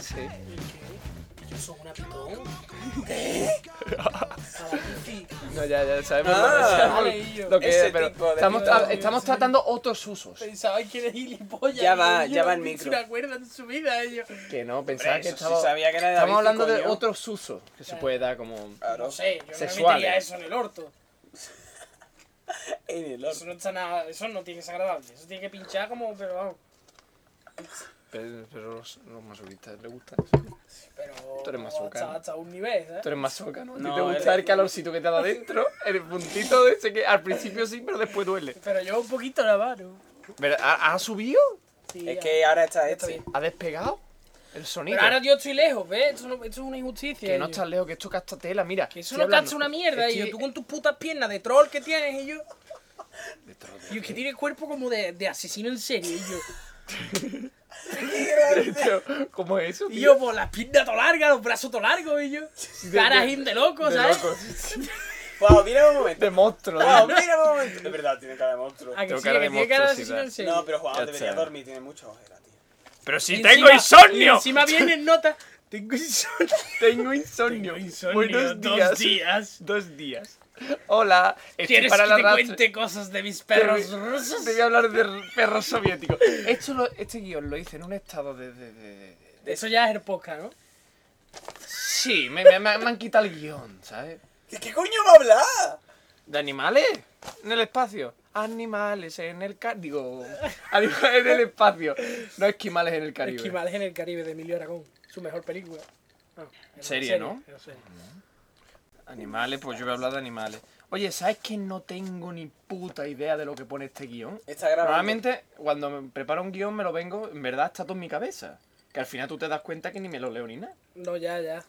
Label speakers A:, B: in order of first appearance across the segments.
A: Sí.
B: ¿Y yo soy una pitón? ¿Qué? Salafifi.
A: No, ya, ya sabemos,
C: Ah,
A: sabemos
B: vale, yo.
A: lo que
C: Ese
A: es, pero
C: tipo de
A: estamos,
C: tipo
B: de-
A: estamos tratando otros usos.
B: Pensaba que era gilipollas.
C: Ya va,
B: yo
C: ya
B: no
C: va el
B: me-
C: micro.
B: Se me acuerdan de su vida ellos.
A: Que no, pensaba
C: Hombre,
A: que
C: eso sí
A: estaba-
C: sabía que era de
A: estamos
C: David,
A: hablando de
C: coño.
A: otros usos que se
B: Claro.
A: puede dar como...
C: Claro.
B: No sé, yo no me
A: Sexuales.
B: metería eso en el orto.
C: En el
B: Eso
C: horno.
B: no está nada, eso no tiene que ser agradable. Eso tiene que pinchar como, pero vamos.
A: Pero, pero los, los masoquistas les gusta.
B: Pero
A: Tú eres más
B: hasta,
A: cercano.
B: hasta un nivel,
A: Tú
B: ¿eh?
A: eres masoca, ¿no? A ti
C: No,
A: te gusta
C: eres-
A: el calorcito que te da dentro, el puntito de ese que al principio sí, pero después duele.
B: Pero yo un poquito la mano.
A: Pero, ¿ha, ha subido?
B: Sí,
C: Es
B: ya.
C: que ahora está
B: Ya está
C: este.
B: bien.
A: ¿Ha despegado? El sonido.
B: Pero ahora yo estoy lejos, ¿ves? Esto, no- esto es una injusticia.
A: Que no
B: ello.
A: estás lejos, que esto casta tela, mira.
B: Que eso
A: estoy
B: no
A: hablando.
B: cacha una mierda,
A: Estoy-
B: ello. Tú con tus putas piernas de troll que tienes, ellos.
A: De todo,
B: Y es que tiene el cuerpo como de, de asesino en serie, y yo.
A: tío. ¿Cómo es eso,
B: Y
A: tío?
B: yo, pues las piernas todo largas, los brazos todo largos, y yo. Cara gente loco,
A: de
B: ¿sabes?
A: loco, sí, sí.
C: Wow, mira un momento.
A: De monstruo,
C: Wow,
A: tío.
C: mira un momento. Es verdad, tiene cara de monstruo.
B: A que
A: Tengo
B: sí,
A: cara
B: que
A: de
B: tiene cara de asesino
A: monstruosidad.
B: en serie.
C: No, pero Juan
A: Ya
C: debería
A: está.
C: dormir, tiene muchas ojeras, tío.
A: Pero si
B: Y
A: tengo
B: encima-
A: insomnio.
B: Y encima viene nota. Tengo insomnio.
A: Tengo insomnio.
B: Tengo insomnio.
A: Buenos
B: Dos días.
A: Dos días. Hola. Estoy
B: ¿Quieres
A: para
B: que
A: la
B: te
A: rastra-
B: cuente cosas de mis
A: Te
B: perros
A: voy-
B: rusos?
A: Te voy a hablar de perros soviéticos. Esto lo- este guión lo hice en un estado de... de- de- de- de-
B: Eso ya es el podcast, ¿no?
A: Sí, me, me- me- me han quitado el guión, ¿sabes?
C: ¿De qué coño va a hablar?
A: ¿De animales? En el espacio. Animales en el Caribe. Digo, animales en el espacio. No esquimales en el Caribe.
B: Esquimales en el Caribe de Emilio Aragón. Su mejor película. No, era
A: Serie, ¿no?
B: era serie.
A: Animales, pues yo voy a hablar de animales. Oye, ¿sabes que no tengo ni puta idea de lo que pone este guión?
C: Está grabando.
A: Normalmente, cuando me preparo un guión, me lo vengo, en verdad está todo en mi cabeza. Que al final tú te das cuenta que ni me lo leo ni nada.
B: No, ya, ya.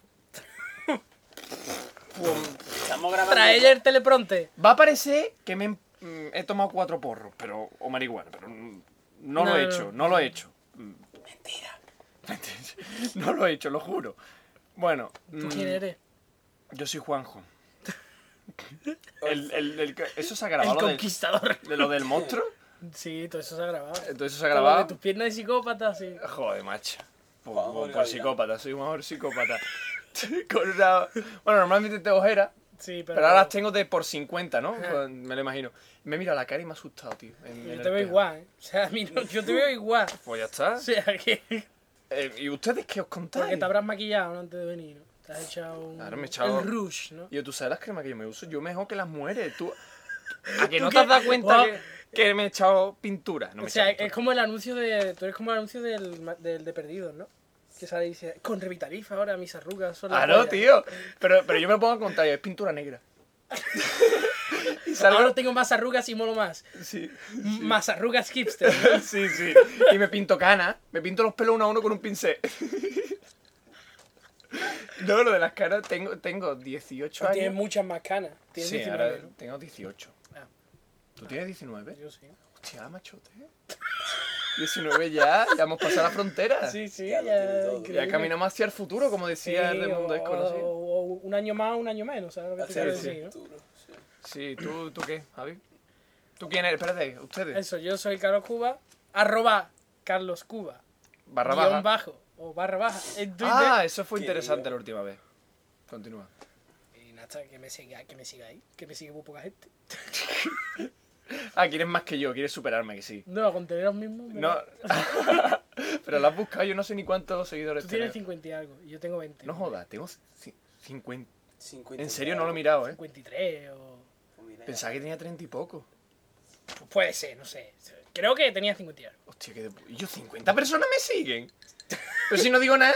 C: Estamos grabando.
B: Trae ya el telepronte.
A: Va a parecer que me he- mm, he tomado cuatro porros, pero. o marihuana, pero mm, no,
B: No,
A: lo he
B: no.
A: hecho, no lo he hecho. Mm. Mentira. no lo he hecho, lo juro. Bueno,
B: ¿Tú
A: mm,
B: quién eres?
A: yo soy Juanjo. El- el- el- eso se ha grabado
B: El
A: lo del-
B: conquistador.
A: de lo del monstruo.
B: Sí, todo eso se ha grabado.
A: Entonces eso se ha
B: Todo
A: grabado.
B: De tus piernas de psicópata, sí.
A: Joder, macho. Por,
C: Vamos,
A: por- por
C: Gabriela.
A: psicópata, soy un mejor psicópata. Con una- Bueno, normalmente tengo ojeras,
B: Sí, pero.
A: pero ahora las tengo de por 50, ¿no?
B: Ajá.
A: Pues, Me lo imagino. Me he mirado la cara y me ha asustado, tío. en- en el
B: Yo te veo
A: espejo.
B: igual, ¿eh? O sea, a mí no- yo te veo igual.
A: Pues ya está.
B: O sea, que.
A: Eh, ¿Y ustedes qué os contáis?
B: Porque te habrás maquillado ¿no? antes de venir, ¿no? Te has echado un.
A: Claro, me he echado-
B: El rush, ¿no?
A: Yo, ¿tú sabes las cremas que yo me uso? Yo mejor que las mujeres. ¿Tú... ¿A que no
B: ¿Tú
A: te has
B: qué?
A: dado cuenta
B: Guau.
A: que, que me he echado pintura? No me
B: o
A: he
B: sea,
A: echado
B: es como el anuncio de. Tú eres como el anuncio del, ma- del de Perdidos, ¿no? Que sale y dice, con Revitalifa ahora mis arrugas son la
A: pintura. Ah, no,
B: polla".
A: tío. Pero, pero yo me pongo a contar, es pintura negra. y salgo...
B: Ahora tengo más arrugas y molo más.
A: Sí.
B: Más arrugas hipster. ¿no?
A: sí, sí. Y me pinto canas. Me pinto los pelos uno a uno con un pincel. No, lo de las caras, tengo, tengo 18
B: Tú Tienes
A: años.
B: muchas más canas. Tienes
A: sí,
B: 19,
A: ahora
B: ¿no?
A: tengo 18.
B: Ah.
A: ¿Tú tienes 19?
B: Yo sí.
A: Hostia, machote. 19 ya, ya hemos pasado la frontera.
B: Sí, sí, oh.
C: Ya
B: ya.
C: lo tiene todo.
A: Ah, Ya caminamos hacia el futuro, como decía el de Mundo
B: o-
A: Desconocido. Ah,
B: o- o un año más, un año menos, ¿sabes lo que te
C: Hacia
B: quiero
C: el
A: sí.
B: decir? no?
C: futuro, sí.
A: Sí, ¿tú, ¿tú qué, Javi? ¿Tú quién eres? Espérate, ustedes.
B: Eso, yo soy Carlos Cuba, arroba Carlos Cuba,
A: Barra baja.
B: guión bajo, o barra baja, en Twitter.
A: Ah, eso fue interesante
C: Querido.
A: la última vez. Continúa.
B: Y nada, que me siga, que me siga ahí, que me sigue muy poca gente.
A: Ah, quieres más que yo, quieres superarme, que sí.
B: No, con tener los mismos. me-
A: No. Pero la has buscado, yo no sé ni cuántos seguidores
B: Tú tienes
A: tengo.
B: 50 y algo, y yo tengo 20.
A: No jodas, tengo ci- 50.
C: 50
A: En serio, no lo he
C: grados.
A: mirado, eh.
B: 53 o.
C: Pues mira,
A: Pensaba que tenía 30 y poco.
B: Pu- Puede ser, no sé. Creo que tenía 50 y algo.
A: Hostia, que de... pu- ¿Y yo 50 personas me siguen. Pero si no digo nada,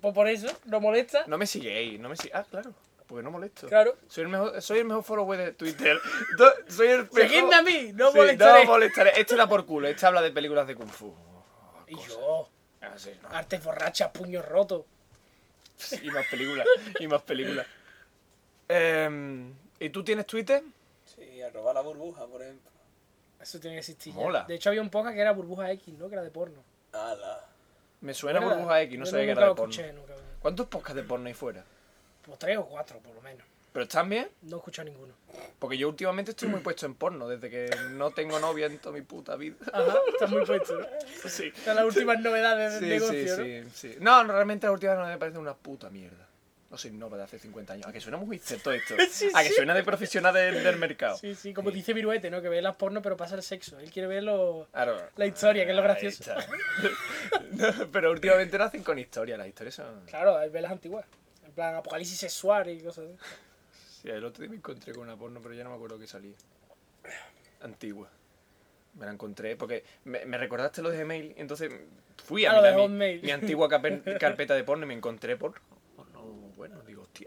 B: Pues por eso, no molesta.
A: no me siguéis, no me sig- Ah, claro, porque no molesto.
B: Claro.
A: Soy el mejor, soy el mejor follower de Twitter. Do- soy el mejor...
B: Seguidme a mí, no
A: Sí,
B: molestaré.
A: no molestaré. Este da por culo, este habla de películas de kung fu.
B: y yo,
A: Ah, sí, no.
B: arte borracha, puño roto.
A: Y más películas, y más películas. Em, ¿Y tú tienes Twitter?
C: Sí, arroba la burbuja, por ejemplo.
B: Eso tiene que existir. ya.
A: Mola.
B: De hecho, había un podcast que era Burbuja X, ¿no? Que era de porno.
C: Ala.
A: Me suena
B: ¿Verdad?
A: burbuja X, no
B: Yo
A: sabía que
B: nunca
A: era
B: lo
A: de porno.
B: escuché, nunca lo-
A: ¿Cuántos podcasts de porno hay fuera?
B: Pues tres o cuatro, por lo menos.
A: ¿Pero están bien?
B: No he escuchado ninguno.
A: Porque yo últimamente estoy muy puesto en porno, desde que no tengo novia en toda mi puta vida.
B: Ajá, estás muy puesto, ¿no?
A: Sí.
B: Son las últimas novedades del
A: Sí, sí,
B: negocio,
A: sí, sí. No, no, realmente las últimas no me parecen una puta mierda. No soy no de hace 50 años. A que suena muy todo esto.
B: Sí,
A: A que
B: sí.
A: suena de profesional del, del mercado.
B: ¿no? Sí, sí, como dice Viruete, ¿no? Que ve las porno pero pasa el sexo. Él quiere ver lo...
A: Claro.
B: la historia, que es lo
A: Ahí
B: gracioso.
A: está. No, pero últimamente no hacen con historia, las historias son...
B: Claro, él ve las antiguas. En plan, apocalipsis sexual y cosas así.
A: Sí, el otro día me encontré con una porno, pero ya no me acuerdo qué salía. Antigua. Me la encontré porque me, me recordaste lo de Gmail, entonces fui a,
B: Ah, lo
A: mirar
B: de
A: mi,
B: Hotmail.
A: mi antigua cape- carpeta de porno y me encontré porno. Porno bueno, digo, hostia.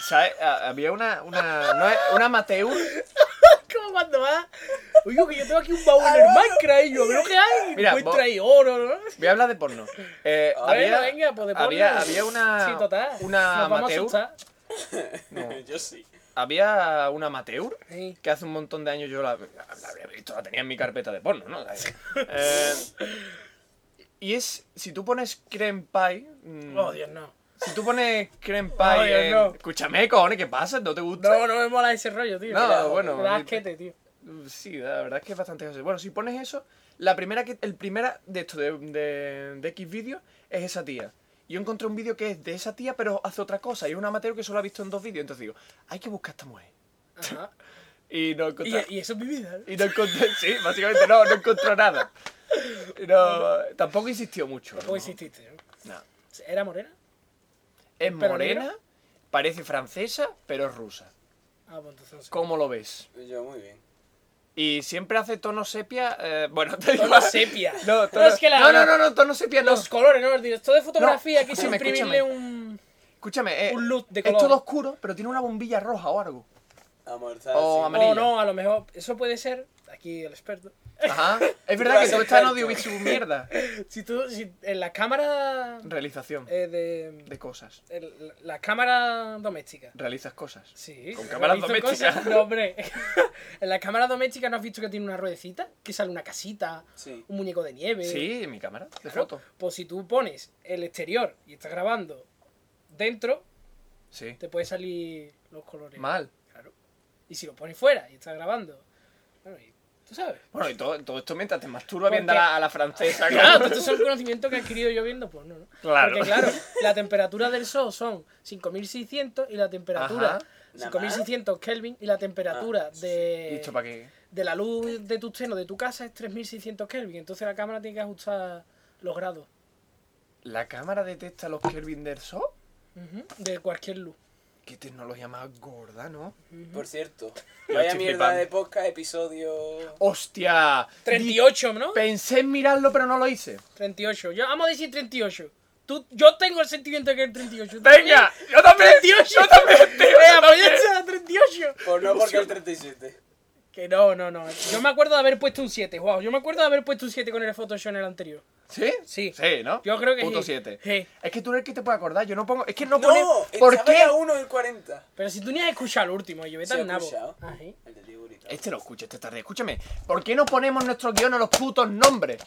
A: ¿Sabes? A- Había una, una, no es- una amateur.
B: Como cuando va. Oigo que yo tengo aquí un baúl en el Minecraft y yo creo que hay.
A: Ah, Mira,
B: encuentro
A: vos-
B: ahí oro, ¿no?
A: Voy a hablar de porno. Eh,
B: Bueno,
A: había,
B: venga, pues de porno.
A: había, había una,
B: Sí, total.
A: una
B: Nos vamos a
A: amateur.
B: asustar.
A: no,
C: Yo sí.
A: había una amateur
B: Sí.
A: que hace un montón de años yo la, la habría visto, la tenía en mi carpeta de porno, ¿no? La- eh, y es, si tú pones creme pie... mm,
B: Oh, Dios, no.
A: Si tú pones creme pie...
B: Oh, Dios,
A: en-
B: no.
A: Escúchame, cojones, ¿qué pasa? ¿No te gusta?
B: No, no me mola ese rollo, tío.
A: No,
B: Me da-
A: bueno,
B: Me da
A: ni-
B: asquete, tío.
A: Sí, la verdad es que es bastante gracioso. Bueno, si pones eso, la primera que, el primera de esto, de, de, de X vídeo, es esa tía. Yo encontré un vídeo que es de esa tía, pero hace otra cosa. Y es un amateur que solo ha visto en dos vídeos. Entonces digo, hay que buscar a esta mujer.
B: Ajá.
A: Y no
B: Y,
A: encontré.
B: y eso es mi vida. ¿eh? ¿no?
A: Y no encontré, sí, básicamente no, no encontró nada. No, tampoco insistió mucho.
B: Tampoco
A: ¿no?
B: insististe. Pues ¿no?
A: No.
B: ¿Era morena?
A: Es
B: ¿Pero
A: morena,
B: negra?
A: parece francesa, pero es rusa.
B: Ah, pues entonces no sé.
A: ¿Cómo lo ves?
C: Yo muy bien.
A: Y siempre hace tono sepia, eh, bueno, te digo...
B: Tono sepia.
A: No,
B: No,
A: tono-
B: es que la-
A: no, no, no, no, tono sepia no.
B: Los colores, ¿no? El director de fotografía
A: No,
B: quiso
A: escúchame,
B: imprimirle
A: escúchame.
B: un.
A: Escúchame, eh,
B: un look de
A: es
B: color.
A: todo oscuro, pero tiene una bombilla roja o algo.
C: Almorzar.
A: Oh,
C: sí.
A: amarillo.
B: O no, a lo mejor. Eso puede ser. Aquí el experto.
A: Ajá. Es verdad que
C: Vas
A: todo está en
C: experto.
A: audiovisual mierda.
B: Si tú. Si en la cámara.
A: Realización
B: eh, de.
A: de cosas.
B: el- la- la cámara doméstica.
A: Realizas cosas.
B: Sí.
A: Con
B: ¿no
A: cámaras
B: has visto
A: domésticas.
B: cosas? No, hombre. en la cámara doméstica no has visto que tiene una ruedecita. Que sale una casita.
C: Sí.
B: Un muñeco de nieve.
A: Sí, en mi cámara de
B: Claro,
A: foto.
B: Pues si tú pones el exterior y estás grabando dentro,
A: Sí.
B: te puede salir los colores.
A: Mal.
B: Claro. Y si lo pones fuera y estás grabando. Bueno, y tú sabes.
A: Bueno, y todo, todo esto mientras te masturba
B: Porque-
A: viendo a la, a la francesa.
B: Claro,
A: claro.
B: todo esto es un conocimiento que he adquirido yo viendo porno, ¿no?
A: Claro.
B: Porque claro, la temperatura del sol son 5600 y la temperatura...
A: Ajá.
B: 5600 Kelvin y la temperatura
C: Ah, sí.
A: ¿Y esto
B: de,
A: para qué?
B: de la luz de tu seno de tu casa es 3600 Kelvin. Entonces la cámara tiene que ajustar los grados
A: ¿La cámara detecta los Kelvin del Sol?
B: ujú, de cualquier luz.
A: Qué tecnología más gorda, ¿no?
C: Por cierto,
A: Yo
C: vaya
A: estoy
C: mierda
A: flipando.
C: de podcast, episodio.
A: ¡Hostia!
B: 38, ¿no?
A: Di- Pensé en mirarlo, pero no lo hice.
B: 38. Yo vamos a decir 38. Tú, yo tengo el sentimiento de que es 38. ¿Tú
A: ¡Venga! ¡Yo también!
B: ¡38!
A: ¡Yo también! tío,
B: Venga,
A: yo
B: pues
A: también!
B: ya está, 38.
C: Por no porque el 37.
B: Que no, no, no. Yo me acuerdo de haber puesto un 7, wow. Yo me acuerdo de haber puesto un 7 con el Photoshop en el anterior.
A: ¿Sí?
B: Sí.
A: Sí, ¿no?
B: Yo creo que
A: Punto
B: sí.
A: 7.
B: Sí.
A: Es que tú eres el que te puede acordar. Yo no pongo. Es que no pone.
C: No,
A: ¿Por
C: estaba
A: qué?
C: ya uno en 40.
B: Pero si tú ni has escuchado el último, yo vete
C: Sí,
B: al
C: he
B: nabo.
C: escuchado.
B: Ah, sí.
C: El de Tiburito.
A: Este lo escucha esta tarde. Escúchame. ¿Por qué no ponemos nuestros guiones los putos nombres?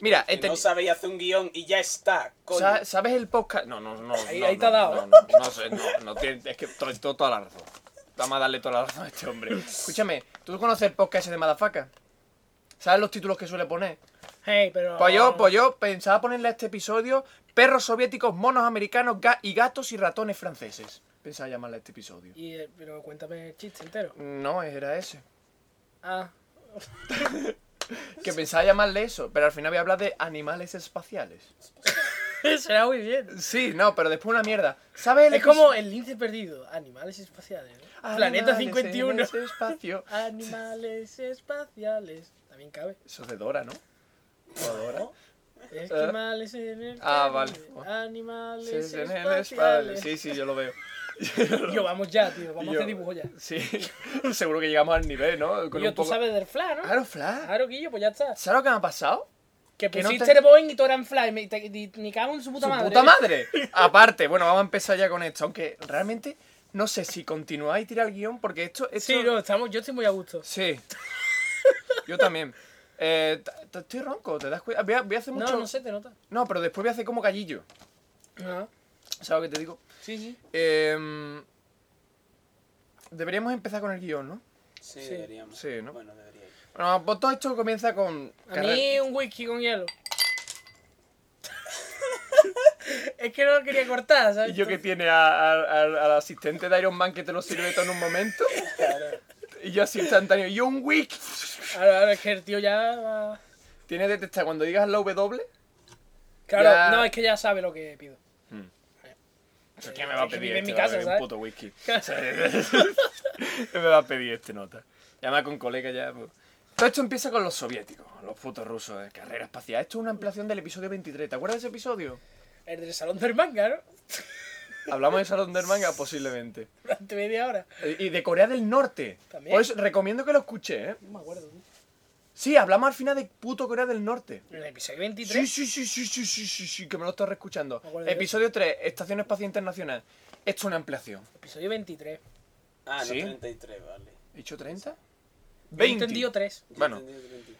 A: Mira,
C: Que
A: este.
C: no sabéis hacer un guión y ya está. Coño.
A: Sa- ¿Sabes el podcast? No, no, no.
B: Ahí-
A: no,
B: ahí te
A: no,
B: ha dado,
A: No,
B: ¿eh?
A: no, no sé, no, no tiene- es que to- to- toda la razón. Vamos a darle toda la razón a este hombre. Escúchame, ¿tú conoces el podcast ese de Madafaka? ¿Sabes los títulos que suele poner?
B: Hey, pero.
A: Pues yo, pues yo pensaba ponerle a este episodio perros soviéticos, monos americanos ga- y gatos y ratones franceses. Pensaba llamarle a este episodio.
B: Y, eh, pero cuéntame el chiste entero.
A: No, era ese.
B: Ah.
A: Que pensaba llamarle eso, pero al final voy a hablar de animales espaciales.
B: Será muy bien.
A: Sí, no, pero después una mierda. ¿Sabes el
B: Es como el lince perdido. Animales espaciales. ¿no? Planeta
A: Animales
B: 51.
A: en ese espacio.
B: Animales espaciales. También cabe.
A: Eso es de Dora, ¿no? ¿O Dora?
B: Esquimales en el
A: Ah,
B: Caribe,
A: vale.
B: Animales
A: Sí, sí, en el
B: espaciales.
A: espacio. Sí, sí, yo lo veo.
B: Yo, vamos ya, tío. Vamos
A: Yo-
B: a hacer dibujo ya.
A: Sí, seguro que llegamos al nivel, ¿no?
B: Yo, tú sabes del fla, ¿no?
A: Claro, Flash.
B: Claro, Guillo, pues ya está.
A: ¿Sabes lo que me ha pasado?
B: Que
A: Que no
B: pusiste
A: te-
B: el Boeing y tú eras en fly. Me, te- di- me cago en su puta
A: ¡Su
B: madre. eh.
A: puta madre! Aparte, bueno, vamos a empezar ya con esto, aunque realmente no sé si continuáis y tirar el guión, porque esto... esto...
B: Sí, no, estamos, yo estoy muy a gusto.
A: Sí. Yo también. Eh, t- t- estoy ronco, ¿te das cuenta? Voy a, voy a hacer
B: No,
A: mucho...
B: no se te nota.
A: No, pero después voy a hacer como gallillo.
B: Ajá.
A: ¿Sabes lo que te digo?
B: Sí, sí.
A: Em, Deberíamos empezar con el guión, ¿no?
C: Sí,
B: Sí.
C: deberíamos.
A: Sí, ¿no?
C: Bueno, deberíamos.
A: Bueno, pues todo esto comienza con...
B: A
A: carre-
B: mí un whisky con hielo. es que no lo quería cortar, ¿sabes?
A: Y yo que tiene a- a- a- al asistente de Iron Man que te lo sirve todo en un momento.
C: Claro.
A: Y yo así instantáneo. Y un wick.
B: Ahora, ahora es que el tío ya va-
A: Tiene detectar cuando digas la W.
B: Claro,
A: Ya.
B: no, es que ya sabe lo que pido.
A: ¿Pero ¿Qué me va a
B: Es que
A: pedir
B: vive en
A: este?
B: mi
A: Va a
B: casa,
A: pedir un
B: ¿sabes?
A: puto whisky. ¿Qué me va a pedir este nota? Llama con colega ya. pues. Todo esto empieza con los soviéticos, los putos rusos, eh, carrera espacial. Esto es una ampliación del episodio 23. ¿Te acuerdas de ese episodio?
B: El del salón del manga, ¿no?
A: Hablamos de Salón del Manga, posiblemente.
B: Durante media hora.
A: Eh, Y de Corea del Norte.
B: También.
A: Por eso recomiendo que lo escuche, ¿eh?
B: No me acuerdo. ¿no?
A: Sí, hablamos al final de puto Corea del Norte.
B: En el episodio
A: Sí,
B: 23.
A: sí, sí, sí, sí, sí, sí, sí, que me lo estás reescuchando.
B: Me acuerdo de
A: Episodio 3, Estación Espacial Internacional. Esto es una ampliación.
B: Episodio 23.
C: Ah, no,
A: Sí.
C: 33, vale.
A: ¿He dicho 30?
B: Yo he entendido 3.
C: Yo
A: Bueno.
C: entendí 33.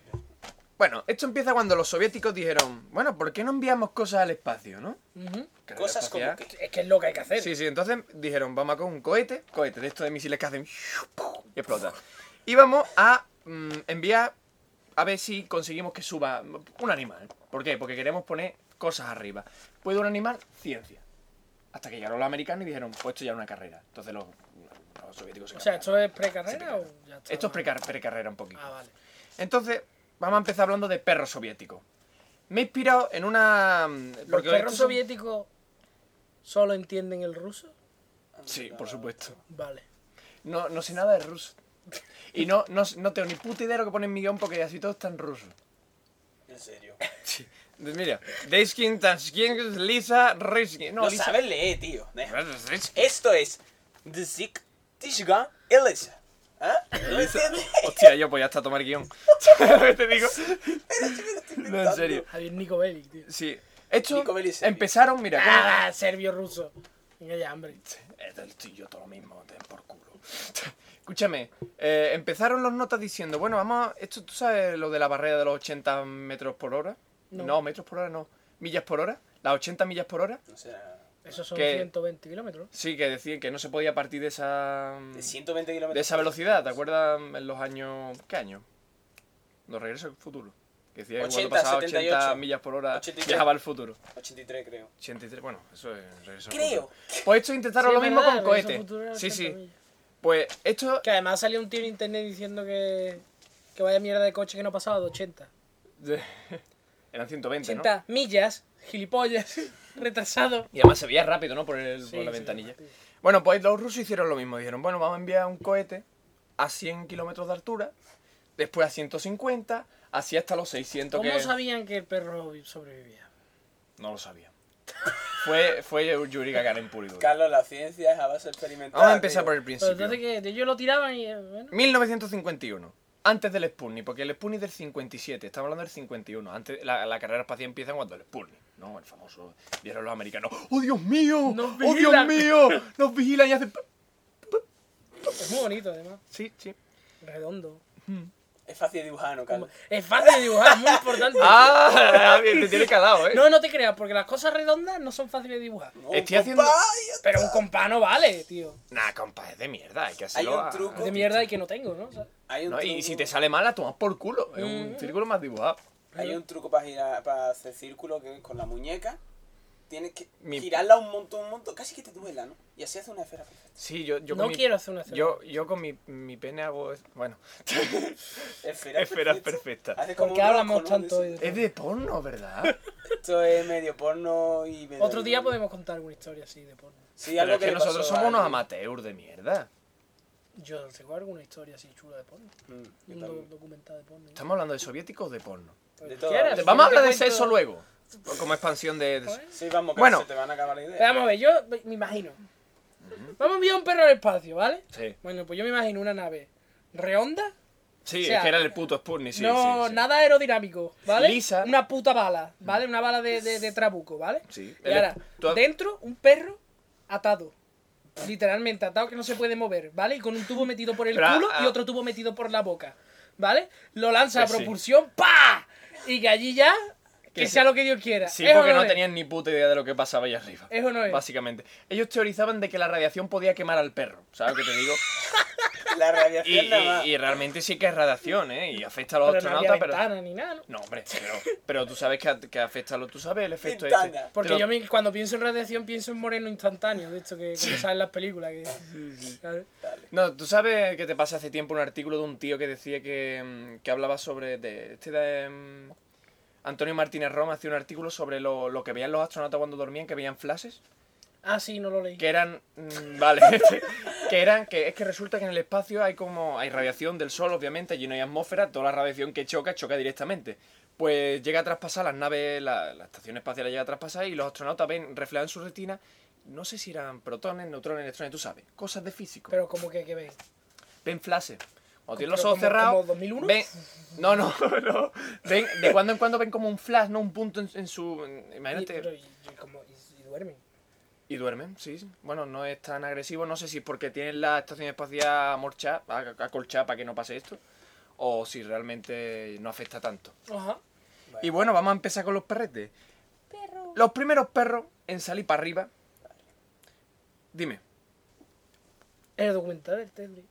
A: Bueno, esto empieza cuando los soviéticos dijeron, bueno, ¿por qué no enviamos cosas al espacio, no? Carrera
C: Cosas como
A: espacial.
C: que.
B: Es que es lo que hay que hacer.
A: Sí, sí, entonces dijeron, vamos a con un cohete, cohete de estos de misiles que hacen y explota. Y vamos a mm, enviar a ver si conseguimos que suba un animal. ¿Por qué? Porque queremos poner cosas arriba. ¿Puede un animal? Ciencia. Hasta que llegaron los americanos y dijeron, pues esto ya es una carrera. Entonces los, los soviéticos se
B: O sea,
A: cabrearon.
B: ¿esto es precarrera
A: Sí,
B: o ya está?
A: esto es precar- precarrera un poquito.
B: Ah, vale.
A: Entonces, vamos a empezar hablando de perros soviéticos. Me he inspirado en una... mm,
B: ¿Los perros
A: estos son-
B: soviéticos solo entienden el ruso?
A: Sí, por supuesto.
B: Vale.
A: No, no sé nada de ruso. Y no, no, no tengo ni puta idea de lo que pone en mi guión porque así todo está en ruso.
C: En serio.
A: Mira, Deiskin, Tanskin, Lisa, Riskin. No,
C: No
A: Lisa.
C: sabes leer, tío. Deja.
A: Riskin.
C: Esto es The Sick Tishga Elisa. ¿Ah? ¿No entiendes?
A: Hostia, yo pues ya está a tomar guión. Te digo. No, en serio.
B: Javier Nico Bellic, tío.
A: Sí. Esto
C: Nico Bellic, serio.
A: empezaron, mira. ¿cómo-
B: Ah, serbio ruso. Venga ya, hombre.
A: Esto estoy yo eh, todo lo mismo, te den por culo. Escúchame, eh, empezaron los notas diciendo, bueno, vamos, a- esto tú sabes lo de la barrera de los 80 metros por hora. No,
B: No.
A: metros por hora no, millas por hora, las 80 millas por hora.
C: O sea,
B: Esos son
A: ¿Qué?
B: 120 kilómetros.
A: Sí, que decían que no se podía partir de esa
C: de 120 kilómetros.
A: de esa velocidad, ¿te acuerdas en los años qué año? Los regresos al futuro. Que decía que
C: 80,
A: cuando pasaba 80
C: 78,
A: millas por hora
C: 83.
A: viajaba al futuro.
C: 83, creo.
A: 83, bueno, eso es regreso al
C: Creo.
A: futuro. Pues esto intentaron
B: Sí,
A: lo
B: es
A: mismo
B: verdad,
A: con
B: Regreso al
A: cohetes.
B: Futuro era
A: Sí, sí.
B: 80.000.
A: Pues esto
B: Que además salió un tío en internet diciendo que, que vaya mierda de coche que no pasaba de 80.
A: De- Eran 120, ¿no?
B: 80 millas, gilipollas, retrasado.
A: Y además se veía rápido, ¿no? Por, el,
B: Sí,
A: por la
B: sí,
A: ventanilla.
B: rápido.
A: Bueno, pues los rusos hicieron lo mismo. Dijeron, bueno, vamos a enviar un cohete a 100 kilómetros de altura, después a 150, así hasta los 600
B: ¿Cómo
A: que...
B: sabían que el perro sobrevivía?
A: No lo sabía. fue, fue Yuri Gagarin puro y duro.
C: Carlos, la ciencia es a base experimental.
A: Vamos a empezar
C: tío.
A: por el
B: Pero
A: principio.
B: entonces que ellos lo tiraban y eh, bueno.
A: 1951. Antes del Sputnik, porque el Sputnik del 57, estamos hablando del 51. Antes, la, la carrera espacial empieza cuando el Sputnik, ¿no? El famoso. Vieron los americanos. ¡Oh, Dios mío!
B: Nos
A: ¡Oh, Dios
B: vigilan!
A: mío! Nos vigilan y hacen.
B: Es muy bonito además.
A: Sí, sí.
B: Redondo.
C: Es fácil dibujarlo, Carlos.
B: Es fácil de dibujar, es muy importante.
A: ¡Ah! Bien, te tiene
C: pues.
A: calado, ¿eh?
B: No, no te creas, porque las cosas redondas no son fáciles de dibujar.
C: No,
A: Estoy
C: compa,
A: haciendo-
C: yo-
B: Pero un compás no vale, tío.
A: Nah, compa, es de mierda. Hay que hacerlo.
C: un
A: a-
C: truco.
B: Es de mierda y que no tengo, ¿no? O sea,
C: Hay un
A: No, y
C: truco-
A: si te sale mal, la tomas por culo. Es un
B: Mm.
A: círculo más dibujado.
C: Hay un truco para girar, para hacer círculo que es con la muñeca. Tienes que
A: Mi-
C: girarla un montón, un montón, casi que te duela, ¿no? Y así hace una esfera perfecta.
A: Sí, yo, yo con
B: no
A: mi-
B: quiero hacer una esfera.
A: Yo, yo con mi, mi pene hago. es- Bueno,
C: Esfera
A: esferas perfectas.
C: Hace como
B: ¿Por qué
C: un
B: hablamos
C: rosco, ¿no?
B: tanto hoy?
C: De
B: de
C: eso.
B: todo?
A: Es de porno, ¿verdad?
C: Esto es medio porno y medio
B: Otro día
C: anime.
B: podemos contar alguna historia así de porno.
C: Sí,
A: Pero
C: algo
A: es que
C: le pasó
A: nosotros
C: a
A: somos unos
C: alguien.
A: amateurs de mierda.
B: Yo tengo alguna historia así chula de porno.
C: Mm,
B: Un
C: yo
B: do-
C: también.
B: documental de porno.
A: Estamos hablando de soviéticos o de porno.
C: De
B: Lo que
C: todo.
B: quieras.
C: Te-
A: Vamos a
B: Yo te
A: hablar de
B: cuento-
A: sexo luego. Como expansión de. de-
C: Sí, vamos, que
A: Bueno.
C: se te van a acabar la idea.
B: Pues, eh, Vamos a ver, yo me imagino. Vamos a enviar un perro al espacio, ¿vale?
A: Sí,
B: Bueno, pues yo me imagino una nave redonda.
A: sí
B: O sea,
A: es que era el puto Sputnik, sí.
B: no,
A: sí, sí.
B: nada aerodinámico, ¿vale?
A: Lisa. Mm.
B: Una puta bala, ¿vale? Una bala de, de, de trabuco, ¿vale?
A: Sí.
B: Y ahora,
A: Tú-
B: dentro, un perro atado. Literalmente atado que no se puede mover, ¿vale? Y con un tubo metido por el
A: Pero,
B: culo
A: ah,
B: y otro tubo metido por la boca, ¿vale? Lo lanza
A: Pues
B: a
A: sí.
B: propulsión, ¡pa! Y que allí ya.
A: Que
B: Que
A: sí.
B: sea lo que Dios quiera.
A: Sí,
B: ¿Es o
A: porque no
B: es?
A: tenían ni puta idea de lo que pasaba allá arriba.
B: ¿Es o no es?
A: Básicamente. Ellos teorizaban de que la radiación podía quemar al perro, ¿sabes lo que te digo?
C: La
A: Y,
C: radiación nada más.
A: y- y realmente sí que es radiación, ¿eh? Y afecta a los
B: Pero no había
A: astronautas, pero...
B: ventana ni nada, ¿no?
A: No, hombre, pero, pero tú sabes que, a- que afecta a los... Tú sabes el efecto
C: Ventana.
A: este. Te
B: Porque
A: lo-
B: yo me- cuando pienso en radiación pienso en moreno instantáneo, de hecho, que como salen las películas. Que, Claro.
A: No, tú sabes que te pasé hace tiempo un artículo de un tío que decía que, mm, que hablaba sobre... De, este de, mm, Antonio Martínez Roma hacía un artículo sobre lo, lo que veían los astronautas cuando dormían, que veían flashes.
B: Ah, sí, no lo leí.
A: que eran mm, vale que eran que es que resulta que en el espacio hay como hay radiación del sol obviamente allí no hay atmósfera toda la radiación que choca choca directamente pues llega a traspasar las naves la, la estación espacial la llega a traspasar y los astronautas ven reflejan en su retina no sé si eran protones neutrones electrones tú sabes cosas de físico
B: Pero como que, ¿qué ves?
A: ven flashes cuando tienen
B: Pero
A: los ojos
B: como-
A: cerrados
B: como 2001?
A: ven no no no ven de cuando en cuando ven como un flash no un punto en, en su
B: Y,
A: imagínate
B: pero, y, y como- y- y duermen.
A: y duermen, sí. sí. Bueno, no es tan agresivo. No sé si es porque tienen la estación espacial amorchada, a- acolchada para que no pase esto. O si realmente no afecta tanto.
B: Ajá.
A: Y bueno, vamos a empezar con los perretes. Los primeros perros en salir para arriba. Dime.
B: El documental del Tetris.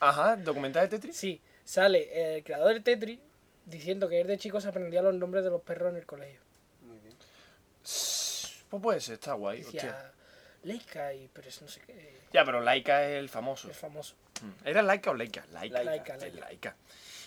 A: Ajá, documental de Tetris.
B: Sí, sale el creador del Tetris diciendo que desde chico se aprendía los nombres de los perros en el colegio.
C: Muy bien.
A: Pues puede ser, está guay. hostia.
B: Decía Leica y pero es no sé qué.
A: Ya, pero Laika es el famoso.
B: Es famoso.
A: Mm. ¿Era Laika o Laika? Laika.
B: Laika,
A: el
B: Laika.
A: Laika.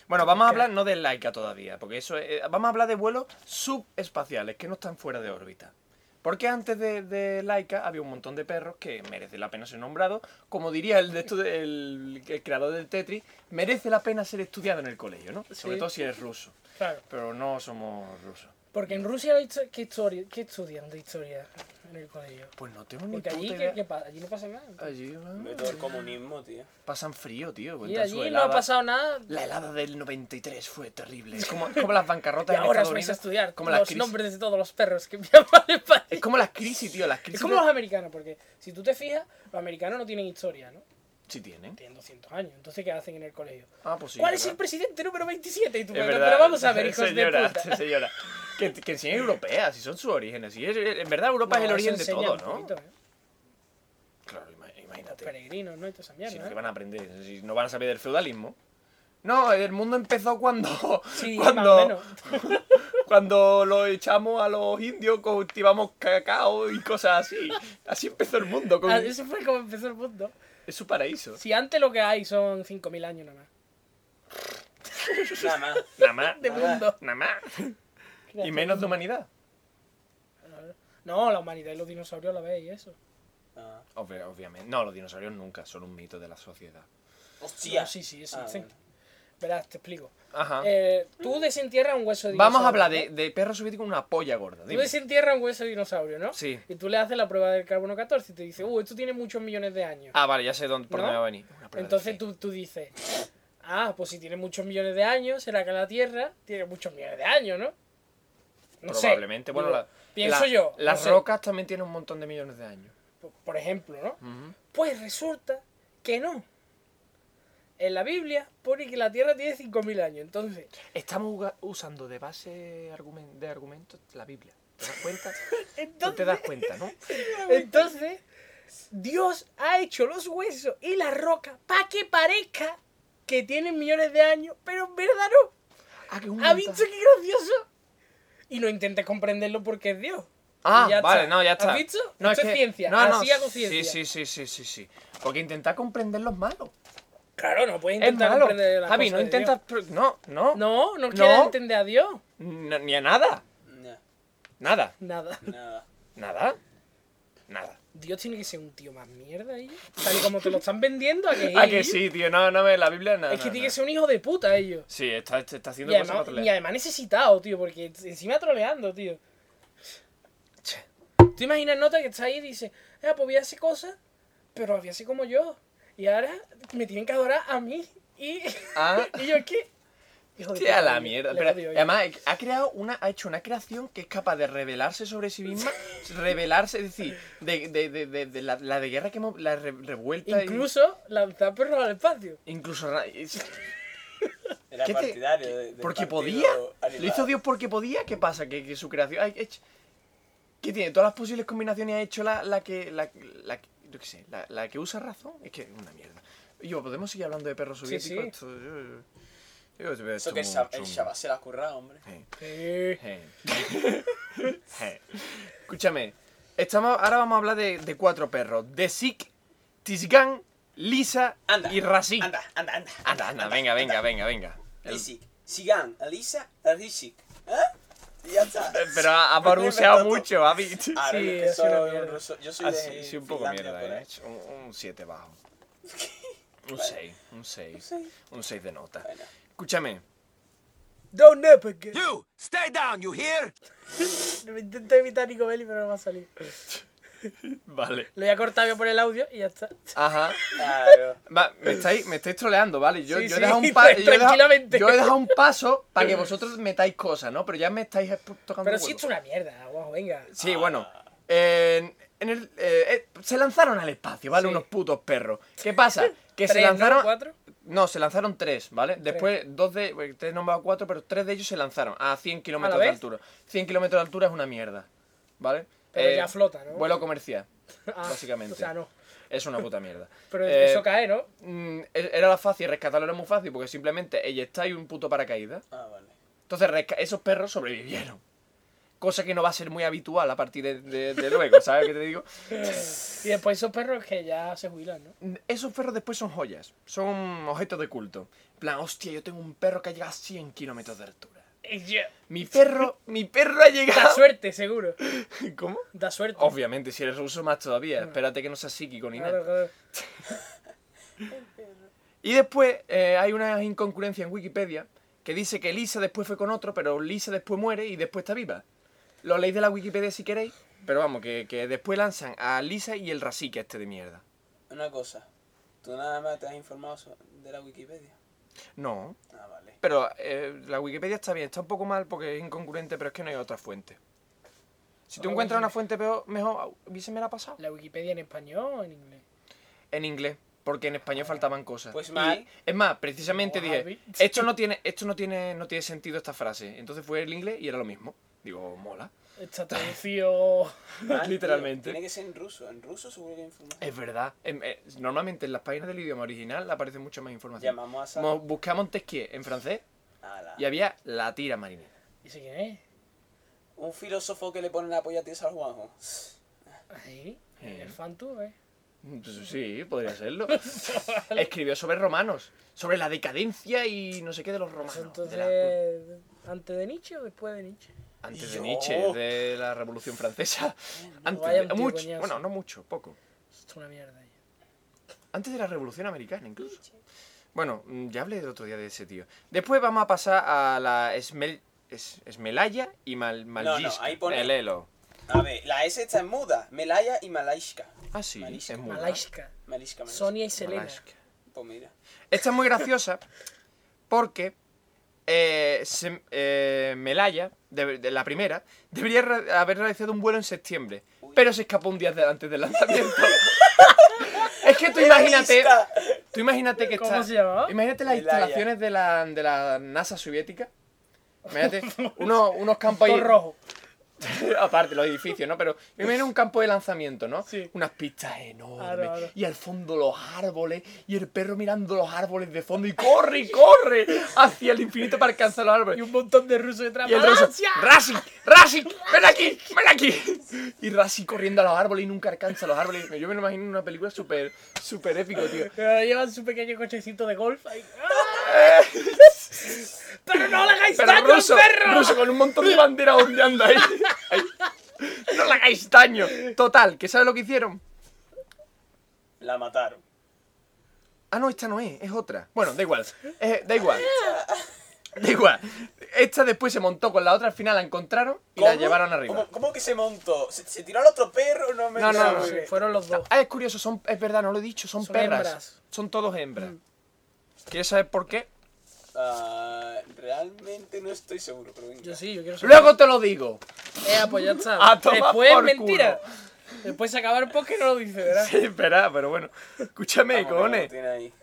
A: Bueno, vamos a
B: Laika.
A: hablar no de Laika todavía, porque eso es- eh, vamos a hablar de vuelos subespaciales que no están fuera de órbita. Porque antes de, de Laika había un montón de perros que merece la pena ser nombrado, como diría el, de estu- el, el creador del Tetris, merece la pena ser estudiado en el colegio, ¿no? Sobre
B: Sí.
A: todo si eres ruso,
B: Claro.
A: pero no somos rusos.
B: Porque en Rusia hay histo- ¿qué, historia, ¿qué estudian de historia en el colegio?
A: Pues no tengo ni
B: Porque
A: puta
B: allí, ¿qué,
A: idea.
B: qué pasa? allí no pasa nada.
A: Allí,
C: Hombre, todo el comunismo, tío.
A: pasan frío, tío.
B: Y
A: cuentan su
B: allí no ha
A: helada.
B: pasado nada.
A: La helada del 93 fue terrible. Es como, es como las bancarrotas
B: Y
A: en
B: ahora os
A: Estados
B: vais a
A: Unidos.
B: estudiar
A: como las
B: los
A: crisis.
B: nombres de todos los perros que enviaban al país.
A: Es como las crisis, tío. Las crisis.
B: Es como los
A: de-
B: americanos, porque si tú te fijas, los americanos no tienen historia, ¿no?
A: Sí tienen.
B: Tienen 200 años. Entonces, ¿qué hacen en el colegio?
A: Ah, pues sí.
B: ¿Cuál
A: es
B: es el
A: verdad.
B: presidente número 27? Y tú,
A: Es
B: pero,
A: verdad.
B: pero vamos a ver, hijos
A: señora,
B: de puta.
A: Señora, que, que enseñen europea, si son sus orígenes. Si es- en verdad, Europa es el
B: No,
A: origen
B: eso
A: de
B: enseña
A: todo,
B: un
A: ¿no?
B: poquito, ¿eh?
A: Claro, ima-
B: Los
A: imagínate.
B: peregrinos, ¿no? Y toda esa
A: Si
B: mierda.
A: que
B: ¿eh?
A: van a aprender, si no van a saber del feudalismo. No, el mundo empezó cuando.
B: Sí, más o
A: cuando,
B: menos.
A: cuando lo echamos a los indios, cultivamos cacao y cosas así. Así empezó el mundo. con-
B: Ah, Eso fue como empezó el mundo.
A: Es su paraíso.
B: Si antes lo que hay son 5.000 años nada más.
C: Nada más.
A: Nada más.
B: De
C: Nada.
B: mundo.
A: Nada más. Y menos de humanidad.
B: No, la humanidad y los dinosaurios la veis, eso.
C: Ah.
A: Obvia- obviamente. No, los dinosaurios nunca son un mito de la sociedad.
C: Hostia.
B: No, sí, sí, eso.
C: Ah,
B: sí.
C: bueno.
B: Verás, te explico.
A: Ajá.
B: Eh, tú desentierras un hueso de dinosaurio.
A: Ah. Vamos a hablar
B: ¿no?
A: de, de perro subir con una polla gorda.
B: Tú
A: dime.
B: desentierras un hueso de dinosaurio, ¿no?
A: Sí.
B: Y tú le haces la prueba del carbono 14 y te dice, uh, esto tiene muchos millones de años.
A: Ah, vale, ya sé dónde, por
B: ¿No?
A: dónde va a venir. Una prueba de
B: Entonces
A: fe.
B: tú, tú dices, ah, pues si tiene muchos millones de años, será que la Tierra tiene muchos millones de años, ¿no? No sé.
A: Probablemente. Bueno,
B: Digo,
A: la-
B: pienso
A: la-
B: yo.
A: Las
B: no sé.
A: rocas también tienen un montón de millones de años.
B: Por- Por ejemplo, ¿no?
A: Ujú.
B: Pues resulta que no. En la Biblia pone que la Tierra tiene 5.000 años. Entonces,
A: Estamos uga- usando de base argumen- de argumentos la Biblia. ¿Te das cuenta? Tú te
B: entonces,
A: das cuenta, ¿no? Ah,
B: entonces, Dios ha hecho los huesos y la roca para que parezca que tienen millones de años, pero en verdad no.
A: Ah, que es un
B: ¿Ha
A: montón.
B: visto qué gracioso? Y no intentes comprenderlo porque es Dios.
A: Ah,
B: Y ya
A: vale,
B: está.
A: no, ya está.
B: ¿Has visto?
A: No,
B: Esto es
A: que-
B: ciencia,
A: No, no,
B: así hago
A: sí,
B: ciencia.
A: sí, sí, sí, sí, sí. Porque intentar comprender los malos.
B: Claro, no puedes
A: Es
B: intentar
A: malo.
B: comprender la
A: Javi,
B: cosa
A: no
B: de
A: intentas... pro- No, no,
B: Dios. No, no quieres
A: No.
B: entender a Dios.
A: N- Ni a nada.
C: No,
A: Nada.
B: Nada.
C: nada.
A: Nada. Nada.
B: Dios tiene que ser un tío más mierda ellos. Tal y como te lo están vendiendo, ¿a que,
A: Ah, que sí, tío. No, no me la Biblia nada.
B: Es que tiene que ser un hijo de puta ellos.
A: Sí, está, está- está
B: Y
A: haciendo cosas
B: además,
A: para
B: y
A: trolear.
B: además necesitado, tío, porque encima troleando, tío. Tú imaginas nota que está ahí y dice, ah, pues voy a hacer cosas, pero las voy a hacer como yo. Y ahora me tienen que adorar a mí. Y,
A: Ah.
B: y yo, ¿qué? Hijo de
A: Hostia,
B: puta,
A: la
B: le-
A: mierda.
B: le
A: Pero,
B: odio,
A: y
B: yo.
A: además, ha creado una, ha hecho una creación que es capaz de revelarse sobre sí misma, revelarse, es decir, de, de- de- de- de la, la de guerra que hemos, la re- revuelta. y-
B: Incluso lanzar perros al espacio.
A: incluso ra- es-
C: Era
A: ¿Qué te-
C: partidario
A: qué-
C: de- del
A: porque
C: partido
A: podía.
C: animal.
A: ¿Lo hizo Dios porque podía? ¿Qué pasa? Que, que su creación. ay, ech- ¿Qué tiene? Todas las posibles combinaciones ha hecho la, la que. La, la- yo qué sé, la, la que usa razón. Es que es una mierda. Yo, podemos seguir hablando de perros
B: Sí, sí.
A: soviéticos. Esto- yo- yo- yo- yo-
C: Eso
A: esto
C: que el
A: muy
C: Sha- el
A: chungo.
C: Shabbat se la ha currado, hombre.
A: Sí,
B: Eh,
A: sí. Sí. Escúchame. Estamos, ahora vamos a hablar de, de cuatro perros: De Sik, Tisgan, Lisa
C: Anda.
A: y Rasik.
C: Anda, anda, anda.
A: anda, anda, venga, venga, venga, venga. El-
C: Risik. Sigan, Alisa, Risik. ¿Eh? Y Ya está.
A: Eh, Pero ha ha
C: Me estoy
A: balbuceado
C: inventando.
A: mucho, ha visto.
C: Ah, no,
B: Sí,
C: yo que
B: ha sido
C: soy
B: una
C: un
B: mierda.
C: ruso- Yo soy
A: Ah,
C: de
A: sí, sí, un poco
C: Finlandia, por
A: mierda,
C: ahí.
A: eh. Un 7 bajo. Un 6, un 6.
C: seis.
A: Un 6 de nota.
C: Bueno.
A: Escúchame.
B: Don't nap again.
D: You stay down, you hear?
B: Me Intento imitar Nico Belli, pero no me ha salido.
A: Vale.
B: Lo voy a cortar, voy a poner el audio y ya está.
A: Ajá.
C: Claro.
A: Va, me, estáis, me estáis troleando, ¿vale? Yo,
B: Sí,
A: yo
B: sí,
A: he dejado un pa- yo he dejado-
B: tranquilamente.
A: yo he dejado un paso para que vosotros metáis cosas, ¿no? Pero ya me estáis expo- tocando
B: Pero
A: el
B: sí,
A: huevo.
B: esto es una mierda, guau, venga.
A: Sí, bueno. En- en el- eh, eh, se lanzaron al espacio, ¿vale?
B: Sí.
A: Unos putos perros. ¿Qué pasa? Que se
B: Tres, ¿no?
A: lanzaron.
B: ¿Cuatro?
A: No, se lanzaron tres, ¿vale? Después, dos de. bueno, Te he nombrado cuatro, pero tres de ellos se lanzaron a 100 kilómetros de
B: vez?
A: altura. 100 kilómetros de altura es una mierda, ¿vale? Eh,
B: Pero ya flota, ¿no?
A: Vuelo comercial,
B: Ah,
A: básicamente.
B: O sea, no.
A: Es una puta mierda.
B: Pero
A: Eh,
B: eso cae, ¿no?
A: mm, Era la fácil, rescatarlo era muy fácil, porque simplemente ella está y un puto paracaídas.
C: Ah, vale.
A: Entonces resca- esos perros sobrevivieron. Cosa que no va a ser muy habitual a partir de, de- de luego, ¿sabes qué te digo?
B: Y después esos perros que ya se jubilan, ¿no?
A: Esos perros después son joyas, son objetos de culto. En plan, hostia, yo tengo un perro que ha llegado a 100 kilómetros de altura.
B: Y ya.
A: Mi perro, mi perro ha
B: Da
A: llegado.
B: suerte, seguro.
A: ¿Cómo?
B: Da suerte.
A: Obviamente, si eres ruso más todavía. Espérate que no seas psíquico ni nada.
B: Claro, claro.
A: Y después eh, hay una incongruencia en Wikipedia que dice que Lisa después fue con otro, pero Lisa después muere y después está viva. Lo leéis de la Wikipedia si queréis, pero vamos, que, que después lanzan a Lisa y el Rasique este de mierda.
C: Una cosa. Tú nada más te has informado so- de la Wikipedia.
A: No,
C: Ah, vale.
A: pero eh, la Wikipedia está bien, está un poco mal porque es incongruente, pero es que no hay otra fuente. Si tú
B: Ah,
A: encuentras
B: bueno.
A: una fuente peor, mejor, hubiese me la pasado.
B: ¿La Wikipedia en español o en inglés?
A: en inglés porque en España faltaban cosas.
C: Pues
A: Y,
C: mal.
A: es más, precisamente
B: Como
A: dije,
B: Javi.
A: esto no tiene esto no tiene no tiene sentido esta frase. Entonces fue el inglés y era lo mismo. Digo, mola.
B: Está traducido.
C: Ah, tío,
A: Literalmente.
C: Tiene que ser en ruso. En ruso seguro que hay información.
A: Es verdad. Em, eh, normalmente en las páginas del idioma original aparece mucha más información.
C: Llamamos a
A: Mo-
C: Sara.
A: Busqué a Montesquieu en francés
C: Ala.
A: y había la tira marinera.
B: ¿Y ese quién es?
C: Un filósofo que le pone la polla a ti a San Juanjo.
B: Ahí.
A: Sí.
B: El Fantu, ¿eh?
A: Pues sí, podría serlo. Escribió sobre romanos, sobre la decadencia y no sé qué de los romanos. de la-
B: Entonces, ¿antes de Nietzsche o después de Nietzsche?
A: Antes de
C: Yo.
A: Nietzsche, de la Revolución Francesa. Antes,
B: vaya
A: de-
B: un tío
A: mucho,
B: coñazo.
A: bueno, no mucho, poco.
B: Esto es una mierda. ¿eh?
A: Antes de la Revolución Americana, incluso. Bueno, mm, ya hablé el otro día de ese tío. Después vamos a pasar a la Esmel, es- Esmelaya y Mal, Malyiska,
C: ahí pone-
A: El Elo.
C: A ver, la S está en muda. Melaya y Malaishka.
A: Ah, sí,
C: Malyiska.
A: es muy
B: Malaishka.
C: Malaishka, Malaishka.
B: Sonia y Selena.
C: Pues mira.
A: Esta es muy graciosa porque eh, se- eh, Melaya, de, de la primera, debería re- haber realizado un vuelo en septiembre, pero se escapó un día de- antes del lanzamiento. es que tú imagínate,
C: Malaishka.
A: tú imagínate que
B: ¿Cómo
A: está-
B: se llamaba?
A: Imagínate las
C: Melaya.
A: instalaciones de la, de la NASA soviética. Imagínate unos, unos campos
B: Todo
A: ahí,
B: rojo.
A: aparte los edificios, ¿no? Pero me imagino un campo de lanzamiento, ¿no?
B: Sí.
A: Unas pistas enormes.
B: Claro, claro.
A: Y al fondo los árboles. Y el perro mirando los árboles de fondo. Y corre, y corre hacia el infinito para alcanzar los
B: Y
A: árboles.
B: un montón de rusos detrás.
A: Y el ruso,
B: ¡Malasia!
A: Rasik, Rasik, ven aquí, ven aquí. Y Rasik corriendo a los árboles y nunca alcanza los árboles. Yo me lo imagino en una película súper, súper épico, tío.
B: Pero Llevan su pequeño cochecito de golf ahí. ¡Ah! ¡Pero no le hagáis
A: Pero
B: daño al
A: ruso,
B: perro!
A: ruso con un montón de banderas ondeando ahí. Ahí. No le hagáis daño. Total, que sabes lo que hicieron?
C: La mataron.
A: Ah, no, esta no es, es otra. Bueno, da igual. eh, da igual. Da igual. Esta después se montó con la otra, al final la encontraron y la
C: ¿Cómo?
A: llevaron arriba.
C: ¿Cómo, cómo que se montó? ¿Se, se tiró al otro perro? No me
A: No, no,
C: queda
A: no,
C: muy
A: sí,
C: bien.
B: Fueron los dos.
A: Ah, es curioso, son, es verdad, no lo he dicho, son,
B: Son
A: perras.
B: hembras.
A: Son todos hembras. ¿Quieres saber por qué?
C: Ah, realmente no estoy seguro, pero venga.
B: Yo sí, yo quiero saber.
A: Luego te lo digo.
B: Eh, pues ya está.
A: A tomar
B: Después
A: por
B: mentira. Después se acaba el post que no lo dice, ¿verdad?
A: Sí, espera, pero bueno. Escúchame,
C: Vamos, que no lo
A: cojones.
C: tiene ahí.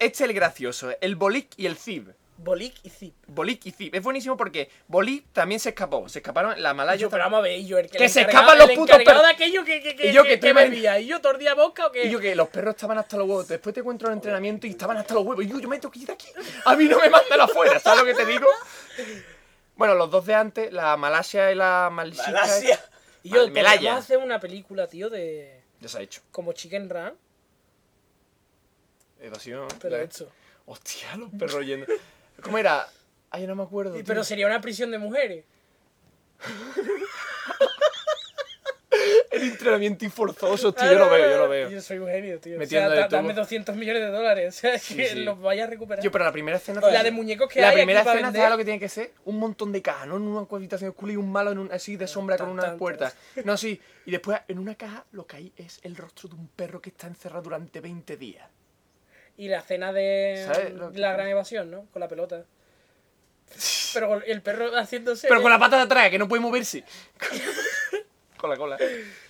A: Este es el gracioso, el Bolik y el Cib.
B: Bolik y Zip.
A: Bolik y Zip. Es buenísimo porque Bolik también se escapó. Se escaparon la Malaya.
B: Ah, Yo, pero vamos a ver, y yo el que,
A: Que
B: le
A: se
B: encargaba-
A: escapan los
B: el
A: putos
B: encargado
A: per-
B: de aquello que, que, que,
A: Y yo
B: que-
A: que tú
B: que
A: imaginas-
B: bebía. Y yo todo el día mosca o qué.
A: Y yo que los perros estaban hasta los huevos. Después te encuentro en entrenamiento y estaban hasta los huevos. Y yo, yo me tengo que ir de aquí. A mí no me mandan afuera, ¿sabes lo que te digo? Bueno, los dos de antes, la Malasia y la Malsica.
C: Malasia.
B: Y yo,
A: Mal- Melaya.
B: podríamos hacer una película, tío, de.
A: Ya se ha hecho.
B: Como Chicken Run,
A: Evasión.
B: pero
A: la-
B: hecho.
A: Hostia, los perros yendo. ¿Cómo era? Ay, no me acuerdo.
B: Y-
A: tío.
B: pero sería una prisión de mujeres.
A: El entrenamiento y forzoso, tío.
B: Ah,
A: Yo lo veo, yo lo
B: Yo
A: veo.
B: soy un genio, tío.
A: Metiendo
B: o
A: de
B: sea, da-
A: todo.
B: dame 200 millones de dólares. O sea, que
A: sí.
B: los vaya a recuperar.
A: Yo, pero la primera escena.
B: Y la de muñecos que
A: La
B: hay
A: primera
B: aquí para
A: escena,
B: vender.
A: ¿sabes lo que tiene que ser? Un montón de cajas, ¿no? En una habitación oscura y un malo en un, así de sombra con
B: Tan,
A: una
B: tan,
A: puerta. No, sí. Y después, en una caja, lo que hay es el rostro de un perro que está encerrado durante 20 días.
B: Y la escena de
A: ¿Sabes lo que-
B: la gran evasión, ¿no? Con la pelota. Pero con el perro haciéndose.
A: Pero con la pata de atrás, que no puede moverse. con la cola.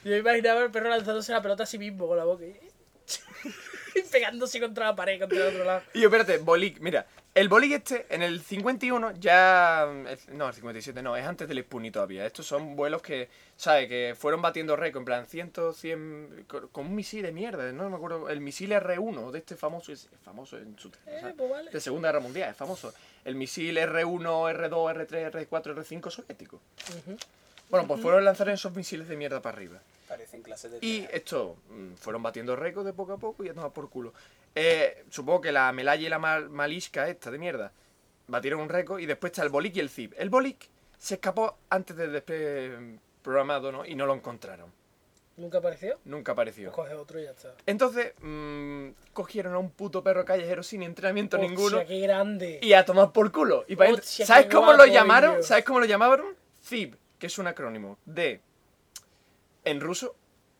B: Yo imaginaba el perro lanzándose la pelota a sí mismo con la boca. Y y pegándose contra la pared, contra el otro lado.
A: Y yo, espérate, Bolic, mira, el Bolic este, en el 51 ya... el- No, el 57 no, es antes del Spoonie todavía. Estos son vuelos que, ¿sabes? Que fueron batiendo récord, en plan 100, 100... Con con un misil de mierda, no me acuerdo. El misil R1 de este famoso, es es famoso en su... o sea,
B: pues vale.
A: De Segunda Guerra Mundial, es famoso. El misil R1, R2, R3, R4, R5 soviético. Bueno, pues fueron lanzar esos misiles de mierda para arriba.
C: Parecen clases de
A: Y
C: teatro.
A: esto, mm, fueron batiendo récords de poco a poco y ya tomar por culo. Eh, supongo que la Melaya y la mal- Malisca, esta de mierda, batieron un récord y después está el Bolic y el Zip. El Bolic se escapó antes del despegue programado, ¿no? Y no lo encontraron.
B: Nunca apareció.
A: Nunca apareció.
B: Pues coge otro y ya está.
A: Entonces, mm, cogieron a un puto perro callejero sin entrenamiento
B: Hostia,
A: ninguno
B: qué grande.
A: y a tomar por culo. Y pa' dentro.
B: Hostia,
A: ¿Sabes
B: qué
A: cómo
B: guapo,
A: lo llamaron?
B: Dios.
A: ¿Sabes cómo lo llamaron? ZIP, que es un acrónimo de. En ruso.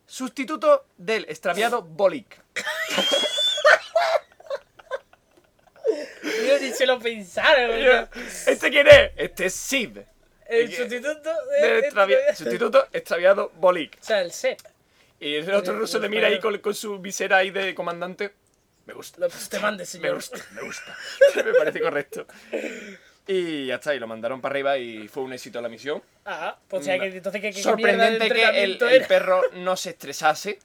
A: Sustituto del extraviado Bolik.
B: Tío, ni se lo pensaron. ¿verdad?
A: ¿Este quién es? Este es Sid.
B: El
A: Oye,
B: sustituto.
A: del
B: eh,
A: extravi-
B: eh,
A: sustituto extraviado Bolik.
B: O sea, el set.
A: Y el otro
B: Eh,
A: ruso le
B: eh,
A: mira ahí
B: claro.
A: con, con su visera ahí de comandante. Me gusta.
B: Lo que usted mande,
A: Me
B: señor.
A: gusta, me gusta. me parece correcto. Y ya está, y lo mandaron para arriba y fue un éxito la misión.
B: Ah, pues o sea, que entonces que.
A: Mm, sorprendente que el, el perro no se estresase.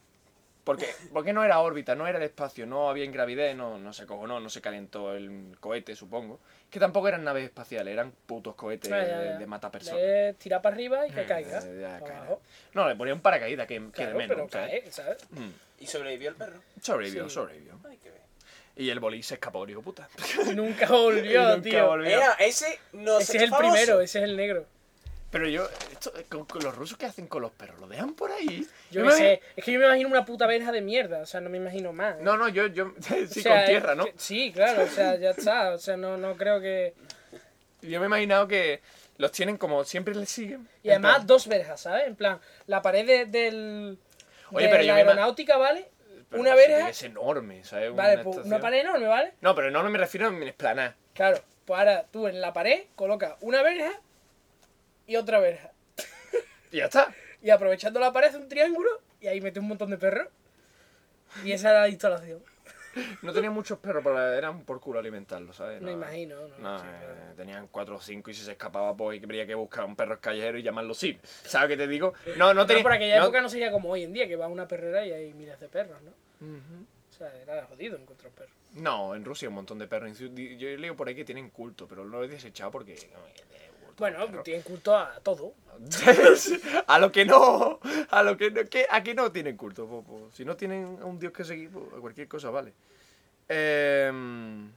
A: Porque, porque no era órbita, no era el espacio, no había ingravidez, no, no se cojonó, no se calentó el cohete, supongo. Que tampoco eran naves espaciales, eran putos cohetes
B: Ah,
A: de, de mata personas.
B: Tirar Eh, para arriba y que caiga.
A: Eh, ya
B: Para
A: caerá.
B: abajo.
A: No, le ponía un paracaídas, que, que
B: Claro,
A: de menos.
B: pero
A: ¿sabes?
B: cae, ¿sabes?
C: ¿Y sobrevivió el perro?
A: Sobrevivió,
B: Sí.
A: sobrevivió.
C: Ay, qué bien.
A: Y el bolí se escapó, digo, puta.
B: Nunca
A: Y
B: volvió,
A: nunca
B: tío.
A: volvió.
C: Era, ese no
B: Ese
C: se-
B: es el
C: famoso.
B: primero, ese es el negro.
A: Pero yo, esto, con, con los rusos, ¿qué hacen con los perros? ¿Lo dejan por ahí?
B: Yo
A: me
B: qué sé, es que yo me imagino una puta verja de mierda, o sea, no me imagino más.
A: No, no, yo, yo sí,
B: O sea,
A: con tierra, ¿no?
B: que- sí, claro, o sea, ya está, o sea, no, no creo que...
A: Yo me he imaginado que los tienen como siempre les siguen.
B: Y
A: En
B: además
A: plan,
B: dos verjas, ¿sabes? En plan, la pared de- del...
A: Oye,
B: de
A: pero yo
B: la
A: me ima-
B: aeronáutica, ¿vale?
A: pero
B: una
A: eso tiene
B: verja,
A: que Es enorme, ¿sabes?
B: vale, pues
A: estación.
B: una pared enorme, ¿vale?
A: No, pero no, no me refiero a esplanar.
B: Claro, pues ahora tú en la pared colocas una verja y otra verja.
A: Y ya está.
B: Y aprovechando la pared un triángulo y ahí metes un montón de perros. Y esa era la instalación.
A: No tenían muchos perros, pero eran por culo alimentarlos, ¿sabes?
B: Me imagino, no,
A: No,
B: sí, claro.
A: eh, tenían cuatro o cinco y si se escapaba, pues habría que buscar un perro callejero y llamarlo Sid. ¿Sabes qué te digo? No, no
B: Pero
A: tenía.
B: por aquella época no sería como hoy en día, que va a una perrera y hay miles de perros, ¿no?
A: Ujú.
B: O sea, era jodido encontrar perros.
A: No, en Rusia hay un montón de perros. Yo leo por ahí que tienen culto, pero lo he desechado porque. no, eh, culto a
B: Bueno,
A: los
B: pues
A: perros.
B: tienen culto a todo.
A: a lo que no, a lo que no, que, a que no tienen culto, po, po. Si no tienen a un dios que seguir, po, a cualquier cosa vale. Em,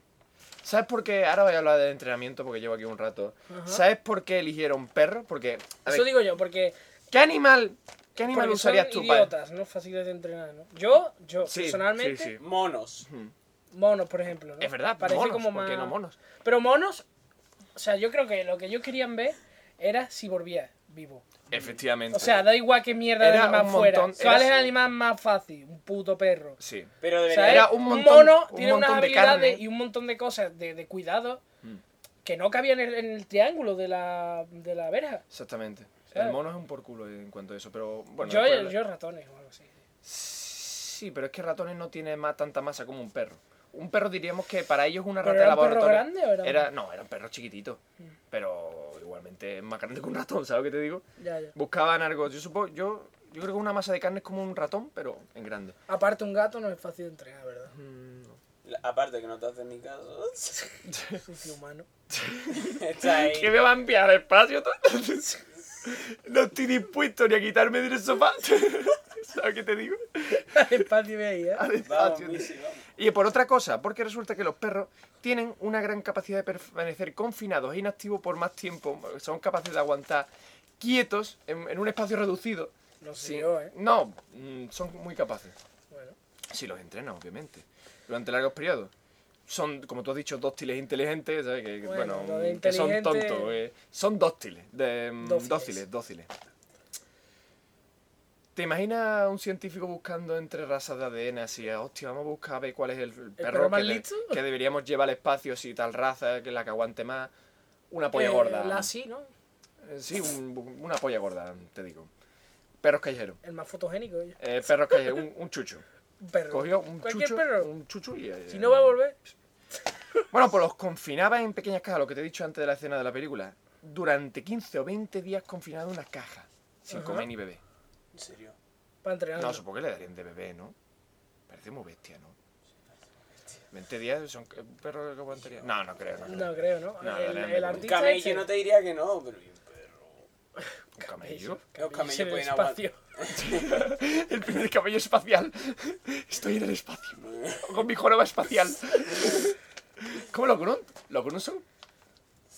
A: ¿Sabes por qué? Ahora voy a hablar del entrenamiento porque llevo aquí un rato. ¿Sabes por qué eligieron perros? Porque, a
B: Eso
A: ver,
B: digo yo, porque,
A: ¿qué animal, qué
B: porque
A: animal
B: son
A: usarías tú para...?
B: idiotas, no fáciles de entrenar, ¿no? Yo, yo,
A: Sí,
B: personalmente,
A: sí, sí.
C: Monos.
B: monos, por ejemplo, ¿no?
A: Es verdad,
B: Parece
A: monos,
B: como
A: ¿por
B: más...
A: qué no monos?
B: Pero monos, o sea, yo creo que lo que ellos querían ver era si volvía vivo.
A: Efectivamente.
B: O sea, da igual qué mierda de
A: Era
B: animal
A: un
B: fuera.
A: montón-
B: ¿Cuál
A: era-
B: es el animal más fácil? Un puto perro.
A: Sí.
C: Pero
B: O
C: de
B: sea,
C: verdad.
A: Era
B: es-
A: un
B: un,
A: montón-
B: mono
A: un
B: tiene
A: montón
B: unas
A: de
B: habilidades
A: carne.
B: y un montón de cosas de, de cuidado
A: Mm.
B: que no cabían en el, en el triángulo de la, de la verja.
A: Exactamente. El
B: ¿Sabes?
A: mono es un por culo en cuanto a eso, pero bueno...
B: yo,
A: después-
B: yo ratones o algo así.
A: Sí, pero es que ratones no tiene más, tanta masa como un perro. un perro diríamos que para ellos una
B: ¿Pero
A: rata de
B: era un perro
A: laboratorio.
B: grande o era un- Mm.
A: No, era un perro chiquitito. Pero igualmente es más grande que un ratón, ¿sabes lo que te digo?
B: Ya, ya.
A: Buscaban algo. Yo supongo, yo, yo creo que una masa de carne es como un ratón, pero en grande.
B: Aparte, un gato no es fácil de entrenar, ¿verdad? Mm,
C: La- Aparte que no te hacen ni caso.
B: Sucio humano.
C: Está ahí.
A: ¿Qué me va a enviar al espacio? no estoy dispuesto ni a quitarme del sofá. ¿Sabes qué te digo?
B: Espacio de ahí, ¿eh?
A: Al
C: Vamos,
A: espacio.
C: Missy, vamos.
A: Y por otra cosa, porque resulta que los perros tienen una gran capacidad de permanecer confinados e inactivos por más tiempo, son capaces de aguantar quietos en, en un espacio reducido.
B: No sé
A: Sí.
B: yo, ¿eh?
A: No, mm, son muy capaces.
B: Bueno.
A: Si los entrenan, obviamente, durante largos periodos. Son, como tú has dicho, dóctiles e inteligentes, ¿sabes? Que, que,
B: Bueno,
A: bueno,
B: lo de
A: que son
B: inteligente-
A: tontos. eh, son dóctiles, de, mm,
B: Dóciles.
A: dóciles, dóciles, ¿Te imaginas un científico buscando entre razas de ADN así, ah, hostia, vamos a buscar a ver cuál es el, perro,
B: perro más
A: que, de-
B: listo?
A: que deberíamos llevar al espacio si tal raza, que es la que aguante más? Una polla
B: Eh,
A: gorda.
B: La sí, ¿no?
A: Eh, Sí, un- una polla gorda, te digo. Perros callejeros.
B: El más fotogénico. oye.
A: Eh, perros callejeros, un- un chucho.
B: Un perro.
A: Cogió un
B: Cualquier
A: chucho,
B: perro.
A: un chuchu y... eh,
B: Si no va a volver,
A: Bueno, pues los confinaba en pequeñas cajas, lo que te he dicho antes de la escena de la película. Durante 15 o 20 días confinado en una caja, sin
B: Ajá.
A: comer ni beber.
C: En serio.
B: para entrenar.
A: No, supongo que le darían de bebé, ¿no? Parece muy bestia, ¿no? 20 días son un perro que aguantaría. No, no creo, no creo.
B: No creo, ¿no?
A: No,
B: el,
A: no, no,
B: el
A: no.
C: Un
B: artista.
C: camello
B: ese-
C: no te diría que no, pero y un perro.
A: Un camello.
C: Los camellos
B: en el
C: pueden
B: espacio.
C: aguantar.
A: el primer camello espacial. Estoy en el espacio. Con mi joroba espacial. ¿Cómo los Grunt? Los Grunt son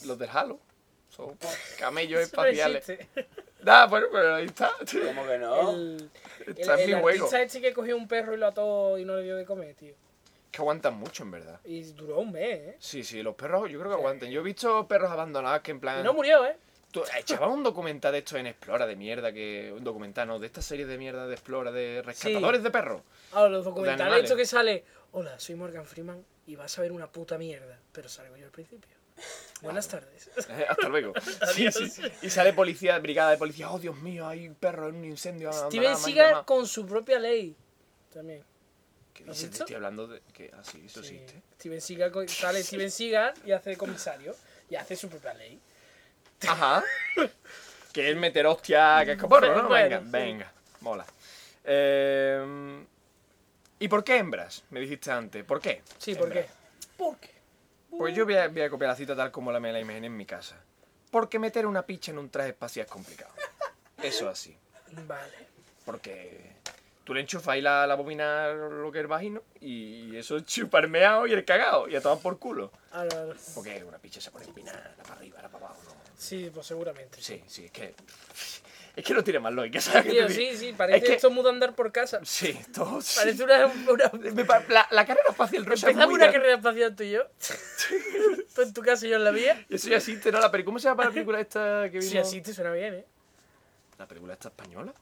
A: los del Halo. Son camellos
B: Eso no
A: espaciales.
B: existe.
A: Nah, bueno, pero ahí está.
C: ¿Cómo que no?
B: El, el,
A: Está en
B: el
A: mi juego.
B: artista este que cogió un perro y lo ató y no le dio de comer, tío.
A: Que aguantan mucho, en verdad.
B: Y duró un mes, ¿eh?
A: Sí, sí, los perros yo creo que aguantan. Yo he visto perros abandonados que en
B: Y
A: plan...
B: no murió, ¿eh?
A: Tú, echaba un documental de esto en Explora de mierda, que... Un documental, no, de esta serie de mierda de Explora de rescatadores de perros.
B: A los
A: De
B: documentales
A: animales.
B: esto que sale. Hola, soy Morgan Freeman y vas a ver una puta mierda, pero salgo yo al principio. Buenas tardes.
A: Eh, Hasta luego. Sí, sí. Y sale policía, brigada de policía. Oh, Dios mío, hay un perro en un incendio.
B: Steven
A: abandonado,
B: Seagal
A: abandonado".
B: con su propia ley. También.
A: ¿Qué
B: ¿Lo has
A: dices? Te
B: visto?
A: estoy hablando de que así eso
B: Sí.
A: existe.
B: Steven Seagal co- sale Steven Seagal y hace de comisario y hace su propia ley.
A: Ajá. que es meter hostia, que es como porro, ¿no?
B: Bueno,
A: venga,
B: sí.
A: venga. Mola. Eh, ¿Y por qué hembras? Me dijiste antes. ¿Por qué?
B: Sí, ¿por qué?
A: hembras?
B: ¿Por qué?
A: Pues yo voy a, voy a copiar la cita tal como la me la imaginé en mi casa. Porque meter una picha en un traje espacial es complicado. Eso así.
B: Vale.
A: Porque tú le enchufas ahí la, la bobina, lo que es el vagino, y eso es chuparmeado y el cagado, y a tomar por culo.
B: Ahora, ahora.
A: Porque una picha se pone empinada, la para arriba, la para abajo, ¿no?
B: Sí, pues seguramente.
A: Sí, sí, es que. Es que no tiene más lógica, ¿sabes? qué te
B: Tío,
A: digo?
B: sí, sí, parece
A: Es que-
B: esto mudo andar por casa.
A: Sí, todo. sí.
B: Parece una. una...
A: Me pa- La, la carrera espacial rusa. es
B: Empezamos
A: muy
B: una
A: grande.
B: carrera espacial tú y yo. tú en tu casa y yo en la mía.
A: Eso ya existe, ¿no? La peli- ¿Cómo se llama la película esta que vimos?
B: Sí, así te suena bien, ¿eh?
A: ¿La película esta española?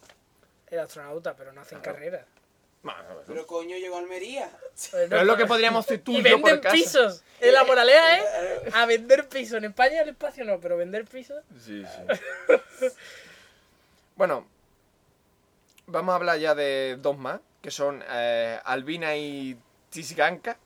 B: El astronauta, pero no hacen carreras.
A: Bueno, bueno.
C: Pero coño, llegó a Almería.
A: Pero es lo que podríamos hacer tú
B: Y
A: y yo
B: venden
A: por casa.
B: pisos. Eh, La moraleja es a vender pisos. En España el espacio no, pero vender pisos.
A: Sí, sí. bueno, vamos a hablar ya de dos más, que son eh, Albina y Tisiganka.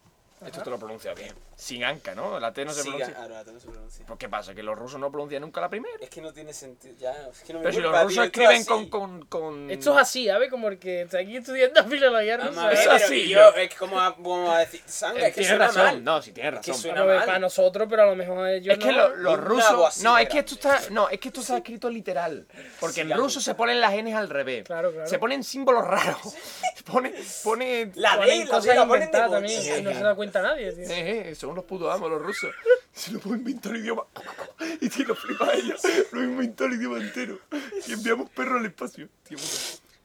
A: Esto te lo pronuncio bien. Siganka, ¿no? La T no se
C: Siga-
A: pronuncia.
C: Ahora, no se pronuncia.
A: ¿Por qué pasa? ¿Que los rusos no pronuncian nunca la primera?
C: Es que no tiene sentido. Ya, es que no me
A: Pero si los
C: culpa, tío,
A: rusos
C: esto
A: escriben
C: así.
A: con, con, con...
B: Esto es así, ¿sabes? Como el que está aquí estudiando filología
C: Vamos
B: rusa.
C: a ver,
A: Es
B: ¿sabes?
C: Ah, pero
A: así,
C: que
A: yo-
C: yo- es que como a, como a decir sanga,
A: Eh,
C: es que
A: tienes
C: suena
A: razón.
C: mal.
A: No, si tienes razón.
C: suena
B: Bueno,
C: mal.
B: para nosotros, pero a lo mejor ellos
A: Es que
B: no.
A: lo- los
C: una
A: rusos.
C: bocina
A: No, es que esto
C: grande.
A: está. No, es que esto está escrito literal. Porque en
C: Siganka.
A: ruso se ponen las Ns al revés.
B: Claro, claro.
A: Se ponen símbolos raros. Pone. pone
C: La
B: Ponen
C: de la
B: cosas
C: de la ponen de
B: inventadas también,
C: bochina.
B: y no se da cuenta nadie, tío.
A: Eh, eh, son unos putos amos los rusos. Se lo pueden inventar el idioma. Y te lo flipa a ellos. Lo han inventado el idioma entero. Y enviamos perros al espacio. Tío, puta.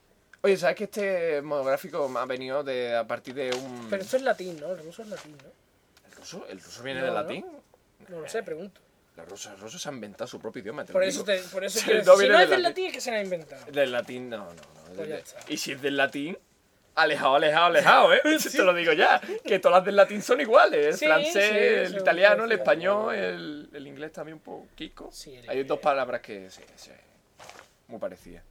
A: Oye, ¿sabes que este monográfico ha venido de, a partir de un.
B: Pero esto es latín, ¿no? El ruso es latín, ¿no?
A: ¿El ruso? ¿El ruso viene
B: No,
A: del
B: ¿no?
A: latín?
B: No lo sé, pregunto.
A: Los rusos, los rusos se han inventado su propio idioma. te lo
B: Por eso,
A: digo.
B: te, por eso
A: Sí,
B: quiero
A: no
B: decir, si
A: viene
B: no
A: del
B: es del
A: latín.
B: latín es que se la ha inventado.
A: Del latín, no, no, no.
B: Pues ya
A: De-
B: está.
A: y si es del latín, alejado, alejado, alejado, ¿eh? Te lo digo ya. Que todas las del latín son iguales. El
B: Sí,
A: francés,
B: sí,
A: el
B: eso
A: italiano, el
B: parece.
A: español, el, el inglés también un poquito.
B: Sí, el
A: Hay
B: inglés.
A: dos palabras que sí, sí, muy parecidas.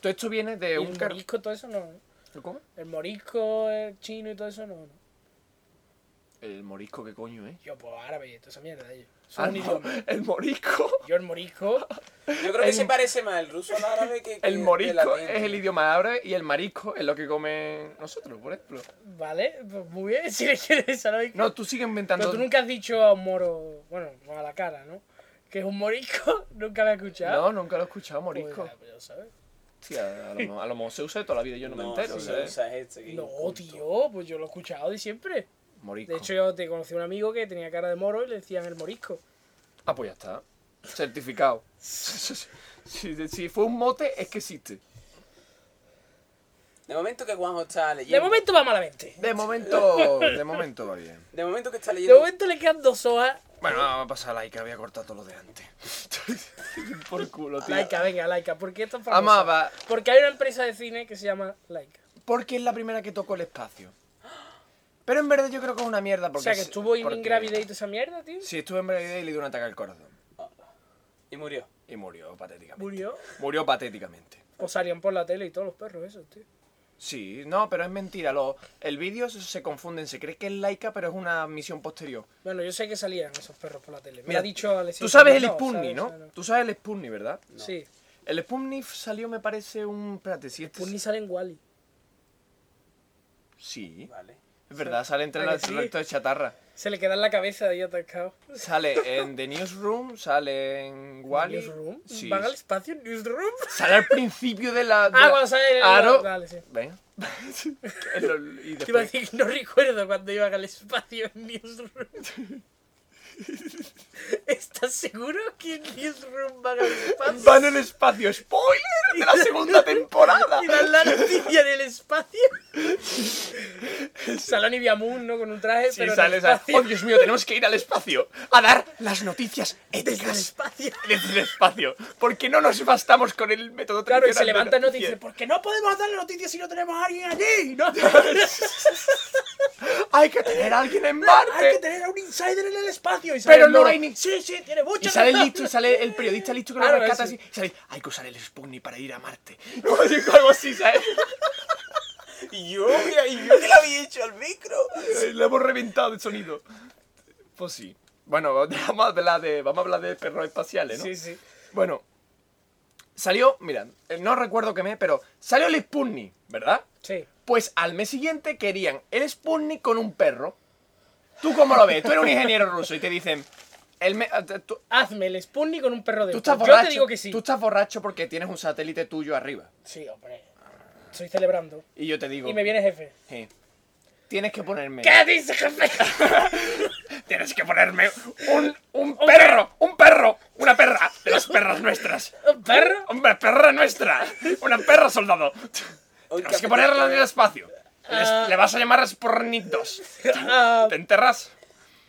A: Todo esto viene de
B: Y
A: un...
B: el
A: car-
B: morisco, todo eso no. ¿eh?
A: ¿Cómo?
B: El morisco, el chino y todo eso no. ¿no?
A: El morisco, ¿qué coño ¿eh? es?
B: Yo, pues árabe y toda esa mierda de ellos. Son
A: Ah,
B: un
A: no,
B: idioma.
A: el morisco.
B: Yo el morisco.
C: Yo creo que
A: El-
C: se parece más el ruso al árabe que, que
A: El morisco
C: latín.
A: es el idioma árabe y el marisco es lo que comen nosotros, por ejemplo.
B: Vale, pues muy bien, si le quieres saber.
A: No, tú sigues inventando.
B: Pero tú nunca has dicho a un moro, bueno, no a la cara, ¿no? Que es un morisco, nunca lo he escuchado.
A: No, nunca lo he escuchado, morisco.
B: Pues, ya lo sabes.
A: Hostia, a lo, mo- a lo mejor se usa de toda la vida, yo no, me entero.
C: sí,
A: ¿sabes?
C: usa este, que
B: No,
C: inculto.
B: tío, pues yo lo he escuchado de siempre.
A: Morisco.
B: De hecho, yo te conocí a un amigo que tenía cara de moro y le decían el morisco.
A: Ah, pues ya está. Certificado. si, si fue un mote, es que existe.
C: De momento que Juanjo está leyendo.
B: De momento va malamente.
A: De momento, de momento va bien.
C: De momento que está
B: De
C: leyendo.
B: momento le quedan dos hojas.
A: Bueno, vamos a pasar a Laika, voy a cortar todo lo de antes. Por culo, tío.
B: Laika, venga, Laika. ¿Por qué esto es famosa?
A: Amaba,
B: Porque hay una empresa de cine que se llama Laika.
A: porque es la primera que tocó el espacio. Pero en verdad yo creo que es una mierda porque...
B: o sea, que
A: es-
B: estuvo en
A: porque-
B: Ingravidez y toda esa mierda, tío.
A: Sí, estuvo en Ingravidez y le dio un ataque al corazón.
C: Y murió.
A: Y murió patéticamente.
B: Murió.
A: Murió patéticamente.
B: O salían por la tele y todos los perros esos, tío.
A: Sí, no, pero es mentira. Lo, el vídeo se, se confunden, se cree que es laica, pero es una misión posterior.
B: Bueno, yo sé que salían esos perros por la tele. Me
A: Mira,
B: ha dicho Alexis.
A: Tú sabes el
B: Carrillo,
A: Sputnik,
B: ¿sabes?
A: ¿no?
B: O sea,
A: Tú sabes el Sputnik, ¿verdad?
B: Sí.
A: El Sputnik salió, me parece, un... Espérate, si este...
B: Sputnik sale en Wally.
A: Sí,
C: Vale.
A: es verdad, sale entre
B: ¿A que
A: las
B: sí?
A: resto de chatarra.
B: Se le queda en la cabeza ahí atascado.
A: Sale en The Newsroom, sale en Wally.
B: ¿Newsroom?
A: Sí.
B: ¿Van al espacio? ¿Newsroom?
A: Sale al principio de la. de
B: Ah,
A: la-
B: cuando sale el...
A: Aro.
B: Vale, sí.
A: Venga. El- y
B: Te iba a
A: después-
B: decir que no recuerdo cuando iban al espacio en Newsroom. ¿Estás seguro que en Newsroom van al espacio?
A: Van en el espacio. ¡Spoiler! De la segunda temporada.
B: Y dan la noticia del espacio. Sale Olivia Moon, ¿no? Con un traje,
A: Sí,
B: pero en
A: sale,
B: el
A: sale.
B: espacio.
A: Oh, Dios mío, tenemos que ir al espacio a dar las noticias
B: Desde el
A: éticas
B: espacio.
A: desde el espacio. Porque no nos bastamos con el método
B: Claro, y se
A: tradicional de
B: levanta y dice, ¿por qué no podemos dar la noticia si no tenemos a alguien allí? ¿No? Hay
A: Hay que tener a alguien en Marte.
B: pues. que tener a un insider en el espacio. Y sale
A: Pero
B: el
A: no
B: loro.
A: hay ni-
B: Sí, sí, tiene mucho
A: Y sale listo, y sale el periodista listo que lo
B: Claro,
A: rescata
B: sí.
A: así. Y sale, hay que usar el Sputnik para ir a Marte. Como digo algo así, ¿sabes?
C: Y yo, mira, y yo que le había hecho al micro.
A: Le hemos reventado el sonido. Pues sí. Bueno, vamos a hablar de, vamos a hablar de perros espaciales, ¿no?
B: Sí, sí.
A: Bueno, salió, mira, eh, no recuerdo qué mes, pero salió el Sputnik, ¿verdad?
B: Sí.
A: Pues al mes siguiente querían el Sputnik con un perro. ¿Tú cómo lo ves? Tú eres un ingeniero ruso y te dicen... El me- eh, tú,
B: Hazme el Sputnik con un perro de
A: tú
B: otro.
A: estás borracho.
B: Yo te digo que sí.
A: Tú estás borracho porque tienes un satélite tuyo arriba.
B: Sí, hombre. Estoy celebrando.
A: Y yo te digo...
B: Y me viene jefe.
A: "Eh, tienes que ponerme...
B: ¿Qué dice jefe?
A: Tienes que ponerme un, un perro, un perro, una perra de las perras nuestras.
B: ¿Un perro?
A: Hombre, perra nuestra. Una perra soldado. Tienes que ponerla en el espacio. Les-
B: Ah.
A: Le vas a llamar Spornik 2.
B: Ah,
A: ¿Te enterras?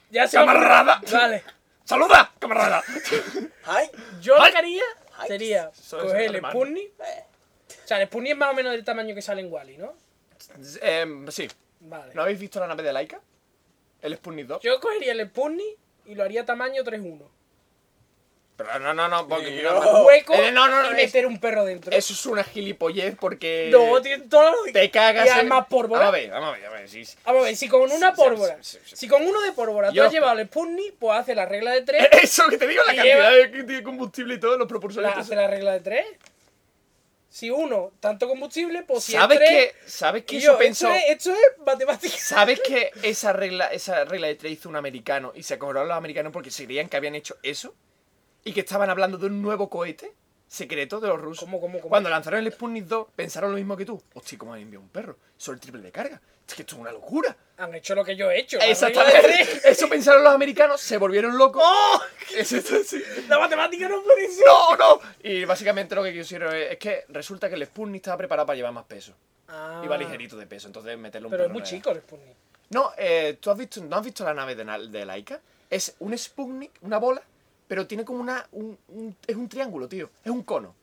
B: ya se me ocurrió.
A: Camarada.
B: Vale.
A: ¡Saluda, camarada!
C: Ay,
B: Yo lo
A: Ay.
B: que haría sería
A: Soy
B: coger el
A: alemán.
B: Sputnik.
C: eh,
B: O sea, el Sputnik es más o menos del tamaño que sale en Wally, ¿no?
A: Em, sí.
B: Vale.
A: ¿No habéis visto la nave de Laika? El Sputnik 2.
B: Yo cogería el Sputnik y lo haría tamaño 3-1.
A: Pero no, no, no, porque...
C: No.
B: Hueco
A: Eh, no, no, no,
B: y
A: es-
B: meter un perro dentro.
A: Eso es una gilipollez porque...
B: no, tiene todo lo
A: Te cagas
B: Y
A: en...
B: además pólvora.
A: Vamos a ver, vamos a ver, vamos a ver. sí, sí.
B: Vamos a ver, si con una
A: Sí, sí,
B: pólvora,
A: sí, sí, sí.
B: si con uno de pólvora tú
A: Yo-
B: has llevado el Sputnik, pues hace la regla de 3,
A: Eso que te digo, la
B: Y
A: cantidad
B: lleva-
A: de, de combustible y todo, los propulsores.
B: la, hace la regla de 3. Si uno, tanto combustible, pues si es
A: ¿Sabes
B: tres,
A: que, ¿sabes que
B: y
A: eso
B: yo,
A: pensó?
B: Esto es, esto es matemática.
A: ¿Sabes que esa regla, esa regla de tres hizo un americano y se cobraron los americanos porque se creían que habían hecho eso? ¿Y que estaban hablando de un nuevo cohete secreto de los rusos?
B: ¿Cómo, cómo, cómo?
A: Cuando lanzaron el Sputnik 2 pensaron lo mismo que tú. Hostia, ¿cómo han enviado un perro? Eso es el triple de carga. Es que esto es una locura.
B: Han hecho lo que yo he hecho. la regla de
A: Exactamente.
B: tres.
A: Eso pensaron los americanos, se volvieron locos.
B: ¡Oh!
A: Eso es así.
B: La matemática no puede ser.
A: ¡No, no! Y básicamente lo que quisieron es, es que resulta que el Sputnik estaba preparado para llevar más peso.
B: Ah,
A: Iba ligerito de peso, entonces meterle un
B: Pero es
A: perro
B: muy
A: no
B: chico el Sputnik.
A: No, eh, ¿tú has visto, ¿no has visto la nave de, Na- de Laika? Es un Sputnik, una bola, pero tiene como una... un- un- es un triángulo, tío. Es un cono.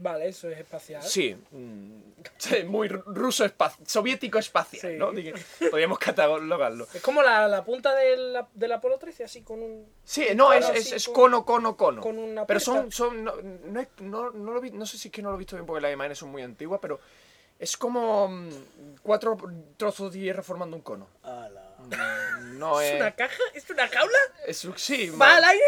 B: Vale, eso es espacial.
A: Sí. mm, sí, muy ru- ruso espacial, soviético espacial,
B: Sí.
A: ¿no? Diga- Podríamos catalogarlo.
B: Es como la, la punta del, del Apolo 13, así con un...
A: Sí, eh, no, es,
B: cono
A: es,
B: así
A: es
B: con-
A: cono, cono, cono.
B: con una
A: pero
B: puerta.
A: son... son no, no, es- no- no lo vi- no sé si es que no lo he visto bien porque las imágenes son muy antiguas, pero es como mm, cuatro trozos de hierro formando un cono.
C: ala.
A: No
B: ¿Es
A: es.
B: una caja? ¿Es una jaula?
A: es un- sí,
B: ¿Va
A: ma-
B: al aire?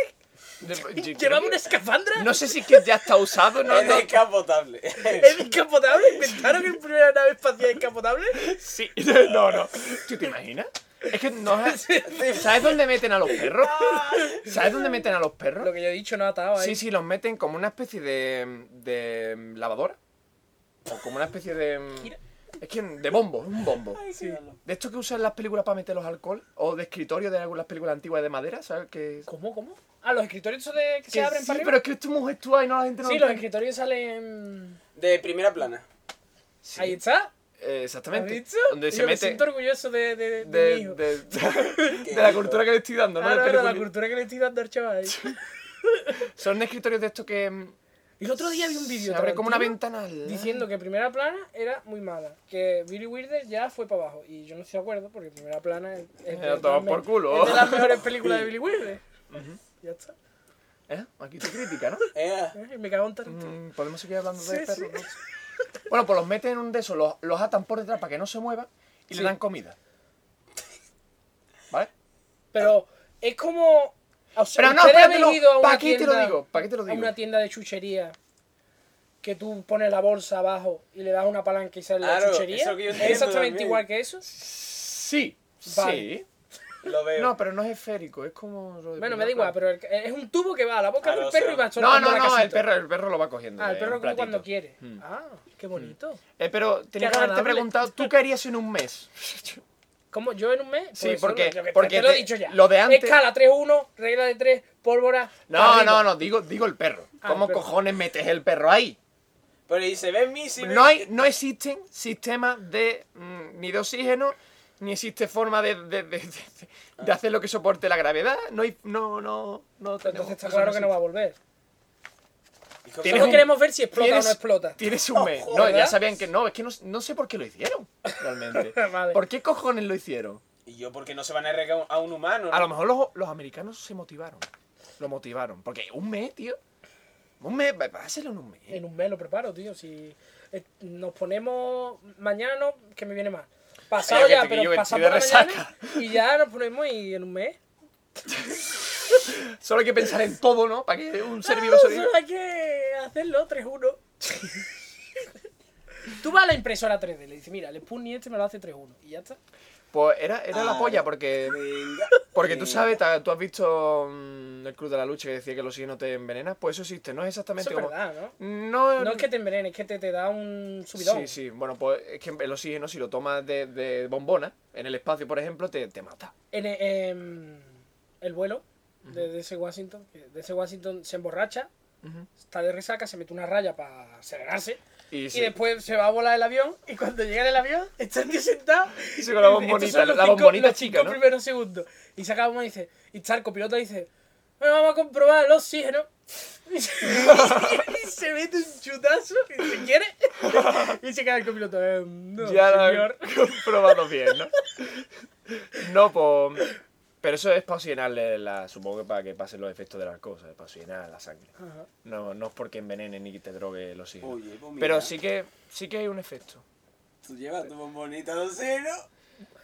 A: de- yo creo
B: ¿Llevamos
A: que-
B: una escafandra?
A: No sé si es que ya está usado, no,
C: Es
A: no.
C: descapotable.
B: ¿Es descapotable? ¿Inventaron el primera nave espacial descapotable?
A: Sí, no, no. ¿Tú te imaginas? Es que no es- ¿Sabes dónde meten a los perros? ¿Sabes dónde meten a los
B: Lo
A: perros?
B: que yo he dicho no ha atado ahí.
A: Sí, sí, los meten como una especie de, de lavadora. O como una especie de... Es que de bombo, es un bombo. De esto que usan las películas para meter los alcohol. O de escritorio de algunas películas antiguas de madera, ¿sabes? Que,
B: ¿Cómo, cómo? Ah, los escritorios esos de que se
A: que
B: abren
A: sí,
B: para
A: pero
B: arriba.
A: es que esto es muy gestual y no la gente no
B: Sí,
A: lo
B: los
A: entiende.
B: escritorios salen...
C: De primera plana.
A: Sí,
B: Ahí está.
A: eh,
B: ¿Has
A: exactamente.
B: dicho?
A: Donde
B: Yo
A: se
B: me
A: mete...
B: siento orgulloso de, de, de,
A: De,
B: mi hijo.
A: de- de la cultura que le estoy dando, ¿no? De
B: Ah, no, no, la
A: película.
B: cultura que le estoy dando al chaval.
A: Son escritorios de estos que. mm,
B: El otro día vi un vídeo
A: Se abre como una
B: Tarantino,
A: ventana. al-
B: diciendo que Primera Plana era muy mala, que Billy Wilder ya fue para abajo. Y yo no estoy de acuerdo porque Primera Plana es, es
A: Me lo toman por culo.
B: es de las mejores películas de Billy Wilder. Ya está.
A: ¿Eh? Aquí tu crítica, ¿no?
C: Eh,
B: Eh, Me cago en Tarantino.
A: Mm, Podemos seguir hablando de
B: Sí,
A: perros, ¿no? Bueno, pues los meten en un de esos, los, los atan por detrás para que no se muevan y le dan comida. ¿Vale?
B: Pero es como... o sea,
A: Pero no,
B: ustedes
A: espérate,
B: habéis
A: no,
B: ido a una
A: ¿pa' qué te lo
B: tienda-
A: digo? ¿Pa' qué te lo
B: A
A: digo?
B: una tienda de chuchería que tú pones la bolsa abajo y le das una palanca y sale la
C: Claro,
B: chuchería.
C: eso que yo
B: es
C: entiendo
B: exactamente
C: también.
B: igual que eso.
A: Sí.
B: Vale.
C: lo
A: Sí.
C: veo.
A: No, pero no es esférico, es como. lo de
B: Bueno,
A: primera
B: me da igual,
A: plana.
B: pero el- es un tubo que va a la boca
C: Claro,
B: del perro
C: o
B: y
C: sea,
B: va
A: No,
B: sonando
A: no,
B: la
A: no, el
B: casita.
A: perro, el perro lo va cogiendo.
B: Ah, el
A: de
B: perro
A: un
B: come cuando
A: platito.
B: quiere.
C: Hmm.
B: Ah, qué bonito.
A: Eh, pero tenía que haberte
B: agradable.
A: preguntado, ¿tú qué harías en un mes?
B: ¿Cómo? ¿Yo en un mes?
A: Sí,
B: Pues eso
A: porque-
B: lo- yo que-
A: porque
B: te lo he
A: te-
B: dicho ya.
A: lo de antes-
B: Escala 3-1, regla de 3, pólvora.
A: No, no, no, digo, digo el perro.
B: Ah, el
A: ¿Cómo
B: perro.
A: cojones metes el perro ahí?
C: Pero y se ve en mí, si
A: No, hay, no existen sistemas de mm, ni de oxígeno, ni existe forma de, de, de- de- de hacer lo que soporte la gravedad. No hay, no, no, no tenemos-
B: Entonces está
A: eso
B: claro que no va a
A: existe.
B: volver.
A: Tienes
B: Solo
A: un-
B: queremos ver si explota o
A: Tienes-
B: no explota.
A: Tienes un mes.
B: Ojo,
A: No, ya
B: ¿verdad?
A: sabían que no, es que no, no sé por qué lo hicieron, realmente.
B: Vale.
A: ¿Por qué cojones lo hicieron?
C: Y yo, porque no se van a arriesgar a un humano?
A: A
C: no?
A: lo mejor los, los americanos se motivaron. Lo motivaron. Porque un mes, tío. Un mes, va- pásalo en un mes.
B: En un mes lo preparo, tío. Si eh, nos ponemos mañana, no, que me viene mal. Pasado
A: Cállate,
B: ya,
A: que yo
B: pero
A: estoy
B: pasado
A: de
B: por la mañana
A: resaca.
B: y ya nos ponemos y en un mes.
A: Solo hay que pensar en todo, ¿no? Para que un ser vivo
B: No,
A: se
B: solo hay que hacerlo 3-1. Tú vas a la impresora 3D, le dices, mira, el Sputnik este me lo hace 3-1. Y ya está.
A: Pues era, era la
C: Ah.
A: polla, porque
C: Venga.
A: Porque tú
C: Venga.
A: sabes, ta- tú has visto mm, el Club de la Lucha que decía que los signos te envenenan, pues eso existe, no es
B: Eso
A: exactamente
B: es
A: como...
B: verdad, ¿no?
A: No,
B: No es que te envenene, es que te, te da un subidón.
A: Sí, sí, bueno, pues es que el oxígeno si lo tomas de, de bombona, en el espacio, por ejemplo, te, te mata.
B: En, eh, em, el vuelo de DC Washington, que DC Washington se emborracha, está de resaca, se mete una raya para serenarse.
A: Y,
B: Y
A: sí.
B: después se va a volar el avión y cuando llega en el avión está tío sentado
A: Sí, con la
B: y dice,
A: bombonita,
B: "Estos son los
A: la
B: cinco-
A: bombonita
B: los
A: chica,
B: cinco
A: ¿no?"
B: primeros segundos. Y se acaba y dice, y está el copiloto y dice, bueno, vamos a comprobar el oxígeno. Y se, y se mete un chutazo y se quiere. Y se queda el copiloto. "Eh, no,
A: ya lo
B: señor.
A: he comprobado bien, ¿no? no, pues... Pero eso es para oxigenarle la... Supongo que para que pasen los efectos de las cosas, para oxigenar la sangre.
B: Ajá.
A: No, no es porque envenene ni te drogue el oxígeno.
C: Oye, pues mira,
A: Pero sí que, sí que hay un efecto.
C: Tú llevas tu bombonita de cero.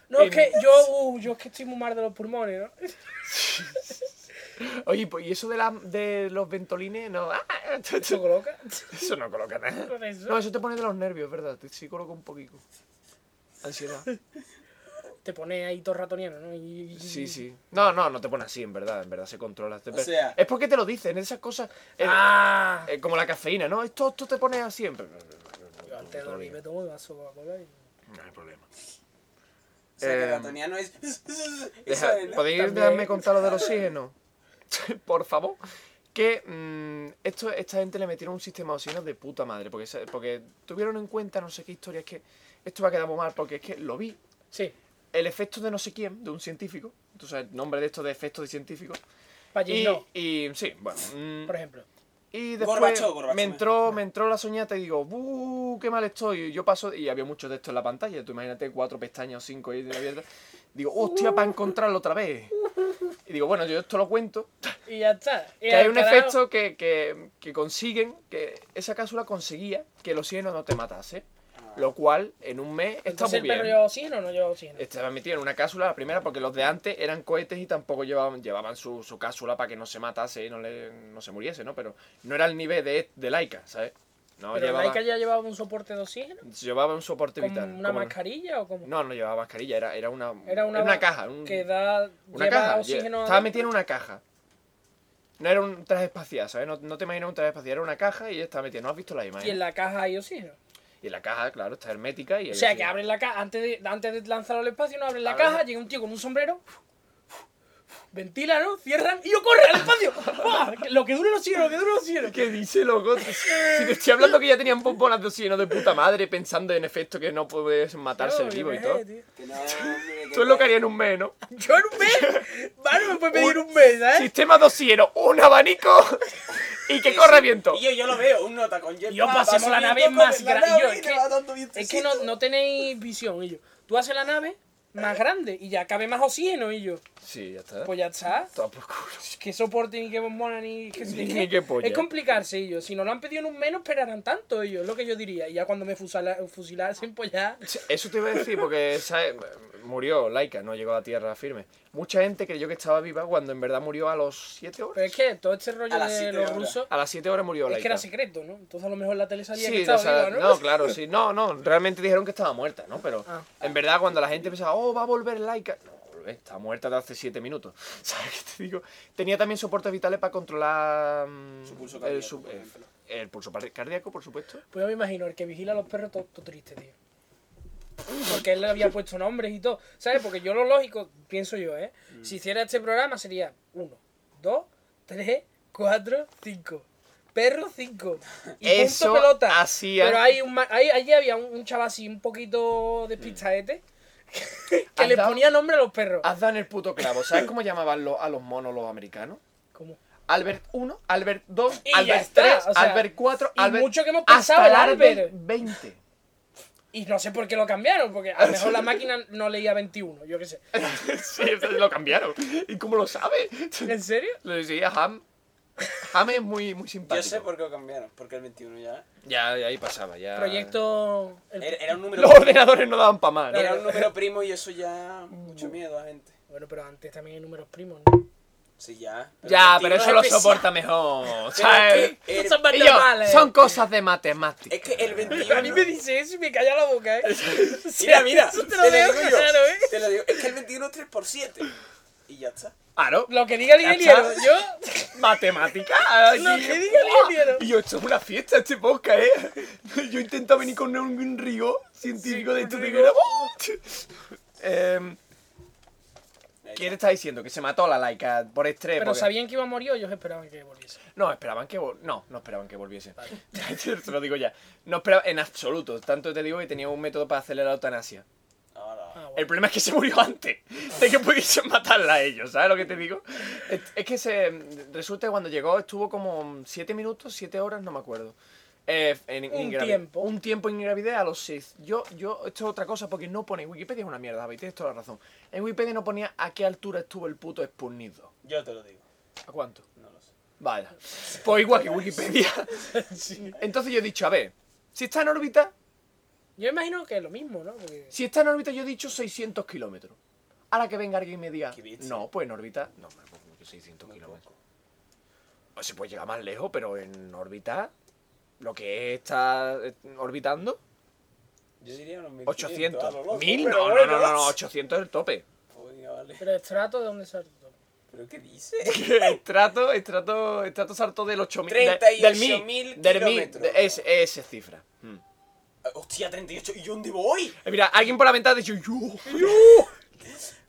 B: No, es que yo, uh, yo es que estoy muy mal de los pulmones, ¿no?
A: Oye, pues, ¿y eso de, la, de los ventolines? No, ah,
B: Se coloca.
A: eso no coloca nada.
B: Con eso.
A: No, eso te pone de los nervios, ¿verdad? Te, sí coloca un poquito. Ansiedad.
B: Te pone ahí todo ratoniano, ¿no? Y, y-
A: Sí, sí. No, no, no te pone así, en verdad. En verdad se controla. Te-
C: O sea-
A: es porque te lo dicen, esas cosas. eh,
B: Ah.
A: eh, como la cafeína, ¿no? Esto, esto te pone así. en-
B: Yo antes de dormir me tomo un vaso de Coca-Cola y...
A: No hay problema.
C: O sea, que
A: Eh,
C: Daltoniano es... Eso
A: Deja-
C: es, ¿no?
A: ¿Podéis
B: También.
A: dejarme contar lo del oxígeno? Por favor. Que mm, esto, esta gente le metieron un sistema de oxígeno de puta madre. Porque, se- porque tuvieron en cuenta no sé qué historia. Es que esto va a quedar muy mal. Porque es que lo vi.
B: Sí,
A: El efecto de no sé quién, de un científico. Tú sabes el nombre de esto de efecto de científico.
B: Pallín
A: Y,
B: no,
A: y sí, bueno. mm,
B: por ejemplo.
A: y después
C: Gorbachov, Gorbachov.
A: me entró me entró la soñata y digo, ¡buh! ¡Qué mal estoy! Y yo paso, y había mucho texto en la pantalla, tú imagínate cuatro pestañas o cinco ahí abiertas. Digo, ¡hostia! Para encontrarlo otra vez. Y digo, bueno, yo esto lo cuento.
B: Y ya está. Y
A: Que hay un
B: al carajo.
A: efecto que, que, que consiguen, que esa cápsula conseguía que el oxígeno no te matase. Lo cual, en un mes, está
B: Entonces
A: muy
B: el perro
A: bien. Este,
B: lleva oxígeno o no lleva oxígeno.
A: Estaba metido en una cápsula la primera porque los de antes eran cohetes y tampoco llevaban, llevaban su, su cápsula para que no se matase y no, le, no se muriese, ¿no? Pero no era el nivel de, de Laika, ¿sabes? No
B: Pero
A: llevaba,
B: Laika ya llevaba un soporte de oxígeno.
A: llevaba un soporte
B: ¿Con
A: vital.
B: una
A: ¿cómo no?
B: mascarilla o como?
A: No, no llevaba mascarilla, era, era una,
B: Era una,
A: caja. un-
B: que da
A: una
B: lleva
A: caja. lle-
B: oxígeno.
A: Estaba
B: adentro.
A: metida en una caja. No era un traje espacial, ¿sabes? No, no te imaginas un traje espacial, era una caja y ella estaba metida. ¿No has visto la imagen?
B: Y en la caja hay oxígeno.
A: Y la caja, claro, está hermética y...
B: O sea,
A: ahí-
B: que abren la caja, antes de, antes de lanzarlo al espacio, no abren la
A: Abren
B: caja,
A: la-
B: llega un tío con un sombrero, ventila, ¿no? Cierran y yo corre al espacio. ¡Buah! Lo que dure lo cierro, lo que dure lo cierro.
A: ¿Qué dice, loco? Si te estoy hablando que ya tenían bombonas de oxígeno de puta madre pensando en efecto que no puedes matarse
B: Claro,
A: vivo y
B: yo ¿Eh?
A: todo.
B: qué sé, ¿eh, tío.
C: Que no, hombre, que
A: Tú es lo que haría en un mes, ¿no?
B: Yo en un mes, vale, me puedes pedir un mes, ¿eh?
A: Sistema de oxígeno, un abanico y que corre viento.
C: Y yo, yo lo veo, un nota con jet.
B: Yo
C: pa,
B: pasemos
C: va
B: la
C: subiendo
B: nave
C: con
B: más
C: el
B: gran-
C: nave
B: yo,
C: y
B: es
C: te
B: que-
C: va dando vientecito.
B: Es que no, no tenéis visión, y yo. Tú haces la nave más grande y ya cabe más oxígeno, y yo.
A: Sí, ya está.
B: Pues ya está.
A: Todo por culo.
B: Que soporte ni que bombona ni que
A: Ni qué polla.
B: Es complicarse ellos. Si no lo han pedido en un menos, esperarán tanto ellos. Es lo que yo diría. Y ya cuando me fusala- fusilasen, pues ya.
A: Eso te iba a decir porque ¿sabes? murió Laika, no llegó a tierra firme. Mucha gente creyó que estaba viva cuando en verdad murió a los 7 horas.
B: Pero es que todo este rollo
C: A las
B: de
C: siete
B: los
C: horas.
B: rusos
A: A las 7 horas murió Laika.
B: es que era secreto, ¿no? Entonces a lo mejor la tele salía que
A: Sí,
B: estaba
A: o sea,
B: viva,
A: ¿no?
B: ¿no?
A: claro, sí. No, no, realmente dijeron que estaba muerta, ¿no? Pero
B: Ah.
A: en verdad cuando la gente pensaba, oh, va a volver Laika. No, va a volver, está muerta de hace 7 minutos. ¿Sabes qué te digo? Tenía también soportes vitales para controlar... mm,
C: Su pulso
A: el,
C: cardíaco,
A: su-
C: por ejemplo.
A: el- el pulso par- cardíaco, por supuesto.
B: Pues yo me imagino, el que vigila a los perros, todo, todo triste, tío. Porque él le había puesto nombres y todo. ¿Sabes? Porque yo lo lógico, pienso yo, ¿eh?
A: Mm.
B: Si hiciera este programa sería 1, 2, 3, 4, 5. Perro 5. Y
A: Eso ¿eh?
B: punto pelota.
A: hacía-
B: Pero hay un ma- ahí, allí había un, un chaval así un poquito despistaete que,
A: ¿Has
B: le
A: dado- Ah.
B: ponía nombre a los perros.
A: Has dado en el puto clavo. ¿Sabes cómo llamaban los- a los monos los americanos?
B: ¿Cómo?
A: Albert 1, Albert 2,
B: Y ya
A: Albert
B: está,
A: 3,
B: o sea,
A: Albert 4,
B: y
A: Albert...
B: mucho que hemos
A: hasta
B: pensado el
A: el
B: Albert.
A: 20.
B: Y no sé por qué lo cambiaron, porque a lo mejor la máquina no leía 21, yo qué sé.
A: sí, lo cambiaron. ¿Y cómo lo sabe?
B: ¿En serio?
A: Le decía Ham. Ham es muy, muy
C: Yo
A: simpático.
C: sé por qué lo cambiaron, porque el 21 ya.
A: Ya, ya ahí pasaba, ya.
B: Proyecto... el-
C: Era, era un número.
A: Los ordenadores no daban para más, ¿no?
C: Era un número primo y eso ya. Mucho miedo a gente.
B: Bueno, pero antes también hay números primos, ¿no?
C: Sí, ya.
A: Ya,
C: el 21
A: pero eso
C: es
A: lo
C: especial.
A: soporta mejor.
C: Pero
A: ¿sabes?
C: es que el-
B: Son
A: eh, Y yo,
B: normales.
A: son cosas de matemáticas.
C: Es que el
B: A mí me
C: 21.
B: dice eso y me calla la boca, ¿eh? O
C: Mira,
B: sea,
C: mira.
B: Eso te lo veo
C: digo yo,
B: claro, ¿eh?
C: Te lo digo. Es que el 21 es 3 por 7. Y ya está.
A: Claro,
B: Lo que diga el
A: Ya
B: ingeniero,
A: está.
B: yo...
A: matemáticas.
B: Lo
A: así,
B: que diga el
A: ¡buah!
B: ingeniero.
A: Y yo, esto es una fiesta, este podcast, ¿eh? Yo intento venir con un, un rigor científico de esto.
B: un
A: de que
B: rigor.
A: era- Em, ¿Quién está diciendo que se mató a la laica por estrés?
B: Pero
A: porque-
B: sabían que iba a morir o ellos esperaban que volviese.
A: No, esperaban que vol- no, no esperaban que volviese. te lo digo ya. No esperaba en absoluto. Tanto te digo que tenía un método para acelerar la eutanasia.
C: Ahora.
B: Ah,
A: El
B: bueno.
A: problema es que se murió antes de que pudiesen matarla a ellos, ¿sabes lo que te digo? Es, es que se resulta que cuando llegó estuvo como 7 minutos, 7 horas, no me acuerdo. Eh, en, en
B: Un
A: ingravi-
B: tiempo.
A: Un tiempo en gravidez a los 6. Yo, yo, esto es otra cosa porque no pone. Wikipedia es una mierda, David, tienes toda la razón. En Wikipedia no ponía a qué altura estuvo el puto Sputnik 2.
C: Yo te lo digo.
A: ¿A cuánto?
C: No lo sé.
A: Vaya. Pues igual que Wikipedia. Entonces yo he dicho, a ver, si está en órbita,
B: Yo imagino que es lo mismo, ¿no? Porque...
A: si está en órbita, yo he dicho 600 kilómetros. Ahora que venga alguien y me diga,
C: Qué bestia.
A: no, pues en órbita, no, hombre, pues, que 600
C: Muy
A: kilómetros.
C: poco.
A: Pues se puede llegar más lejos, pero en órbita, lo que está eh, orbitando,
C: Yo diría unos
A: 800,
C: 1500, a lo loco,
A: 1000,
C: pero
A: no, no,
C: bueno.
A: no, no, no, 800 es el tope.
C: Oiga, vale.
B: Pero estrato, ¿de dónde salió?
C: ¿Pero qué dice?
A: Estrato, estrato, estrato saltó del 8000. de-
C: 38.000
A: Del 1000,
C: kilómetros.
A: de- es, es esa cifra. Mm.
C: Ah, Hostia, 38. ¿Y dónde voy?
A: Eh, Mira, alguien por la ventana ha dicho, "Yo".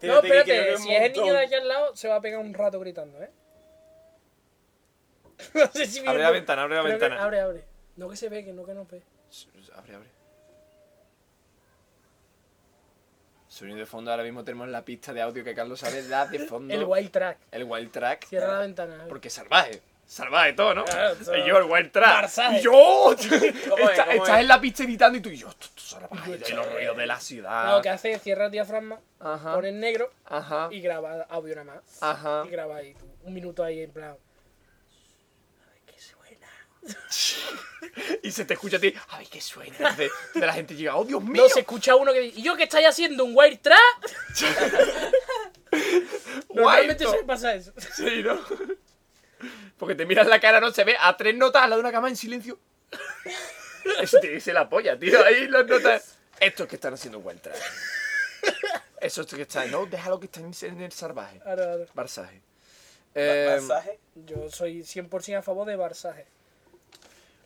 B: No, espérate, si es el niño de aquí al lado, se va a pegar un rato gritando, ¿eh? no sé si
A: Abre la ventana, abre la
B: Creo que-
A: ventana.
B: Abre, abre. No que se ve, que no que no ve.
A: Abre, abre. Sonido de fondo, ahora mismo tenemos la pista de audio que Carlos sabe da de fondo.
B: El wild track.
A: El wild track.
B: Cierra la ventana. abre.
A: Porque salvaje. Salvaje todo, ¿no?
B: Claro, todo.
A: Y yo el wild track.
B: Barsaje.
A: Y yo.
C: ¿Cómo es?
A: Está- estás en la pista editando y tú y yo. Esto, esto salvaje.
B: Yo,
A: Y los ruidos de la ciudad.
B: Lo que hace es cierra el diafragma,
A: Ah. Ajá.
B: pone en negro
A: Ajá.
B: y graba audio nada más.
A: Ajá.
B: Y graba ahí tú, un minuto ahí en plan. A ver qué suena.
A: Y se te escucha a ti, ay, qué suena. De, de la gente llega, oh, Dios mío.
B: No, se escucha uno que dice, ¿y yo qué estáis haciendo? ¿Un wire trap?
A: guay,
B: Normalmente
A: to-
B: se pasa eso.
A: Sí, ¿no? Porque te miras la cara, no se ve a tres notas al lado de una cama en silencio. Eso te dice la polla, tío. Ahí las notas. Estos que están haciendo buen traje. Esos que están, no, déjalo que están en el salvaje.
B: Ahora, ahora.
A: Barsaje.
C: Ma-
A: Eh,
C: Masaje.
B: Yo soy 100% a favor de eh. Barsaje.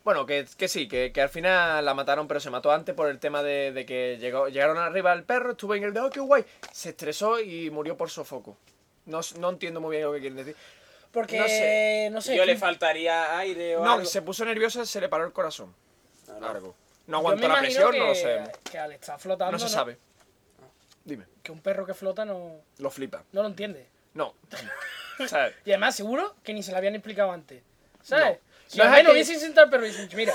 A: bueno, que, que sí, que, que al final la mataron, pero se mató antes por el tema de, de que llegó, llegaron arriba el perro, estuvo en el dedo, qué guay. Se estresó y murió por sofoco. No, s- no entiendo muy bien lo que quieren decir.
B: Porque,
A: No
B: no
A: sé.
B: sé,
C: Yo le faltaría aire o
A: No,
C: algo.
A: se puso nerviosa, se le paró el corazón. Largo. No
B: yo me
A: aguantó la
B: imagino
A: presión, no lo
B: que-
A: sabemos.
B: Que al estar flotando,
A: No se sabe. Dime,
B: que un perro que flota no,
A: lo flipa.
B: no lo entiende.
A: No. ¿Sabes?
B: Y además, seguro que ni se lo habían explicado antes. ¿Sabes?
A: No.
B: Si
A: No
B: al
A: es
B: menos
A: aquel-
B: hubiesen sentado al perro y hubiesen dicho, mira,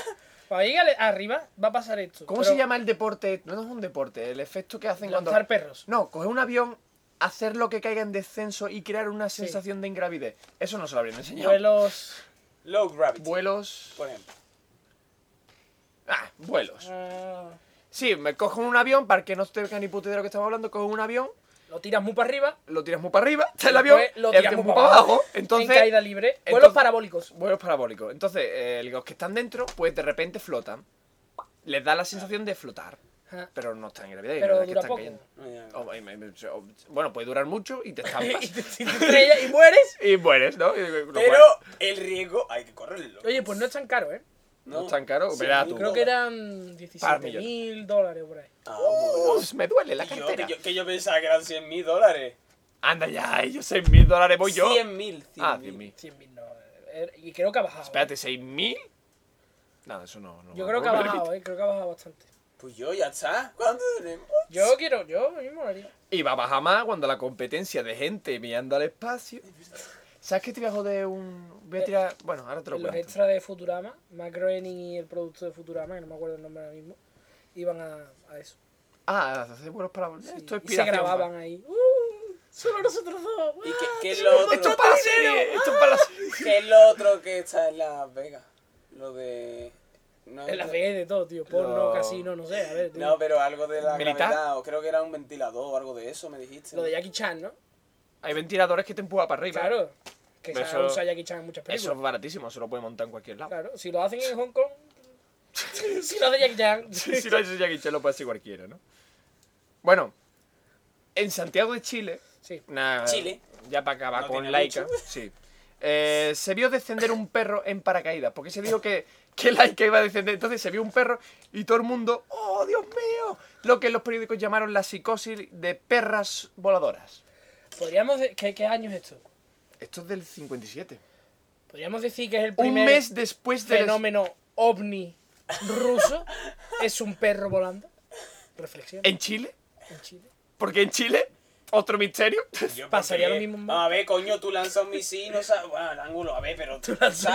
B: cuando llegue al- arriba va a pasar esto.
A: ¿Cómo
B: pero
A: se llama el deporte? No es un deporte, el efecto que hacen cuando.
B: Lanzar perros.
A: No, coger un avión, hacer lo que caiga en descenso y crear una sensación de ingravidez. Eso no se lo habrían enseñado.
B: Vuelos.
C: Low gravity,
A: Vuelos.
C: por ejemplo.
A: Ah, vuelos.
B: ah,
A: Sí, me cojo un avión, para que no te veas ni puta idea de lo que estamos hablando, cojo un avión,
B: lo tiras muy para arriba.
A: lo tiras muy para arriba, está el avión,
B: después
A: el tiras muy para abajo. Entonces.
B: en caída libre.
A: entonces-
B: vuelos parabólicos.
A: Vuelos parabólicos. Entonces, eh, los que están dentro, pues de repente flotan. Les da la sensación de flotar.
B: Ajá.
A: Pero no están en gravedad. y
B: Pero
A: verdad que
B: dura
A: están
B: poco.
A: cayendo. Oh,
C: Ya.
A: O- y- y- o- bueno, puede durar mucho y te
B: y
A: estampas.
B: te, si te estrellas y mueres.
A: y mueres, ¿no? Y- lo cual
C: Pero el riesgo hay que correrlo.
B: Oye, pues no es tan caro, ¿eh?
A: No es tan caro.
C: Sí,
A: verás
C: yo
A: tú.
B: Creo que eran
A: ¿eh? Par
B: 17
A: millones.
B: mil dólares por ahí.
C: Ah, bueno.
A: Uf, Oh, me duele la
C: Y yo, que,
A: cartera.
C: yo, que yo pensaba que eran 100 mil dólares.
A: Anda ya, y yo 6 mil dólares voy yo.
C: 100 mil.
A: ah, 10 mil.
B: 100 mil no. eh, Y creo que ha bajado. ¿eh?
A: Espérate, 6 mil. Nada, eso no. no
B: Yo
A: no
B: creo que ha
A: me
B: bajado,
A: repite.
B: ¿eh? Creo que ha bajado bastante.
C: Pues yo ya está. ¿Cuánto tenemos?
B: Yo quiero, yo a mí me molaría.
A: Y va a bajar más cuando la competencia de gente mirando al espacio. ¿Sabes qué te voy a joder un.? Voy a tirar. Bueno, ahora te lo
B: En Eh, los
A: cuento.
B: extras de Futurama, Matt Groening y el producto de Futurama, que no me acuerdo el nombre ahora mismo, iban a, a eso.
A: Ah, hacer vuelos para volver. Esto es
B: y se
A: piración,
B: grababan
A: va.
B: ahí. ¡Uh! Solo nosotros dos.
C: ¿Y
B: ¡Ah!
C: qué, qué es lo
A: Esto
C: otro?
A: es para la serie. Esto es para la serie.
C: ¿Qué es lo otro que está en Las Vegas? Lo de. No,
B: En las redes de todo, tío. Porno,
A: No.
B: casino, no sé. A ver, tío.
C: No, pero algo de la
A: ¿Militar?
C: gravedad, o creo que era un ventilador o algo de eso, me dijiste.
B: Lo de Jackie Chan, ¿no?
A: Hay ventiladores que te empujan para arriba.
B: Claro. Que se
A: Eso-
B: ha usado Jackie Chan en muchas
A: Eso
B: películas.
A: es baratísimo, eso lo puede montar en cualquier lado.
B: Claro. Si lo hacen en Hong Kong. si lo hace Jackie Chan.
A: Si lo haces Jackie Chan, lo puede hacer cualquiera, ¿no? Bueno, en Santiago de Chile,
B: Sí.
A: una-
C: Chile.
A: ya para acabar
C: No
A: con
C: tiene
A: Laika,
C: mucho.
A: sí. Eh, se vio descender un perro en paracaídas, porque se dijo que, que Laika iba a descender. Entonces se vio un perro y todo el mundo, ¡oh, Dios mío! Lo que los periódicos llamaron la psicosis de perras voladoras.
B: Podríamos. de- ¿Qué, ¿Qué año es esto?
A: Esto es del 57.
B: Podríamos decir que es el
A: Un
B: primer
A: mes después del...
B: fenómeno ovni ruso. es un perro volando. Reflexión.
A: ¿En Chile?
B: en Chile.
A: Porque en Chile, otro misterio.
C: Yo porque-
B: pasaría lo mismo en
C: Vamos a ver, coño, tú lanzas un misil, no sabes. Bueno, el ángulo, a ver, pero. Tú va-
B: sí,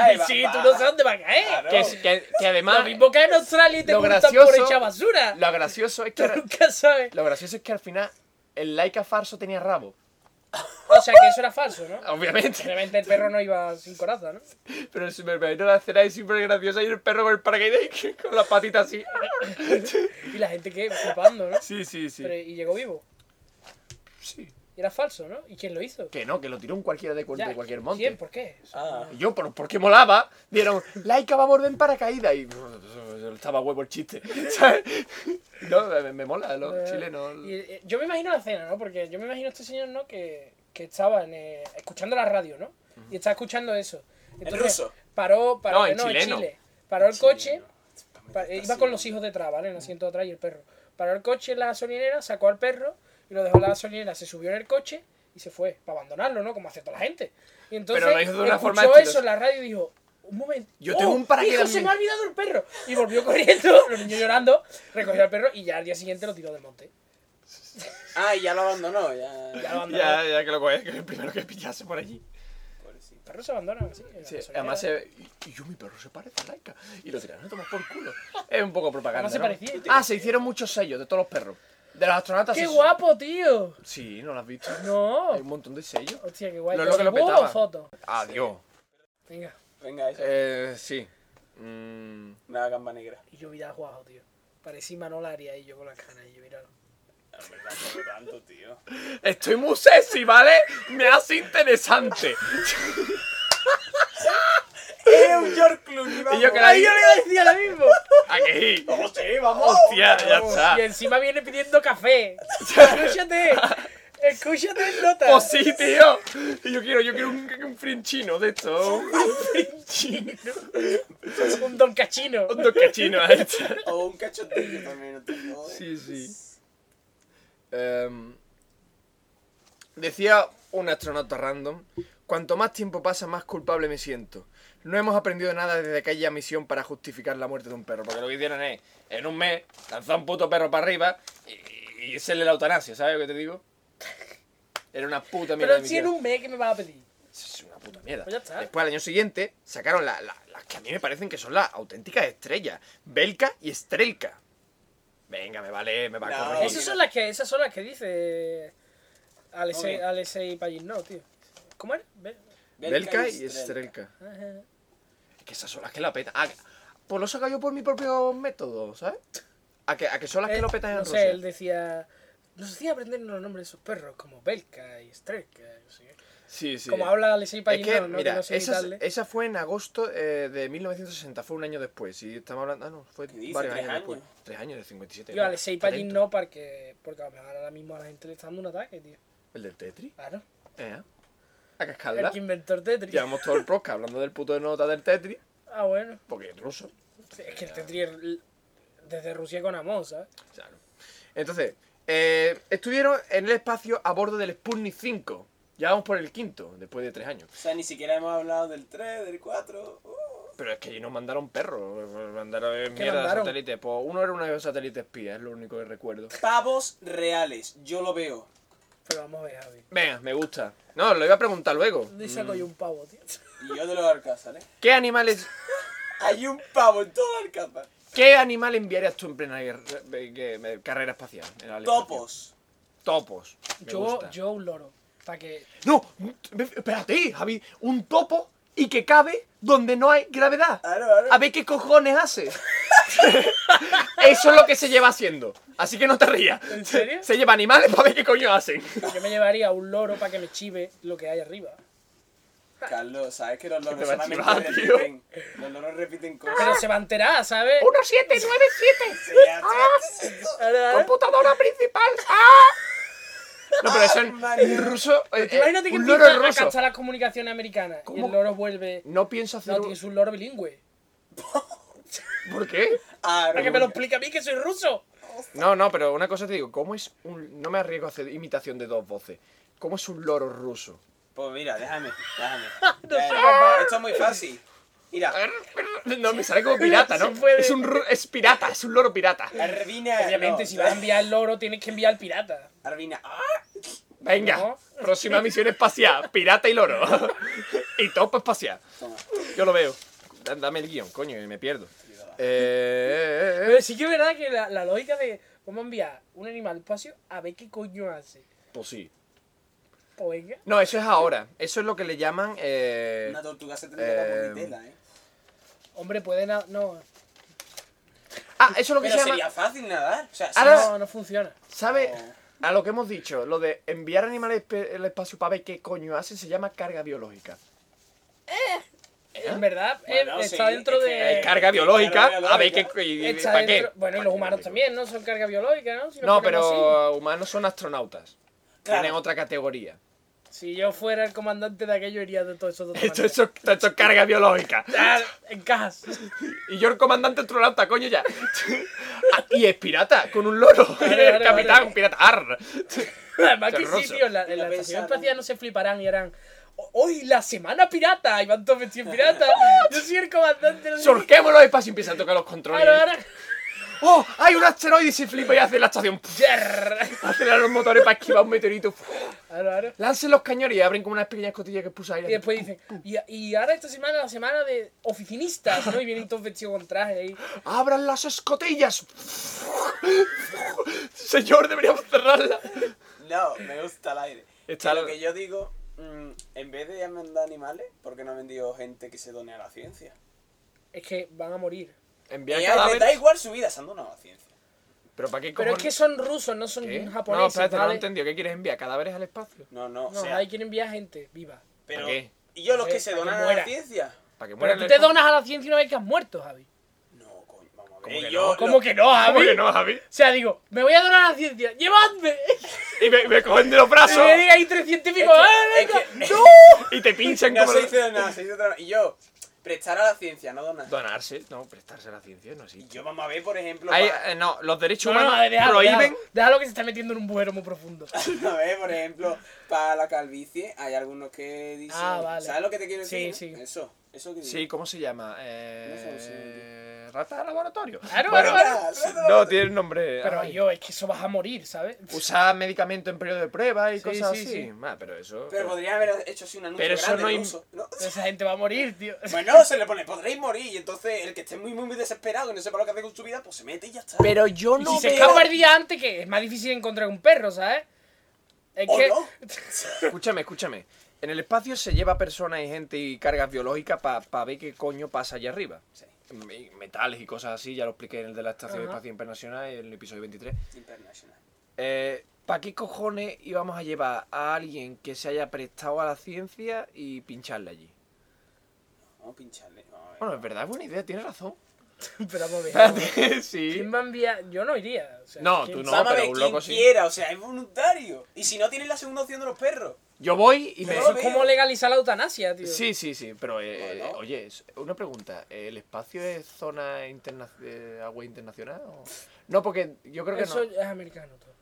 C: va-
B: tú no sabes dónde va a caer.
C: Claro.
A: que, es- que- que además...
B: Lo mismo que en Australia y te
A: lo
B: multan por
A: gracioso-
B: echar basura.
A: Lo gracioso es que
B: Tú nunca sabes.
A: lo gracioso es que al final el Laika Farso tenía rabo.
B: O sea que eso era falso, ¿no?
A: Obviamente.
B: Obviamente el perro no iba sin coraza, ¿no?
A: Pero se me imagino la escena es súper graciosa y el perro con el paracaídas y con las patitas así.
B: Y la gente que flipando, ¿no?
A: Sí, sí, sí.
B: Pero, y llegó vivo.
A: Sí.
B: Y era falso, ¿no? ¿Y quién lo hizo?
A: Que no, que lo tiró un cualquiera de, cu- de
B: Ya,
A: cualquier
B: ¿Quién?
A: monte.
B: ¿Por qué?
C: Ah,
A: Y yo, por, porque molaba, dieron, Laika va a morder en paracaídas. Y estaba huevo el chiste. ¿sabes? No, me, me mola, los chilenos.
B: Y, eh, yo me imagino la escena, ¿no? Porque yo me imagino a este señor, ¿no? Que, que estaba en, eh, escuchando la radio, ¿no? Y estaba escuchando eso.
C: ruso?
B: Paró, paró
A: No,
B: eh,
A: en chileno.
B: Chile. Paró el coche.
C: chileno.
B: pa- eh, iba con los hijos detrás, ¿vale? En el asiento de atrás y el perro. Paró el coche en la gasolinera, sacó al perro y lo dejó en la gasolinera. Se subió en el coche y se fue para abandonarlo, ¿no? Como hace toda la gente. Y entonces
A: Pero lo hizo de una
B: escuchó
A: forma
B: eso
A: estilosa.
B: en la radio y dijo, un momento. oh,
A: Yo tengo un paracaídas
B: hijo,
A: en
B: se
A: mí".
B: me ha olvidado el perro. Y volvió corriendo, los niños llorando, recogió al perro y ya al día siguiente lo tiró del monte.
C: Ah, ya lo abandonó, ya.
B: Ya lo abandonó.
A: Ya, ya que lo coge, que es el primero que pillase por allí.
C: Pobrecito.
B: Los perros se abandonan así. en la
A: Sí,
B: gasolinera.
A: además, se, y, y yo, mi perro se parece a Laika. Y lo tiraron a tomar por culo. Es un poco propaganda.
B: Además se
A: ¿no?
B: parecía.
A: Ah, se hicieron muchos sellos de todos los perros. De los astronautas.
B: ¡Qué
A: se-
B: guapo, tío!
A: Sí, ¿no lo has visto?
B: No.
A: Hay un montón de sellos.
B: Hostia, qué guay.
A: Lo- lo que lo
B: Dibujo o
A: petaba.
B: foto.
A: Adiós.
B: Venga.
C: Venga, eso.
A: Eh, sí. Mm,
C: Una gamba negra.
B: Y yo miraba guajo, tío. Parecía Manol Arias y yo con las canas. Y yo miraba.
C: En verdad, no lo tanto, tío.
A: Estoy muy sexy, ¿vale? Me hace interesante.
C: ¡Eh, un George Clooney!
A: Y yo que la-
B: ¡Ay, yo le iba a decir ahora mismo!
A: Aquí.
C: ¡Oh, sí, vamos!
A: Hostia, ya está.
B: Y encima viene pidiendo café. Escúchate. Escúchate el nota.
A: Pues sí, tío. Y yo quiero, yo quiero un, un frinchino de esto. Un frinchino.
B: Un don cachino.
A: Un doquechino a esta.
C: O un cachotillo también, no te jodas.
A: Sí, sí.
B: Pues,
A: Em, decía un astronauta random, cuanto más tiempo pasa, más culpable me siento. No hemos aprendido nada desde aquella misión para justificar la muerte de un perro, porque lo que hicieron es, en un mes, lanzar un puto perro para arriba y, y hacerle la eutanasia, ¿sabes lo que te digo? Era una puta mierda.
B: Pero
A: de
B: si en
A: misión.
B: un mes que me vas a pedir.
A: Es una puta mierda.
B: Pues ya está.
A: Después al año siguiente sacaron la- la- las que a mí me parecen que son las auténticas estrellas. Belka y Strelka. Venga, me vale, me va
C: No.
A: a corregir.
B: Esas son las que, esas son las que dice Alexei,
C: Ok.
B: Alexei y Pallín, no, tío. ¿Cómo era? Ve-
A: Belka y Strelka.
B: Ajá.
A: Es que esas son las que la petan. Ah, pues lo saco yo por mi propio método, ¿sabes? A que, a que son las
B: Eh,
A: que lo petan en
B: no
A: Rusia.
B: sé, él decía. Nos hacía aprender los nombres de esos perros, como Belka y Strelka. no sé qué.
A: Sí, sí.
B: Como habla Alexei
A: Es
B: Pallín,
A: que,
B: no, no,
A: mira,
B: que no sé
A: esa,
B: imitarle.
A: esa fue en agosto eh, de 1960, fue un año después. Y estamos hablando. Ah, no, fue
C: ¿Qué dice?
A: varios
C: Tres
A: años, después.
C: años.
A: Tres años, de 57.
B: Tío,
A: ¿no?
B: Alexei
A: Está
B: Pallín
A: lento.
B: no, porque, porque a lo mejor ahora mismo a la gente le está dando un ataque, tío.
A: ¿El del Tetris?
B: Claro.
A: Eh. A cascarla.
B: El que inventó el Tetris.
A: Llevamos todo el podcast hablando del puto de nota del Tetris,
B: Ah, bueno.
A: porque es ruso.
B: Sí, Es que el Tetris el- desde Rusia con Amon, ¿sabes?
A: Claro. Entonces, eh, estuvieron en el espacio a bordo del Sputnik 5. Ya vamos por el quinto, después de tres años.
C: O sea, ni siquiera hemos hablado del 3, del 4. Uh.
A: Pero es que allí nos mandaron perros, nos mandaron eh, mierda de
B: mandaron?
A: satélites. Pues uno era una satélite espía, es lo único que recuerdo.
C: Pavos reales, yo lo veo.
B: Pero vamos a ver, Javi.
A: Venga, me gusta. No, lo iba a preguntar luego.
B: ¿Dónde saco
A: Mm.
B: yo un pavo, tío?
C: Y yo de los Alcázar, ¿eh?
A: ¿Qué animales,
C: Hay un pavo en todo Alcázar.
A: qué animal enviarías tú en plena guerra- eh, que- eh, carrera espacial? en el espacio?
C: Topos.
A: Topos. Me
B: Yo,
A: gusta.
B: yo un loro. Para que.
A: No, espérate, Javi, un topo y que cabe donde no hay gravedad.
C: Claro, claro.
A: A ver qué cojones hace. Eso es lo que se lleva haciendo. Así que no te rías.
B: ¿En serio?
A: Se lleva animales para ver qué coño hacen.
B: Yo me llevaría un loro para que me chive lo que hay arriba.
C: Carlos, ¿sabes que los
A: te
C: loros
A: va a
C: solamente
A: chivar, tío.
C: repiten? Los loros repiten cosas.
B: Pero se va a enterar, ¿sabes?
A: 1797.
C: Sí, ya, sí.
B: Ahora, ahora.
A: Ah, Computadora principal. ¡Ah! No, pero eso en,
C: María.
A: en ruso. eh, eh,
B: Imagínate que
A: un loro en
B: empieza
A: ruso.
B: a cachar las comunicaciones americanas y
A: ¿Cómo?
B: el loro vuelve.
A: No pienso hacer.
B: No, tío,
A: un-
B: es un loro bilingüe.
A: ¿Por qué?
C: Ah,
B: Para que me lo explique a mí que soy ruso.
A: No, no, pero una cosa te digo. ¿Cómo es un.? No me arriesgo a hacer imitación de dos voces. ¿Cómo es un loro ruso?
C: Pues mira, déjame, déjame.
B: No sé,
C: Eh,
B: papá.
C: Esto es muy fácil. Mira,
A: Ah. No, me sale como pirata, ¿no?
B: Se puede.
A: Es un ru- es pirata, es un loro pirata. Eh,
C: Arvina.
B: Obviamente,
C: no,
B: si vas a enviar el loro, tienes que enviar al pirata.
C: Arvina. ¡Ah!
A: Venga,
B: No.
A: próxima misión espacial, pirata y loro. y topo espacial.
C: Toma.
A: Yo lo veo. Da- Dame el guión, coño, y me pierdo. Eh, eh, eh,
B: Pero sí que es verdad que la, la lógica de vamos a enviar un animal al espacio a ver qué coño hace.
A: Pues sí.
B: Pues venga.
A: No, eso es ahora. Eso es lo que le llaman. eh,
C: Una tortuga se tendrá
A: Eh,
C: la tela, ¿eh?
B: Hombre, puede na- No,
A: Ah, eso es lo que
C: Pero
A: se llama. Ah,
C: sería fácil nadar. O sea, si
A: Ahora-
B: no, no funciona.
A: ¿Sabe?
C: Oh.
A: A lo que hemos dicho, lo de enviar animales pe- al espacio para ver qué coño hacen se llama carga biológica.
B: En verdad,
C: Bueno,
B: eh,
C: sí,
B: está dentro
C: es que-
B: de.
A: Ah, Es carga biológica,
C: carga
A: a ver qué.
C: biológica.
A: y- y-
B: está
A: ¿Para qué?
B: dentro- Bueno, y los humanos también, ¿no? Son carga biológica, ¿no? Si nos
A: No,
B: ponemos
A: pero humanos son astronautas.
C: Claro.
A: Tienen otra categoría.
B: así. Si yo fuera el comandante de aquello, iría de todos esos dos.
A: Esto, esto- esto es carga biológica.
B: En cajas.
A: Y yo el comandante astronauta, coño ya. Ah, y es pirata, con un loro.
B: Vale,
A: el
B: vale,
A: capitán,
B: vale.
A: un pirata. Arr.
B: Además que
A: Terroso.
B: sí, tío, en la, en
C: Lo
B: la estación
C: pensaron.
B: espacial no se fliparán y harán "Ho- hoy la semana pirata y van todos vestidos pirata. Yo soy el comandante de
A: Surquémoslo y espacio y empieza a tocar los controles.
B: Ahora, ahora.
A: ¡Oh! ¡Hay un asteroide! Y se flipa y hace la estación.
B: Yerr.
A: Acelerar los motores para esquivar un meteorito.
B: Ahora, ahora.
A: Lancen los cañones y abren como una pequeña escotilla que puso aire.
B: Y después dicen, y, y ahora esta semana la semana de oficinistas, ¿no? Y vienen todos vestidos con traje ahí.
A: ¡Abran las escotillas! Señor, deberíamos cerrarla.
C: No, me gusta el aire.
A: Está
C: Que lo
A: lo-
C: que yo digo, mm, en vez de mandar animales, ¿por qué no han vendido gente que se done a la ciencia?
B: es que van a morir.
A: Enviar
C: Ya, le da
A: cadáveres.
C: igual su vida, se han donado a la ciencia.
A: Pero para qué
B: Pero es
A: cojones-
B: que son rusos, no son
A: ¿Qué?
B: japoneses.
A: ¿Eh? No, espérate, no lo he
B: ¿vale?
A: entendido. ¿Qué quieres enviar? ¿Cadáveres al espacio?
C: No, no, o
B: No,
C: sea,
B: ahí quieren enviar gente viva.
C: pero...
A: ¿Para qué?
C: ¿Y yo los
B: Sí,
C: que se
B: para que
C: donan a la
B: muera.
C: ciencia?
A: ¿Para que mueran
B: Pero tú
A: en
B: te
A: el espacio?
B: donas a la ciencia una vez que has muerto, Javi.
C: No, coño, vamos a
A: ¿Cómo que
C: ver. Yo,
A: no?
B: ¿Cómo
C: lo-
B: que no, Javi?
A: ¿Cómo que no, Javi?
B: O sea, digo, me voy a donar a la ciencia, ¡llévadme!
A: Y me, me cogen de los
B: Y
A: brazos
B: me diga ahí tres científicos, ¡ah,
C: es que-
B: venga!
A: y te pinchan
C: No
A: como...
C: se dice de nada, se dice de nada. Y yo, prestar a la ciencia, no donar.
A: Donarse, no, prestarse a la ciencia, no
C: Y
A: existe.
C: yo, vamos a ver, por ejemplo...
A: Hay,
C: pa-
A: eh, no, los derechos
B: No, no,
A: humanos
B: no, déjalo,
A: prohíben...
B: déjalo, déjalo que se está metiendo en un bujero muy profundo.
C: A ver, por ejemplo, para la calvicie hay algunos que dicen...
B: Ah, vale.
C: ¿Sabes lo que te quiero
B: Sí,
C: decir?
B: sí.
C: Eso, eso que
A: Sí,
C: digo.
A: ¿cómo se llama?
C: No sé,
A: Eh... ¿Rata de laboratorio?
B: Claro,
A: Bueno,
B: claro,
C: claro.
A: sí, No, tiene un nombre...
B: Pero
A: ay.
B: yo, es que eso vas a morir, ¿sabes?
A: Usar medicamento en periodo de prueba y
B: Sí,
A: cosas
B: sí,
A: así.
B: sí.
A: Ah, pero eso...
C: Pero podría haber hecho así un anuncio
A: Pero eso
C: grande
A: no im-
C: ruso, ¿no?
B: Esa gente va a morir, tío.
C: Bueno, se le pone, podréis morir, y entonces el que esté muy, muy, muy desesperado, que no sepa lo que hace con su vida, pues se mete y ya está.
A: Pero yo
B: Y
A: no
B: si se
A: veo-
B: escapa el día antes, que es más difícil encontrar un perro, ¿sabes? Es
C: ¿O
B: que.
C: no?
A: Escúchame, escúchame. En el espacio se lleva personas y gente y cargas biológicas para ver qué coño pasa allá arriba. Y Metales y cosas así, ya lo expliqué en el de la Estación
B: Ajá.
A: Espacial Internacional en el episodio 23.
C: International.
A: ¿Para qué cojones íbamos a llevar a alguien que se haya prestado a la ciencia y pincharle allí?
C: Vamos a pincharle. vamos a ver.
A: Bueno, es verdad, es buena idea, tienes razón.
B: Pero vamos a ver.
A: Espérate, sí.
B: ¿Quién va a enviar? Yo no iría. o sea,
A: No,
B: ¿quién-
A: tú no,
C: Vamos a
A: pero
C: ver,
A: un
C: quien
A: loco sí.
C: quiera, o sea, es voluntario. Y si no, tiene la segunda opción de los perros.
A: Yo voy y me...
C: Yo
B: Eso
C: lo
B: es
C: veo.
B: como legalizar la eutanasia, tío.
A: Sí, sí, sí, pero eh,
C: Bueno.
A: oye, es- una pregunta, ¿el espacio es zona interna eh, agua internacional? o- No, porque yo creo que
B: Eso
A: no.
B: es americano todo.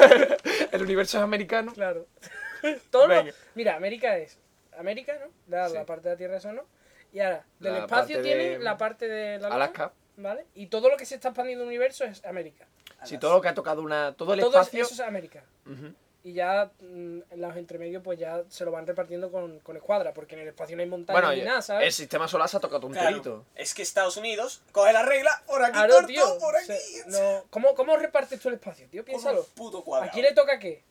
A: El universo es americano.
B: Claro. Todo lo-
A: Venga.
B: Mira, América es. América, ¿no? La,
A: Sí.
B: la parte de la Tierra, eso no. Y ahora, del
A: La
B: espacio
A: parte
B: tiene
A: de-
B: la parte de la luna,
A: Alaska.
B: ¿Vale? Y todo lo que se está expandiendo en el universo es América.
A: Si todo lo que ha tocado una, todo el
B: todo
A: espacio.
B: eso es América.
A: Ujú.
B: Y ya mm, los intermedios, pues ya se lo van repartiendo con, con escuadra, porque en el espacio no hay montaña
A: Bueno,
B: ni nada,
A: el
B: ¿sabes?
A: sistema solar se ha tocado un
C: Claro,
A: trito.
C: es que Estados Unidos coge la regla, por aquí
B: Claro,
C: corto,
B: tío.
C: por
B: o
C: aquí.
B: sea, no- ¿cómo, ¿Cómo repartes tú el espacio, tío?
C: Como un
B: Piénsalo.
C: puto cuadrado.
B: ¿A quién le toca qué?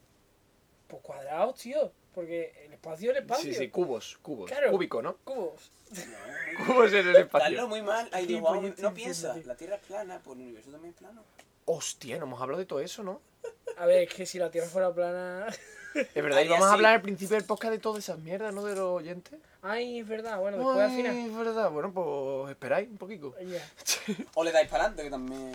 B: Pues cuadrados, tío. Porque el espacio es el espacio.
A: Sí, sí, cubos, cubos.
B: Claro.
A: Cúbico, ¿no?
B: Cubos.
A: Cubos en el
C: Darlo
A: espacio.
C: muy mal, ahí
B: Sí,
C: digo,
B: pues,
C: ah,
B: sí,
C: no
B: sí,
C: piensa,
B: sí, sí.
C: la Tierra es plana, pues el universo también es plano.
A: Hostia, no hemos hablado de todo eso, ¿no?
B: A ver, es que si la Tierra fuera plana...
A: Es verdad, y
C: Ahí
A: vamos a
C: así.
A: hablar al principio del podcast de todas esas mierdas, ¿no? De los oyentes.
B: Ay, es verdad. Bueno, después al
A: Ay,
B: final...
A: es verdad. Bueno, pues esperáis un poquito.
B: Ya.
C: O le dais para adelante, que también...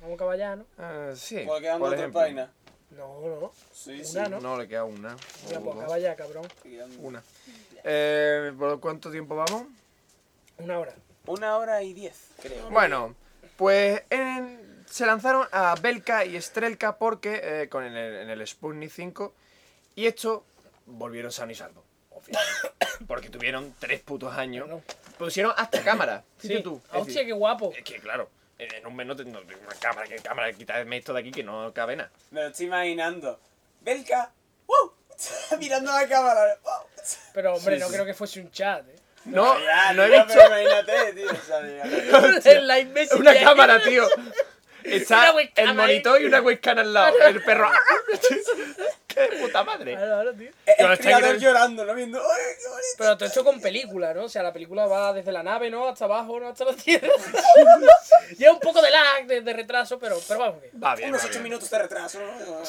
B: Vamos a caballar, ¿no?
A: Ah, sí.
C: Porque quedan dos
A: ejemplo.
C: vainas.
B: No, no.
C: Sí, sí.
B: Una, ¿no?
A: No, le queda una.
B: Ya,
A: o
B: pues
A: dos.
B: caballar, cabrón.
C: que quedan-
A: Una. Eh, ¿Por cuánto tiempo vamos?
B: Una hora.
C: Una hora y diez, creo.
A: Bueno, pues en- se lanzaron a Belka y Strelka porque eh, con en el, en el Sputnik 5 y esto volvieron sano y salvo. obviamente, Porque tuvieron tres putos años.
B: Perdón.
A: Pusieron hasta cámara. Sí, tú.
B: Ah,
A: Es
B: Hostia,
A: decir,
B: qué guapo.
A: es que claro, en en un menú no tengo una cámara, que cámara, quítame esto de aquí que no cabe nada.
C: Me lo estoy imaginando. Belka, ¡wow! Mirando a la cámara. ¡wow!
B: Pero, hombre,
A: Sí,
B: no
A: sí.
B: creo que fuese un chat, ¿eh?
A: No,
C: Ya,
A: no he
C: tío,
A: visto
C: pero Imagínate, tío. o sea, imagínate.
B: la imbécil
A: una
B: que hay.
A: cámara, tío. Está
B: Una webcam
A: el
B: ahí.
A: monitor y una webcam al lado. El perro. ¡Qué puta madre!
B: Ahora, ahora, tío.
A: Yo lo
C: El
A: estoy
C: creador
A: viendo.
C: llorando, ¿no? Viendo. ¡Ay, qué bonito!
B: Pero todo esto con película, ¿no? O sea, la película va desde la nave, ¿no? Hasta abajo, ¿no? Hasta la tierra. Lleva un poco de lag, de, de retraso, pero, pero vamos bien.
A: Va bien.
C: Unos
A: va
C: ocho
A: bien.
C: minutos de retraso, ¿no?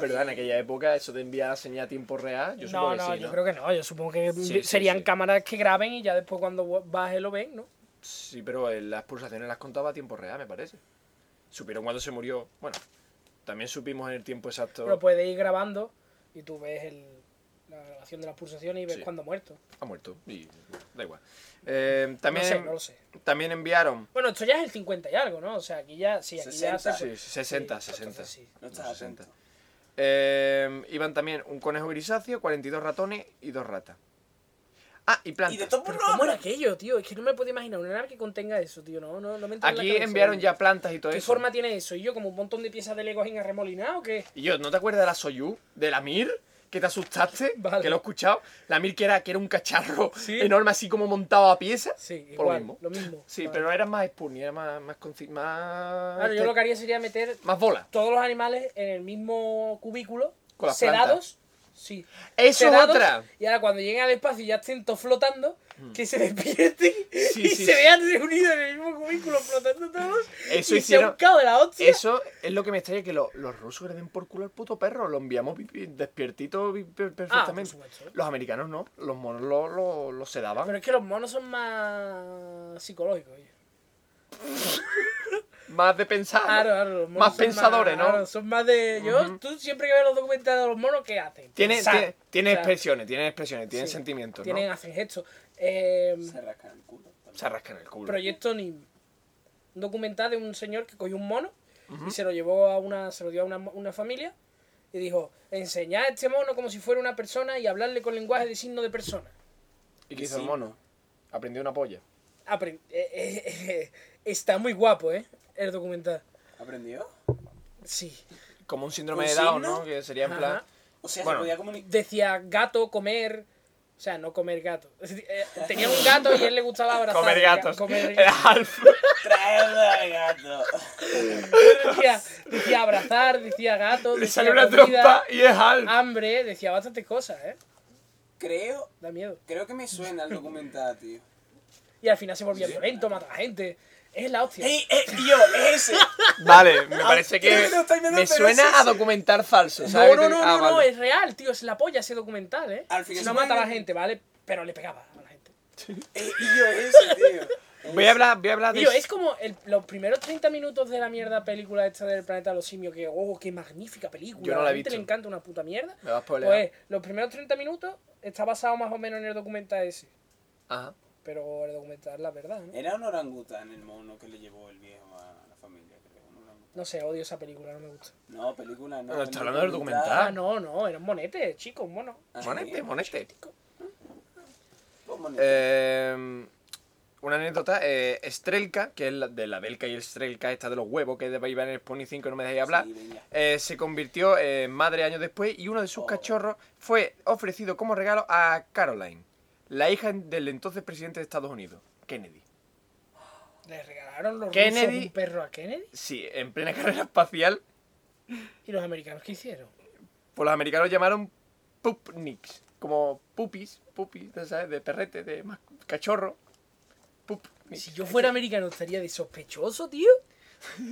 A: ¿Verdad? En aquella época eso te enviaba señal a tiempo real. Yo
B: no,
A: supongo
B: no,
A: que sí,
B: yo
A: ¿no?
B: creo que no. Yo supongo que
A: Sí, sí,
B: serían
A: sí.
B: cámaras que graben y ya después cuando baje lo ven, ¿no?
A: Sí, pero eh, las pulsaciones las contaba a tiempo real, me parece. Supieron cuando se murió. Bueno, también supimos el tiempo exacto.
B: Pero puedes ir grabando y tú ves el, la grabación de las pulsaciones y ves
A: Sí.
B: cuando ha muerto.
A: Ha muerto. Y da igual. Eh, también,
B: No sé, no lo sé.
A: también enviaron.
B: Bueno, esto ya es el 50 y algo, ¿no? O sea, aquí ya... Sí, aquí ya...
C: 60.
B: se-
A: Sí, 60,
B: sí,
A: 60.
B: entonces sí.
C: No estás atento.
A: Eh, iban también un conejo grisáceo, 42 ratones y dos ratas. Ah, y plantas.
C: Y de todo
B: Pero
C: por
B: ¿cómo era
C: ahora.
B: aquello, tío? Es que no me puedo imaginar una nave que contenga eso, tío. No, no, no me entra en la
A: Aquí
B: cabeza,
A: enviaron
B: tío.
A: ya plantas y todo
B: ¿Qué
A: eso.
B: forma tiene eso? ¿Y yo como un montón de piezas de Lego en arremolinado o qué?
A: Y yo, ¿no te acuerdas de la Soyuz? ¿De la Mir? Que te asustaste,
B: Vale.
A: que lo he escuchado. La Mir que era, que era un cacharro
B: Sí.
A: enorme, así como montado a piezas.
B: Sí,
A: Por
B: igual,
A: lo mismo.
B: lo mismo,
A: Sí,
B: vale.
A: pero era más Spoonie, era más. Más, conci- más,
B: Claro, yo
A: este-
B: lo que haría sería meter
A: más bola.
B: todos los animales en el mismo cubículo,
A: Con las
B: sedados, Sí.
A: Eso es
B: Sedados,
A: otra. Mm.
B: Y ahora cuando lleguen al espacio y ya estén todos flotando, que se despierten
A: Sí,
B: y
A: sí,
B: se
A: sí.
B: vean reunidos en el mismo cubículo flotando todos.
A: Eso
B: y se
A: hicieron-
B: han cago de la hostia.
A: Eso es lo que me extraña que lo- los rusos le den por culo al puto perro. Lo enviamos vi- vi- despiertito vi- per- perfectamente.
B: Ah, supuesto, ¿eh?
A: Los americanos no, los monos lo, lo, lo sedaban.
B: Pero es que los monos son más psicológicos. oye.
A: Más de pensar.
B: Claro, claro, los monos
A: Ah, Más
B: son
A: pensadores, ¿no?
B: claro, son más de. Yo, tú siempre que ves los documentales de los monos, ¿qué hacen?
A: Tiene,
B: Pensar.
A: tiene, tiene
B: O sea,
A: expresiones, tiene expresiones, tiene
B: sí.
A: sentimientos,
B: Tienen,
A: ¿no?
B: hacen gestos. Eh,
C: Se rascan el culo.
A: Se rascan el culo.
B: Proyecto NIM. Un documental de un señor que cogió un mono y se lo llevó a una. se lo dio a una, una familia y dijo, enseñad a este mono como si fuera una persona y hablarle con lenguaje de signo de persona.
A: ¿Y qué hizo
C: Sí.
A: el mono? Aprendió una polla.
B: Apre- eh, eh, eh, está muy guapo, ¿eh? El documental.
C: ¿Aprendió?
B: Sí.
A: Como un síndrome
C: ¿Un
A: de Down,
C: signo?
A: ¿no? Que sería en
B: Pues Ajá.
A: plan.
C: O sea,
A: Bueno.
C: se podía comunicar.
B: Decía gato, comer. O sea, no comer gato. Eh, Tenía un gato y a él le gustaba abrazar.
A: Comer
B: Ga-
A: gatos.
B: Comer
A: Era Alf.
C: Traerla gato.
B: decía, decía abrazar, decía gato.
A: Le
B: decía
A: sale una
B: comida, Ah.
A: trompa y es Alf.
B: Hambre, decía bastantes cosas, ¿eh?
C: Creo,
B: Da miedo.
C: creo que me suena el documental, tío.
B: Y al final se volvía violento, mataba gente. Es la hostia.
C: ¡Ey, eh, tío! ¡Es ese!
A: Vale,
B: Ah.
A: me parece que.
C: creo que lo estáis viendo,
A: Me
C: pero
A: suena
C: sí,
A: a
C: sí.
A: documentar falso,
B: No,
A: ¿sabes?
B: no, no,
A: Ah,
B: no, no,
A: vale.
B: es real, tío. Es la polla ese documental, ¿eh?
C: Al final
B: no
C: se muere.
B: mataba gente, ¿vale? Pero le pegaba a la gente.
C: ¡Ey, tío! Eh, ¡Es ese, tío!
A: Voy a hablar, voy a hablar de.
B: Tío, es como el- los primeros 30 minutos de la mierda película esta del planeta de los simios, que, oh, qué magnífica película.
A: Yo no
B: a
A: la he
B: gente le
A: visto.
B: encanta una puta mierda.
A: Me eh. vas a spoilear.
B: Pues los primeros 30 minutos está basado más o menos en el documental ese.
A: Ajá.
B: Pero el documental, la verdad,
A: Eh.
B: ¿no?
C: Era un orangután el mono que le llevó el viejo a la familia, creo. Un orangután.
B: No sé, odio esa película, no me gusta.
C: No, película no.
A: No, está hablando del
B: Ah,
A: documental.
B: no, no, era un monete, chico, un mono.
C: Ah,
A: Monete,
C: sí.
A: monete.
C: Pues monete.
A: Eh, una anécdota, eh, Strelka, que es la, de la Belka y el Strelka, esta de los huevos que vais a ver en el Pony 5 no me dejáis hablar,
C: Sí, venga.
A: eh, se convirtió en madre años después y uno de sus cachorros fue ofrecido como regalo a Caroline, la hija del entonces presidente de Estados Unidos, Kennedy.
B: Le regalaron los
A: Kennedy-
B: rusos un perro a Kennedy.
A: Sí, en plena carrera espacial,
B: ¿Y los americanos qué hicieron?
A: pues los americanos llamaron Pupniks, como pupis, pupis, ¿sabes? De perrete, de ma- cachorro. Pupniks.
B: Si yo fuera americano estaría de sospechoso, tío.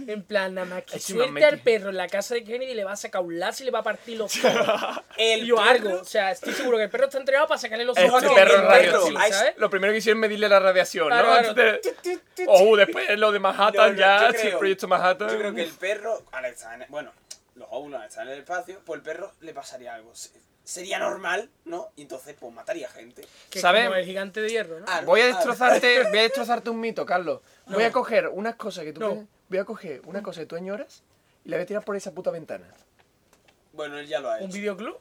B: En plan, nada más que
A: Es una
B: suelta al
A: meti-
B: perro en la casa de Kennedy le va a sacar un lazo y le va a partir los ojos.
C: El
B: Yo algo.
C: perro-
B: O sea, estoy seguro que el perro está entrenado para sacarle los
A: Este
B: ojos a Kennedy.
A: perro
B: el
A: radioactivo.
B: sí, ¿sabes?
A: Lo primero que hicieron es medirle la radiación,
B: Claro,
A: ¿no?
B: claro.
A: Antes de- Oh, después lo de Manhattan
C: No, no,
A: ya,
C: yo
A: sí,
C: creo-
A: el proyecto Manhattan.
C: Yo creo que el perro, al estar en- bueno, los óvulos al estar en el espacio, pues el perro le pasaría algo. Se- Sería normal, ¿no? Y entonces, pues mataría gente.
B: Que es
A: ¿Sabes?
B: como el gigante de hierro, ¿no?
C: Ah,
A: Voy a
C: ah,
A: destrozarte, voy a destrozarte un mito, Carlos. Voy a coger unas cosas que tú
B: No.
A: quieres- voy a coger
C: Mm.
A: una cosa que tú añoras y la voy a tirar por esa puta ventana.
C: Bueno, él ya lo ha
B: ¿Un
C: hecho.
B: videoclub?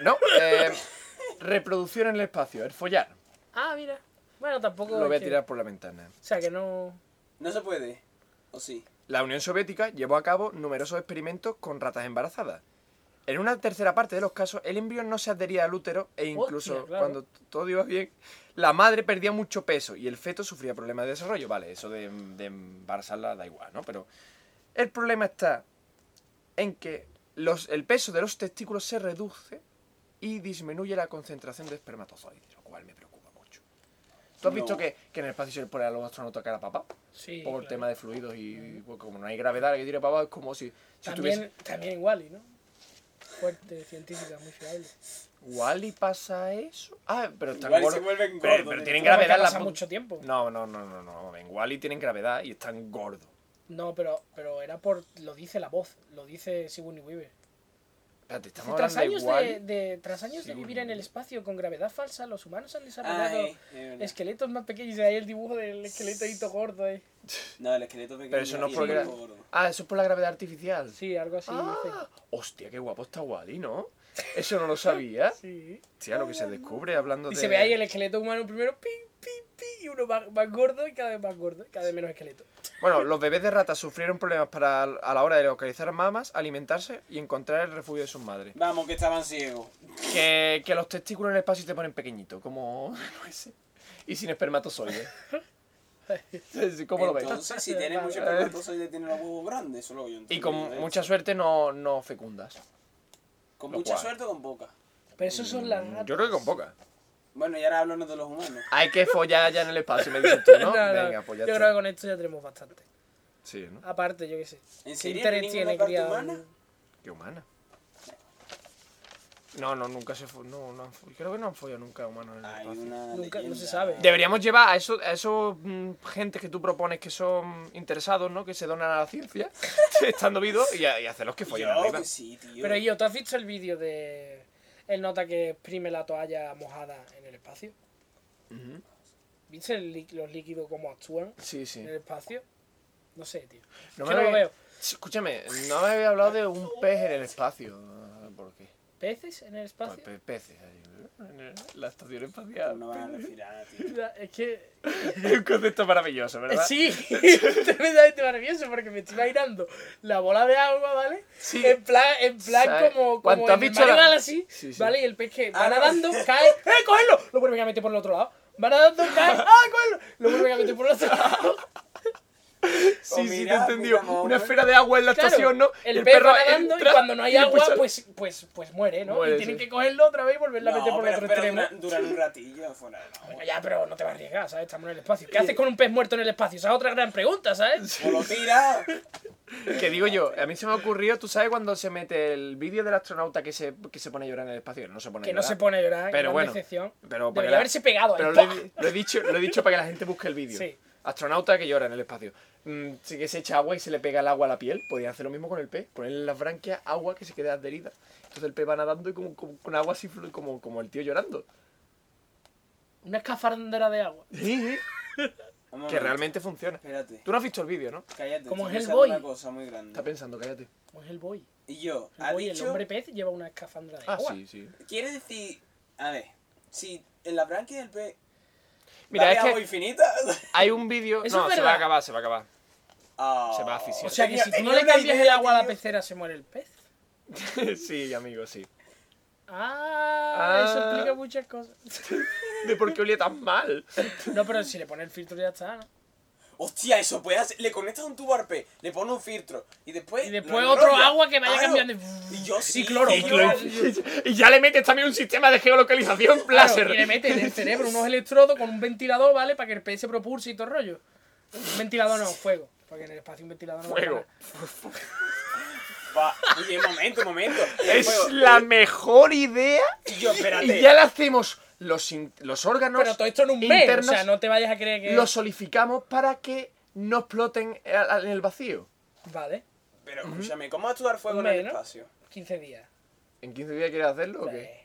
A: No, eh, reproducción en el espacio, el follar.
B: ah, mira. Bueno, tampoco.
A: Lo
B: es
A: voy a
B: que-
A: tirar por la ventana.
B: O sea, que no.
C: No se puede. ¿O sí?
A: La Unión Soviética llevó a cabo numerosos experimentos con ratas embarazadas. En una tercera parte de los casos, el embrión no se adhería al útero e incluso
B: Hostia, claro.
A: cuando t- todo iba bien, la madre perdía mucho peso y el feto sufría problemas de desarrollo. Vale, eso de, de embarazarla da igual, ¿no? Pero el problema está en que los, el peso de los testículos se reduce y disminuye la concentración de espermatozoides, lo cual me preocupa mucho. ¿Tú has
C: No.
A: visto que, que en el espacio se le pone a los astronautas cara a papá?
B: Sí.
A: por
B: claro.
A: el tema de fluidos y pues, como no hay gravedad que tire para abajo es como si, si
B: También,
A: tuviese
B: también Wally, ¿no? Fuerte, científica, muy fiable.
A: igual y pasa eso ah pero están
C: Wally
A: gordos
C: se vuelven
A: pero,
C: gordos
A: pero
C: de
A: tienen
B: Pero porque
A: gravedad en la
B: pasa
A: pu-
B: mucho tiempo.
A: no no no no no en Wally tienen gravedad y están gordos
B: No, pero, pero era por. Lo dice la voz, lo dice Sigourney Weaver.
A: Espérate, estamos
B: Dice, Tras
A: hablando
B: años,
A: de
B: de,
A: Wally
B: de- tras años de
A: Sigourney
B: vivir en el
A: Weaver.
B: espacio con gravedad falsa, los humanos han desarrollado
C: Ay, es verdad.
B: esqueletos más pequeños. Y ahí el dibujo del esqueleto gordo eh. ahí.
C: No, el esqueleto pequeño.
A: pero eso no
C: y
A: es
C: el
A: por gra-
C: cuerpo gordo.
A: ah eso es por la gravedad artificial
B: Sí, algo así
A: Ah, hostia qué guapo está Wally no eso no lo sabía
B: dice. Sí.
A: Hostia, lo que se descubre hablando
B: Y
A: de
B: se ve ahí el esqueleto humano primero, pim, pim, pim, y uno más, más gordo y cada vez más gordo, y cada vez menos esqueleto.
A: Bueno, los bebés de ratas sufrieron problemas para a la hora de localizar mamas, alimentarse y encontrar el refugio de sus madres.
C: Vamos, que estaban ciegos.
A: Que, que los testículos en el espacio te ponen pequeñito, como no ese. Y sin espermatozoides. Sí, ¿Cómo lo ves?
C: Entonces, si tiene mucho espermatozoide, tiene los huevos grandes. Eso es lo que yo
A: Y
C: entiendo.
A: con
C: ¿eh?
A: mucha suerte no, no fecundas.
C: Con
A: lo
C: mucha
A: cual.
C: suerte o con poca.
B: Pero eso son las ratas.
A: Mm, Yo creo que con poca.
C: Bueno, y ahora háblanos de los humanos.
A: Hay que follar ya en el espacio, me dices tú, ¿no?
B: No, no,
A: Venga, pues ya
B: yo
A: está.
B: creo que con esto ya tenemos bastante.
A: Sí, ¿no?
B: Aparte, yo qué sé.
C: ¿En
B: ¿Qué
C: serio?
B: interés
C: ¿No hay
B: tiene
C: ninguna parte
B: criar un-
C: humana?
A: Qué humana. No, no, nunca se fue. No, no han fo- Creo que no han follado nunca humanos en el
C: Hay
A: espacio.
C: una
B: Nunca- no
C: leyenda.
B: se sabe.
A: Deberíamos llevar a esos, a esos mm, gente que tú propones que son interesados, ¿no? Que se donan a la ciencia, estando vivos, y, a- y hacerlos que follen
C: Yo
A: arriba.
C: que sí, tío.
B: Pero yo, ¿tú has visto el vídeo de el nota que exprime la toalla mojada en el espacio? ¿Viste el lí- los líquidos cómo actúan
A: Sí, sí.
B: en el espacio? No sé, tío.
A: No
B: Eh, Yo no lo
A: había-
B: veo.
A: Escúchame, no me había hablado de un pez en el espacio. ¿Por qué?
B: ¿Peces en el
A: Pues,
B: espacio?
A: pe- peces. ahí, ¿no? En el- La estación
C: Pero
A: espacial.
C: No van a respirar, tío.
B: Ya, Es que.
A: Es un concepto maravilloso, ¿verdad?
B: Eh, Sí, tremendamente maravilloso porque me estoy imaginando la bola de agua, ¿vale?
A: Sí.
B: En plan, en plan
A: ¿Sabes?
B: como,
A: Cuando
B: como
A: has
B: en el
A: dicho
B: Mario
A: la-
B: Galaxy,
A: Sí, sí.
B: ¿vale? Y el pez que va
C: Ah, no.
B: nadando, cae, ¡eh, cogerlo! Lo vuelven a meter por el otro lado. Va nadando, cae, ¡ah, cogerlo! Lo vuelven a meter por el otro lado.
A: Sí,
C: O
A: sí, te
C: mira,
A: entendió.
C: mira, mamá.
A: Una esfera de agua en la
B: Claro,
A: estación, ¿no?
B: El,
A: Y
B: pez va nadando
A: entra
B: y cuando no hay
A: y le
B: agua,
A: pulsa-
B: pues, pues, pues muere, ¿no?
A: Muere,
B: y tienen
A: sí.
B: que cogerlo otra vez y volverlo a
C: No,
B: meter por el
C: pero
B: otro
C: espera,
B: extremo.
C: dura- duran un ratillo fuera del agua.
B: Bueno, ya, pero no te vas a arriesgar, ¿sabes? Estamos en el espacio. ¿Qué haces con un pez muerto en el espacio? Esa es otra gran pregunta, ¿sabes?
C: O lo tira.
A: Que digo yo, a mí se me ha ocurrido, tú sabes cuando se mete el vídeo del astronauta que se, que se pone a llorar en el espacio, no se pone
B: Que
A: a
B: no
A: llorar.
B: se pone a llorar,
A: Pero
B: gran
A: bueno,
B: decepción.
A: pero para que
B: Debería
A: la-
B: haberse pegado ahí.
A: Pero lo
B: ¡pah!
A: he, lo he dicho, lo he dicho para que la gente busque el vídeo.
B: Sí.
A: Astronauta que llora en el espacio. Mm, sí que se echa agua y se le pega el agua a la piel. Podrían hacer lo mismo con el pez. Ponerle en las branquias agua que se quede adherida. Entonces el pez va nadando y como, como- con agua así flu- como, como el tío llorando.
B: Una escafandra de agua.
C: Vamos,
A: que realmente funciona.
C: Espérate.
A: Tú no has visto el vídeo, ¿no?
C: Cállate.
B: Como
C: estoy
B: es el
C: pensando
B: boy.
C: Una cosa muy
A: Está
C: grande.
A: pensando, cállate.
B: Pues el boy.
C: Y yo,
B: El
C: ha
B: boy, el
C: dicho...
B: hombre pez, lleva una escafandra de
A: Ah,
B: agua.
A: sí, sí.
C: Quiere decir... A ver, si en la branquia del pez...
A: Mira,
C: ¿vale
A: es
C: agua
A: que
C: infinita.
A: hay un vídeo.
B: Eso
A: No,
B: es
A: se va a
B: verdad.
A: acabar, se va a acabar.
C: Ah.
A: Se va a asfixiar.
B: O sea que
C: Tenía-
B: si tú no
C: tenía
B: le
C: una
B: cambias
C: idea,
B: el agua a la
C: tío.
B: pecera, se muere el pez.
A: sí, amigo, sí.
B: Ah,
A: Ah.
B: eso explica muchas cosas.
A: ¿De por qué olía tan mal?
B: No, pero si le pones el filtro ya está, ¿no?
C: Hostia, eso puede hacer. Le conectas un tubo al pez, le pones un filtro. Y después.
B: Y después
C: lo
B: otro
C: enrollas.
B: agua que vaya cambiando.
C: Y yo sí.
B: Y cloro.
C: y yo-
A: y ya le metes también un sistema de geolocalización
B: Claro,
A: láser.
B: y le metes en el cerebro unos electrodos con un ventilador, ¿vale? Para que el pez se propulse y todo el rollo. Un ventilador no, fuego. Porque en el espacio un ventilador no va a
A: Fuego.
B: ganar.
C: Va, Oye, momento, momento. Y
A: Es
C: después-
A: la mejor idea.
C: Y yo, espérate.
A: Y ya la hacemos los, in- los órganos
B: Pero todo esto en un mes.
A: internos,
B: o sea, no te vayas a creer que.
A: los solificamos para que no exploten a- a- en el vacío.
B: Vale,
C: Pero escúchame, ¿cómo vas a dar fuego en
B: Hombre,
C: el
B: ¿no?
C: espacio?
B: 15 días.
A: ¿En 15 días quieres hacerlo o qué?
B: Eh,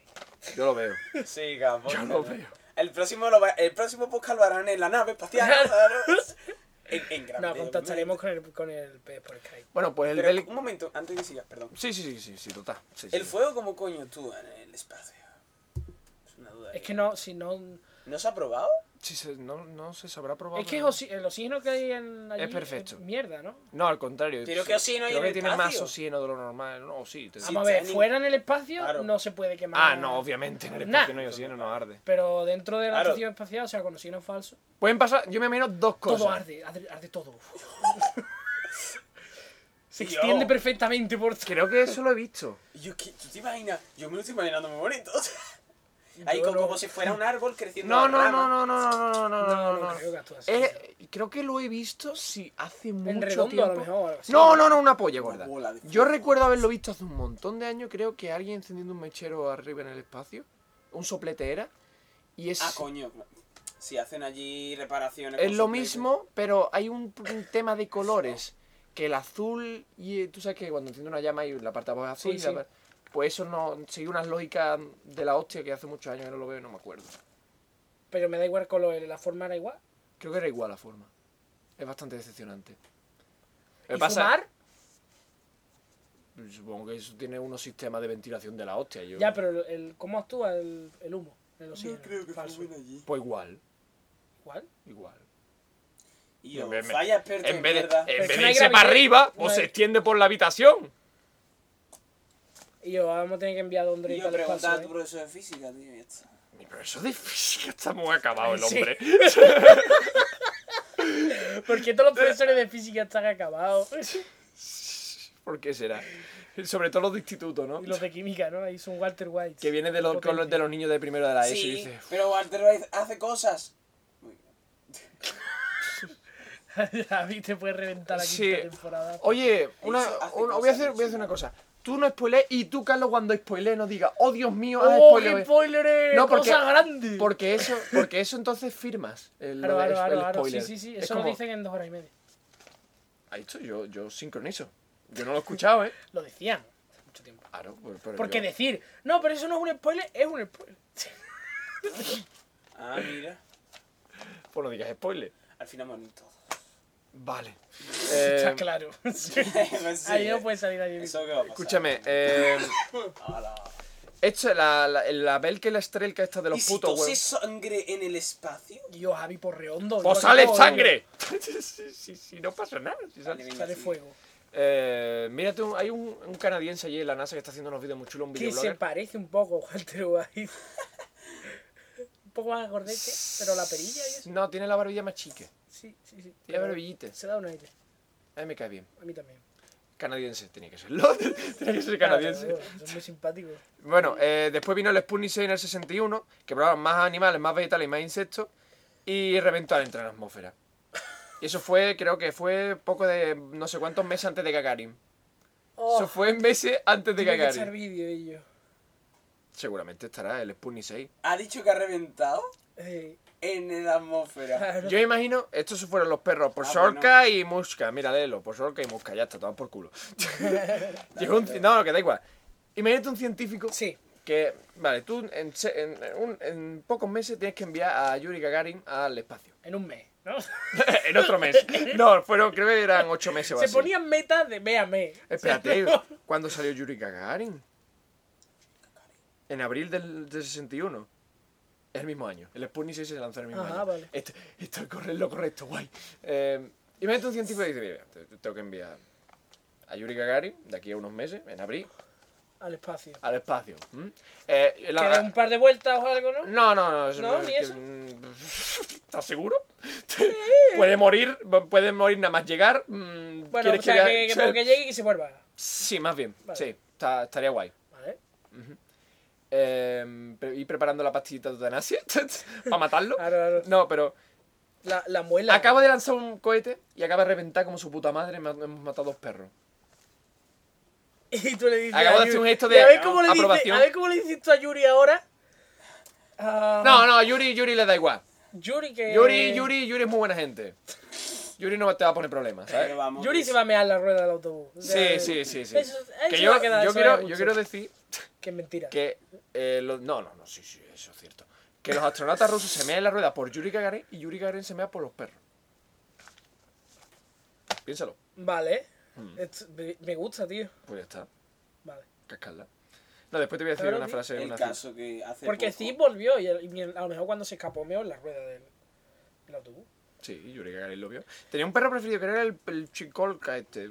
A: Yo lo veo.
C: Sí, cabrón.
A: Yo lo veo.
C: El próximo, lo va- el próximo podcast lo harán en la nave espacial. ¿sabes? en, en grande.
B: No, contactaremos con el, con el pez por Skype.
A: Bueno, pues el
C: Pero,
A: del...
C: Un momento, antes de que sigas, perdón.
A: Sí, sí, sí, sí, sí, total. Sí, sí,
C: ¿El
A: sí.
C: fuego cómo coño tú en el espacio? Es una duda.
B: Es que no, si no.
C: ¿No se ha probado?
A: Sí, se- no, no se sabrá probar.
B: Es que es oxi- el oxígeno que hay en. allí
A: Es perfecto.
B: mierda, ¿no?
A: No, al contrario.
C: Pero
A: sí,
C: que oxígeno hay
A: creo
C: en
A: que
C: el
A: tiene más
C: espacio.
A: oxígeno de lo normal. No, sí. te-
C: Sí.
B: Vamos a ver,
C: está en-
B: fuera en el espacio
C: Claro.
B: no se puede quemar.
A: Ah, no, obviamente. En el
B: Nah.
A: espacio no hay oxígeno, no arde.
B: Pero dentro de la
C: Claro.
B: estación espacial, o sea, con oxígeno falso,
A: Pueden pasar, yo me imagino dos cosas.
B: todo arde, arde, arde todo. se
C: Yo.
B: extiende perfectamente por todo.
A: Creo que eso lo he visto.
C: Y yo, ¿qué? ¿tú te imaginas? Yo me lo estoy imaginando muy bonito. Ahí
B: Yo
C: como,
B: no-
C: como si fuera un árbol creciendo.
A: No,
C: las
A: no, no,
C: ramas.
A: no, no, no, no, no,
B: No,
A: no,
B: no
A: no.
B: creo que actúe así.
A: Eh, creo que lo he visto si hace mucho
B: redondo,
A: tiempo.
B: a lo mejor, o algo así.
A: No, no, no, una polla gorda.
C: bola de
A: Yo
C: fuego.
A: recuerdo haberlo visto hace un montón de años, creo que alguien encendiendo un mechero arriba en el espacio, un soplete era, y es
C: Ah, coño. Si hacen allí reparaciones.
A: es
C: con
A: lo
C: soplete.
A: mismo, pero hay un, un tema de colores, que el azul y eh, tú sabes que cuando enciende una llama y la parte de abajo es azul,
B: Sí,
A: y la
B: sí.
A: par- pues eso no sigue unas lógicas de la hostia que hace muchos años que no lo veo y no me acuerdo.
B: Pero me da igual con lo de la forma, era igual.
A: Creo que era igual la forma. Es bastante decepcionante. Lo que
B: ¿Y fumar?
A: Mm, Supongo que eso tiene unos sistemas de ventilación de la hostia. Yo,
B: Ya, pero el, ¿cómo actúa el, el humo? El oxígeno
C: Yo creo que
B: falso.
C: fumen allí.
A: Pues igual,
B: ¿Igual?
A: igual.
C: Y yo,
A: En vez de-
C: falla experto
A: En vez de, eh,
C: mierda.
A: en
B: Pero
A: vez
B: si
A: de
B: no hay
A: irse para
B: gravedad,
A: arriba, pues
B: no
A: se
B: hay-
A: extiende por la habitación.
B: Y yo, vamos a tener que enviar a Don
C: Y
B: Drake
C: yo
B: al
C: preguntaba a
B: espacio.
C: tu
B: ¿eh?
C: profesor de física, tío. y ya está.
A: Pero eso de física está muy acabado el
B: Sí.
A: hombre.
B: ¿Por qué todos los profesores de física están acabados?
A: ¿Por qué será? Sobre todo los de instituto, ¿no?
B: Y los de química, ¿no? Ahí son Walter White.
A: Que viene de los, con los- de los niños de primero de la ESO y
C: Sí,
A: dice,
C: pero Walter White hace cosas. Muy bien.
B: a mí te puede reventar la quinta
A: Sí.
B: temporada.
A: Oye, una,
C: Eso hace
A: una-
C: cosas
A: voy, a hacer, voy a hacer
C: encima.
A: una cosa. Tú no spoilees y tú, Carlos, cuando spoilees no digas, oh Dios mío, has
B: ¡Oh,
A: spoileado".
B: qué spoiler!
A: No, porque-
B: ¡Cosa grande!
A: Porque eso, porque eso entonces firmas el,
B: Claro,
A: lo de-
B: claro,
A: el
B: claro, claro. Sí,
A: spoiler.
B: sí, sí.
A: Es
B: Eso
A: como,
B: lo dicen en dos horas y media.
A: "Ah, esto yo, yo sincronizo. Yo no lo he escuchado, ¿eh?
B: Lo decían hace mucho tiempo.
A: Claro, pero- pero
B: Porque
A: yo-
B: decir, no, pero eso no es un spoiler, es un spoiler.
C: Ah, mira.
A: Pues no digas spoiler.
C: Al final morimos todos.
A: Vale.
B: Está
A: Eh,
B: claro.
C: Sí,
B: Ahí no
C: eh.
B: puede salir nadie.
C: Eso qué va a pasar.
A: Escúchame, eh,
C: Ala.
A: esto, la, la, la Belka y la Estrelka esta de
C: ¿Y
A: los
C: si
A: putos
C: tose
A: huevos.
C: sangre en el espacio?
B: Dios, Javi Porreondo.
A: ¡Pues
B: yo
A: sale
B: acabo de-
A: sangre! Si no pasa nada. si sale-
C: Vale,
B: Sale fuego.
A: Eh, mírate, un- hay un, un canadiense allí en la NASA que está haciendo unos vídeos muy chulos, un
B: Que se
A: videoblogger.
B: parece un poco a Walter White. un poco más gordete, pero la perilla y eso.
A: No, tiene la barbilla más chica.
B: Sí, sí, sí.
A: Tiene
B: Pero
A: barbillita.
B: Se da un aire.
A: A mí me cae bien.
B: A mí también.
A: Canadiense, tenía que serlo. tenía que ser canadiense.
B: Claro, son muy simpáticos.
A: Bueno, eh, después vino el Sputnik 6 en el 61, que probaban más animales, más vegetales y más insectos, y reventó al entrar en la atmósfera. Y eso fue, creo que fue poco de no sé cuántos meses antes de Gagarin.
B: Oh,
A: Eso fue meses antes de
B: tiene que echar
A: Gagarin.
B: vídeo ellos.
A: Seguramente estará el Sputnik 6.
C: ¿Ha dicho que ha reventado?
B: Eh,
C: En la atmósfera.
B: claro.
A: Yo imagino, estos fueron los perros, por
C: Ah,
A: Sorca y Musca. Mira, léelo, por Sorca y Musca, ya está, tomado por culo. Llegó un ci- No, que da igual. Imagínate un científico
B: Sí.
A: que, vale, tú en, se- en- en un- en pocos meses tienes que enviar a Yuri Gagarin al espacio.
B: En un mes, ¿no?
A: en otro mes. No, fueron, creo que eran ocho meses o
B: Se
A: así.
B: ponían metas de mes a mes.
A: Espérate, ¿cuándo salió Yuri Gagarin? En abril del, del 61. Es el mismo año. El Sputnik 6 se lanzó en el mismo
B: Ajá,
A: año.
B: vale.
A: Esto, esto es corre- lo correcto, guay. Eh, imagínate un científico que dice, mira, te- te tengo que enviar a Yuri Gagarin de aquí a unos meses, en abril,
B: Al espacio.
A: al espacio. ¿m? Eh, la- Mm,
B: Que dé un par de vueltas o algo, ¿no?
A: No, no, no. eso
B: No,
A: es
B: ni
A: que-
B: eso.
A: mm, ¿Estás seguro? puede morir, puede morir nada más llegar. mm,
B: Bueno,
A: ¿quieres
B: o sea,
A: le-
B: que, que, como que llegue y que se vuelva.
A: Sí, más bien.
B: Vale.
A: Sí, está- estaría guay.
B: Vale.
A: Eh, pre- ¿Y preparando la pastillita de eutanasia? ¿Para matarlo?
B: Claro, claro.
A: No, pero
B: La, la muela.
A: acaba de lanzar un cohete y acaba de reventar como su puta madre. ma- Hemos matado dos perros.
B: Y tú le dices.
A: Acabo de
B: a Yuri-
A: hacer un gesto
B: Y
A: de
B: a ver cómo le Dices,
A: aprobación.
B: a ver cómo le dices tú a Yuri ahora. Ah,
A: No, no, a Yuri, Yuri le da igual.
B: Yuri que.
A: Yuri, Yuri, Yuri es muy buena gente. Yuri no te va a poner problemas, ¿sabes?
C: Pero vamos,
B: Yuri se va a mear la rueda del autobús. O
A: Sí,
B: sea,
A: sí, sí, sí.
B: Eso, ahí
A: Que
B: se
A: yo,
B: va a quedar,
A: yo
B: eso
A: quiero,
B: es
A: yo
B: mucho.
A: quiero decir
B: Que es mentira.
A: que... eh, los- no, no, no, sí, sí, eso es cierto. Que los astronautas rusos se mean en la rueda por Yuri Gagarin y Yuri Gagarin se mea por los perros. Piénsalo.
B: Vale.
A: Mm.
B: Esto- me- me gusta, tío.
A: Pues ya está,
B: Vale.
A: cascarla. No, después te voy a decir
B: Claro,
A: una
B: sí.
A: frase.
C: El
A: una
C: caso que hace
B: Porque
C: poco-
B: Steve volvió y, el- y a lo mejor cuando se escapó meó en la rueda del, del autobús.
A: Sí, Yuri Gagarin lo vio. Tenía un perro preferido que era el, el Chicolca este.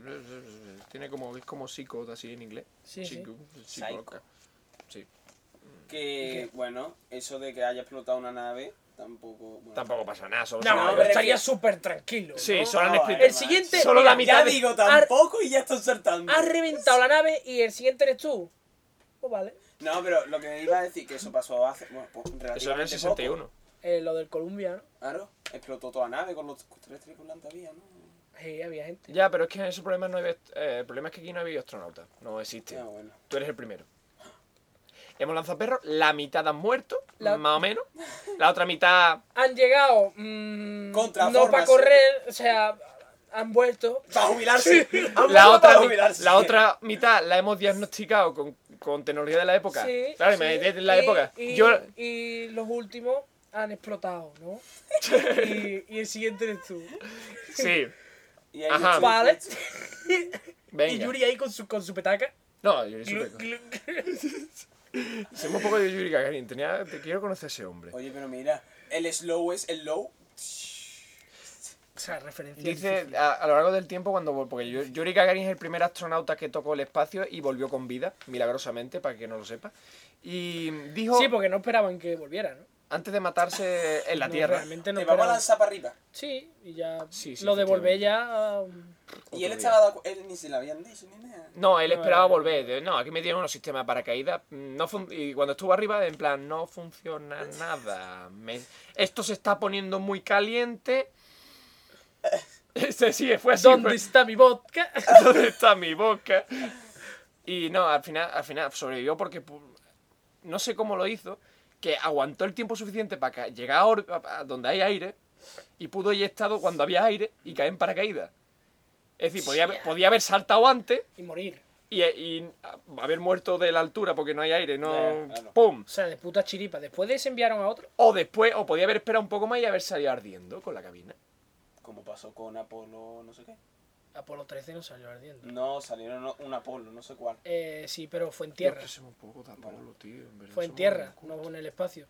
A: Tiene como, es como psico, así en inglés.
B: Sí, sí.
A: Chico- Chicolca. Sí.
C: Que, bueno, eso de que haya explotado una nave, tampoco... bueno,
A: Tampoco pasa nada, solo
B: No,
A: se-
C: no,
B: pero
C: pero
B: estaría
C: es que-
B: súper tranquilo.
A: Sí,
B: ¿no?
A: solo han
C: No,
A: explicado.
B: El siguiente.
A: Solo la
B: mira,
A: mitad
C: Ya
A: de-
C: digo,
B: ha-
C: tampoco y ya están saltando.
B: Ha reventado la nave y el siguiente eres tú. Pues vale.
C: No, pero lo que iba a decir que eso pasó hace... Bueno, pues, relativamente
A: Eso era en el 61.
C: poco.
B: Eh, lo del Columbia, ¿no?
C: Claro, explotó toda la nave con los tres tripulantes había, ¿no?
B: Sí, había gente.
A: Ya, pero es que en ese problema no hay... vest- eh, el problema es que aquí no hay astronautas. No existe.
C: Ah, bueno.
A: Tú eres el primero. Hemos lanzado perros, la mitad han muerto,
B: La-
A: más o menos. La otra mitad...
B: Han llegado. mm,
C: Contra
B: no para
C: formación.
B: correr, o sea, han vuelto.
C: ¡Para jubilarse! Han
A: La
C: vuelto
A: otra,
C: para
A: mi-
C: jubilarse.
A: la otra mitad la hemos diagnosticado con, con tecnología de la época.
B: Sí,
A: claro,
B: sí,
A: imagínate la
B: y-
A: época.
B: Y,
A: Yo,
B: y los últimos han explotado, ¿no? y, y el siguiente eres tú.
A: sí,
C: Y ahí
A: Ajá.
C: estoy-
B: Vale. y
A: venga.
B: Yuri ahí con su, con su petaca.
A: No, Yuri
B: Glu-
A: Supeco.
B: glu-
A: Hacemos un poco de Yuri Gagarin. Tenía, te quiero conocer a ese hombre.
C: Oye, pero mira, el slow es el low.
B: o sea, referencia.
A: Dice
B: difícil.
A: a, a lo largo del tiempo cuando vol- porque Yu- Yuri Gagarin es el primer astronauta que tocó el espacio y volvió con vida, milagrosamente, para que no lo sepa. Y dijo
B: Sí, porque no esperaban que volviera, ¿no?
A: antes de matarse en la
B: No,
A: Tierra.
B: Realmente no
C: Te vamos a
B: pero-
C: lanzar para arriba.
B: Sí, y ya
A: Sí, sí,
B: lo devolvé
A: efectivamente.
B: ya. um,
C: Y él
A: día.
C: estaba de acu- Él ni se lo habían dicho ni nada.
A: No, él
B: No,
A: esperaba
B: eh.
A: volver. de, No, aquí me dieron unos sistemas de paracaídas. mm, No fun- y cuando estuvo arriba, en plan, no funciona nada. me- Esto se está poniendo muy caliente. Ese Ah, sí, fue así.
B: ¿Dónde
A: fue,
B: está mi vodka?
A: ¿Dónde está mi boca? Y no, al final, al final sobrevivió porque pu- no sé cómo lo hizo, que aguantó el tiempo suficiente para ca- llegar a, or- a- a donde hay aire y pudo haber estado cuando había aire y caer en paracaídas. Es decir, podía, haber- podía haber saltado antes
B: y morir.
A: y, y haber muerto de la altura porque no hay aire, no.
C: Ya, claro.
A: ¡Pum!
B: O sea, de puta chiripa. Después de ese enviaron a otro.
A: O después, o podía haber esperado un poco más y haber salido ardiendo con la cabina.
C: Como pasó con Apolo, no sé qué.
B: Apolo 13 no salió ardiendo.
C: No, salieron o- un Apolo, no sé cuál.
B: Eh, sí, pero fue en tierra.
A: Dios, que somos poco tan malos, tío, en verdad,
B: Fue en
A: somos
B: tierra,
A: unos
B: no fue en el espacio.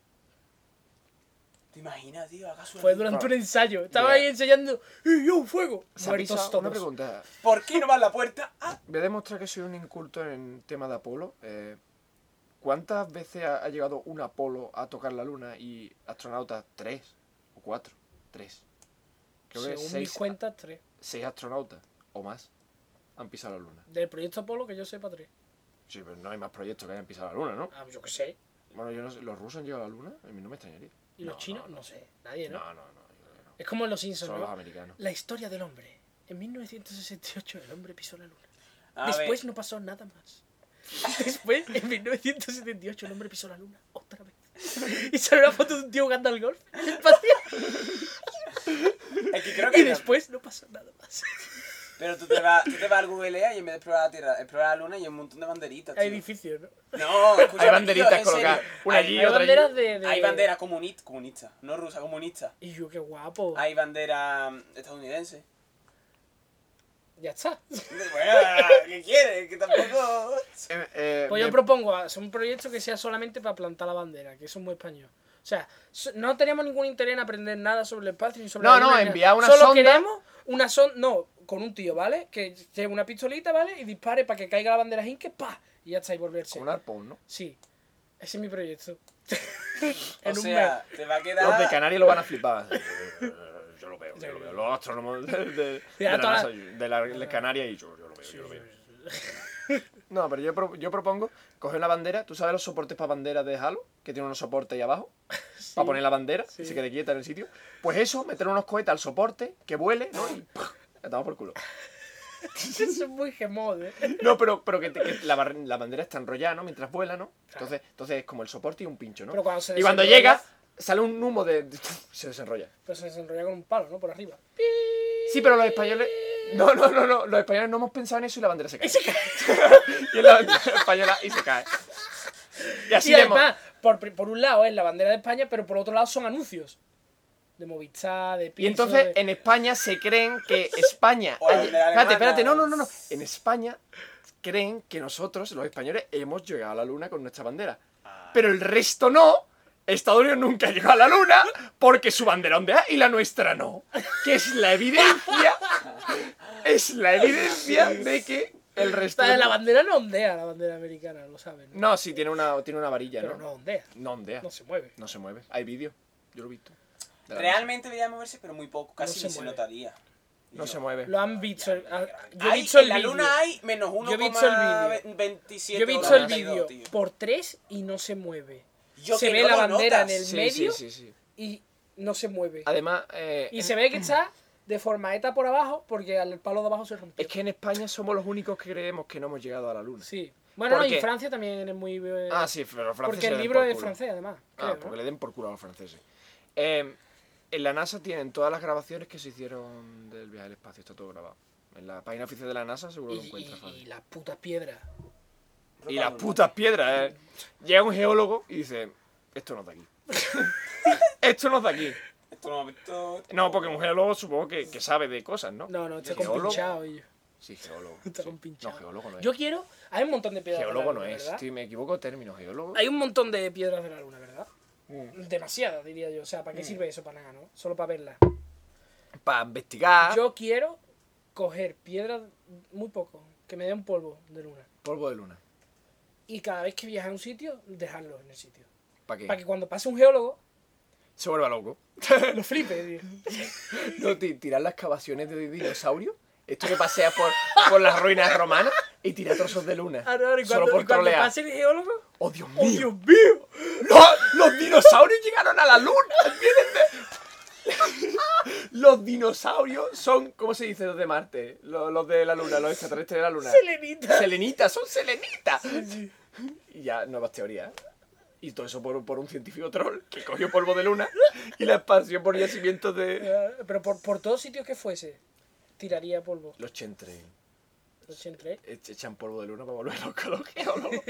C: ¿Te imaginas, tío? Haga su
B: Fue durante un ensayo. Estaba
A: Ya.
B: ahí enseñando. ¡Y yo, fuego!
A: ¿Sabéis
B: Muertos
A: una
B: todos.
A: pregunta?
C: ¿Por qué no va a la puerta? Ah,
A: Voy a demostrar que soy un inculto en tema de Apolo. Eh, ¿Cuántas veces ha, ha llegado un Apolo a tocar la luna y astronautas? Tres o cuatro. Tres. Creo que
B: Según mis
A: seis,
B: cuentas, tres.
A: seis astronautas o más han pisado la luna.
B: Del proyecto Apolo, que yo sepa, tres.
A: Sí, pero no hay más proyectos que hayan pisado la luna, ¿no?
B: Ah, yo qué sé.
A: Bueno, yo no sé, ¿los rusos han llegado a la luna? A mí no me extrañaría.
B: ¿Y los
A: No,
B: chinos? No,
A: no,
B: sé. Nadie, ¿no?
A: No, no, no. yo creo que no.
B: Es como en los Simpsons,
A: Solo
B: ¿no?
A: los americanos.
B: La historia del hombre. En 1968 el hombre pisó la luna.
C: a
B: Después
C: ver,
B: no pasó nada más. Después, en 1978, el hombre pisó la luna otra vez. Y salió una foto de un tío jugando al golf. en el patio.
C: es que creo que
B: Y
C: no.
B: después no pasó nada más.
C: Pero tú te vas, tú te vas al Google Earth y en vez de explorar la Tierra, explorar la Luna y hay un montón de banderitas.
B: Hay
C: tío.
B: edificios, ¿no?
C: No, escúchame,
A: Hay banderitas
C: tío, en serio.
A: colocadas, una
C: Hay-
A: allí, Y
B: Hay
A: otra allí.
B: banderas de, de-
C: Hay bandera comunista, comunista, no rusa, comunista.
B: Y yo, qué guapo.
C: Hay bandera mm, estadounidense.
B: Ya está.
C: Bueno, ¿qué quieres? Que tampoco.
A: Eh, eh,
B: Pues yo
A: me-
B: propongo hacer un proyecto que sea solamente para plantar la bandera, que eso es muy español. O sea, so- no tenemos ningún interés en aprender nada sobre el espacio ni sobre
A: No,
B: la luna
A: no,
B: ni nada.
A: enviar una
B: Solo
A: sonda.
B: queremos una sonda, no, con un tío, ¿vale? Que lleve una pistolita, ¿vale? Y dispare para que caiga la bandera hinque, pa, y ya está y volverse.
A: Con un arpón, ¿no?
B: Sí. Ese es mi proyecto.
C: O
B: en un
C: sea, te va a
A: Los de
C: quedar.
A: Canarias lo van a flipar. Yo lo veo, yo lo veo. Los astrónomos de, de, de
B: Ya,
A: la
B: toda la-
A: NASA, de la de Canarias y yo, yo lo veo, yo lo veo. No, pero yo, pro- yo propongo coger una bandera. ¿Tú sabes los soportes para banderas de Halo? Que tiene unos soportes ahí abajo. Para poner la bandera,
B: sí.
A: que se quede quieta en el sitio. Pues eso, meter unos cohetes al soporte, que vuele, ¿no? Y ¡pah! la damos por culo.
B: mes. eso es muy gemod, ¿eh?
A: No, pero, pero que, te- que la, bar- la bandera está enrollada, ¿no? Mientras vuela, ¿no? Entonces, entonces es como el soporte y un pincho, ¿no?
B: Pero cuando se
A: y cuando
B: desenrolla-
A: llega, sale un humo de... de- se desenrolla.
B: Pero se desenrolla con un palo, ¿no? Por arriba.
A: Sí, pero los españoles. No, no, no, no. Los españoles no hemos pensado en eso y la bandera se cae. Y, es la bandera española y se cae. Y así
B: y
A: le hemos-
B: además, por, pri- por un lado es la bandera de España, pero por otro lado son anuncios. De Movistar, de Piso,
A: Y entonces
B: de-
A: en España se creen que España.
C: O la
A: ha lle-
C: bandera
A: Espérate,
C: alemana.
A: espérate, no, no, no, no. En España creen que nosotros, los españoles, hemos llegado a la luna con nuestra bandera. Pero el resto no. Estados Unidos nunca llegó a la luna porque su bandera ondea y la nuestra no. Que es la evidencia. Es la evidencia de que el resto.
B: Esta de
A: de-
B: la bandera no ondea, la bandera americana, lo saben. ¿no?
A: No, sí, tiene una, tiene una varilla,
B: pero
A: ¿no?
B: no ondea,
A: No ondea.
B: no se mueve.
A: No se mueve. Hay vídeo. Yo lo he visto. De la
C: Realmente debería moverse, pero muy poco, casi
B: No se
C: ni se
B: mueve.
C: notaría.
A: NASA. No
C: Yo-
A: se mueve.
B: Lo han visto. el- ah, Yo he
C: Hay-
B: visto el
C: en la
B: vídeo.
C: luna hay menos 1,27
B: Yo he visto el vídeo. Yo he visto el vídeo
C: tío.
B: por tres y no se mueve.
C: Yo
B: se
C: que
B: ve
C: no
B: la
C: lo
B: bandera
C: notas.
B: en el
A: Sí,
B: medio
A: sí, sí, sí.
B: y no se mueve.
A: Además, eh,
B: Y
A: es-
B: se ve que está de forma eta por abajo porque al palo de abajo se rompió.
A: es que en España somos los únicos que creemos que no hemos llegado a la luna.
B: Sí. Bueno, no, y
A: Porque-
B: Francia también es muy... eh,
A: Ah, sí, pero los franceses.
B: Porque
A: le
B: el
A: den
B: libro
A: por
B: es
A: culo.
B: francés, además. creo,
A: Ah,
B: ¿no?
A: porque le den por culo a los franceses. Eh, en la NASA tienen todas las grabaciones que se hicieron del viaje al espacio. Está todo grabado. En la página oficial de la NASA seguro
B: Y,
A: lo encuentras
B: y-
A: fácil.
B: y las putas piedras.
A: Y las putas piedras, ¿eh? Llega un geólogo y dice, esto no es de aquí. esto no es de aquí.
C: Esto no, esto-
A: No, porque un geólogo supongo que, que sabe de cosas, ¿no?
B: No, no, está
A: ¿Geólogo?
B: compinchado. y-
A: Sí, geólogo.
B: Está
A: sí.
B: compinchado.
A: No, geólogo no es.
B: Yo quiero... Hay un montón de piedras. de la
A: Geólogo no
B: luna,
A: es.
B: ¿verdad?
A: Sí, me equivoco de término, geólogo.
B: Hay un montón de piedras de la luna, ¿verdad?
A: Mm.
B: Demasiadas, diría yo. O sea, ¿para qué sirve eso? Para nada, ¿no? Solo para verlas.
A: Para investigar.
B: Yo quiero coger piedras muy poco, que me den polvo de luna.
A: Polvo de luna.
B: Y cada vez que viaje a un sitio, dejarlos en el sitio.
A: ¿Para qué?
B: Para que cuando pase un geólogo,
A: se vuelva loco.
B: Lo flipes, tío.
A: No, ti- tirar las excavaciones de dinosaurio. Esto que pasea por, por las ruinas romanas y tirar trozos de luna.
B: Ah, Ahora, ahora, y
A: solo
B: cuando,
A: por
B: y cuando
A: trolear.
B: pase el geólogo.
A: ¡Oh, Dios mío!
B: ¡Oh, Dios mío!
A: ¡No! ¡Los dinosaurios llegaron a la luna! Vienen de- Los dinosaurios son, ¿cómo se dice los de Marte? Los, los de la luna, los extraterrestres de la luna.
B: Selenita.
A: Selenitas, son selenitas.
B: Sí.
A: Y ya, nuevas teorías. Y todo eso por, por un científico troll que cogió polvo de luna y la expansión por yacimientos de...
B: Eh, Pero por, por todos sitios que fuese, tiraría polvo. ¿eh?
A: Los chentres
B: Los chentres.
A: ech- echan polvo de luna para volver locos los geólogos.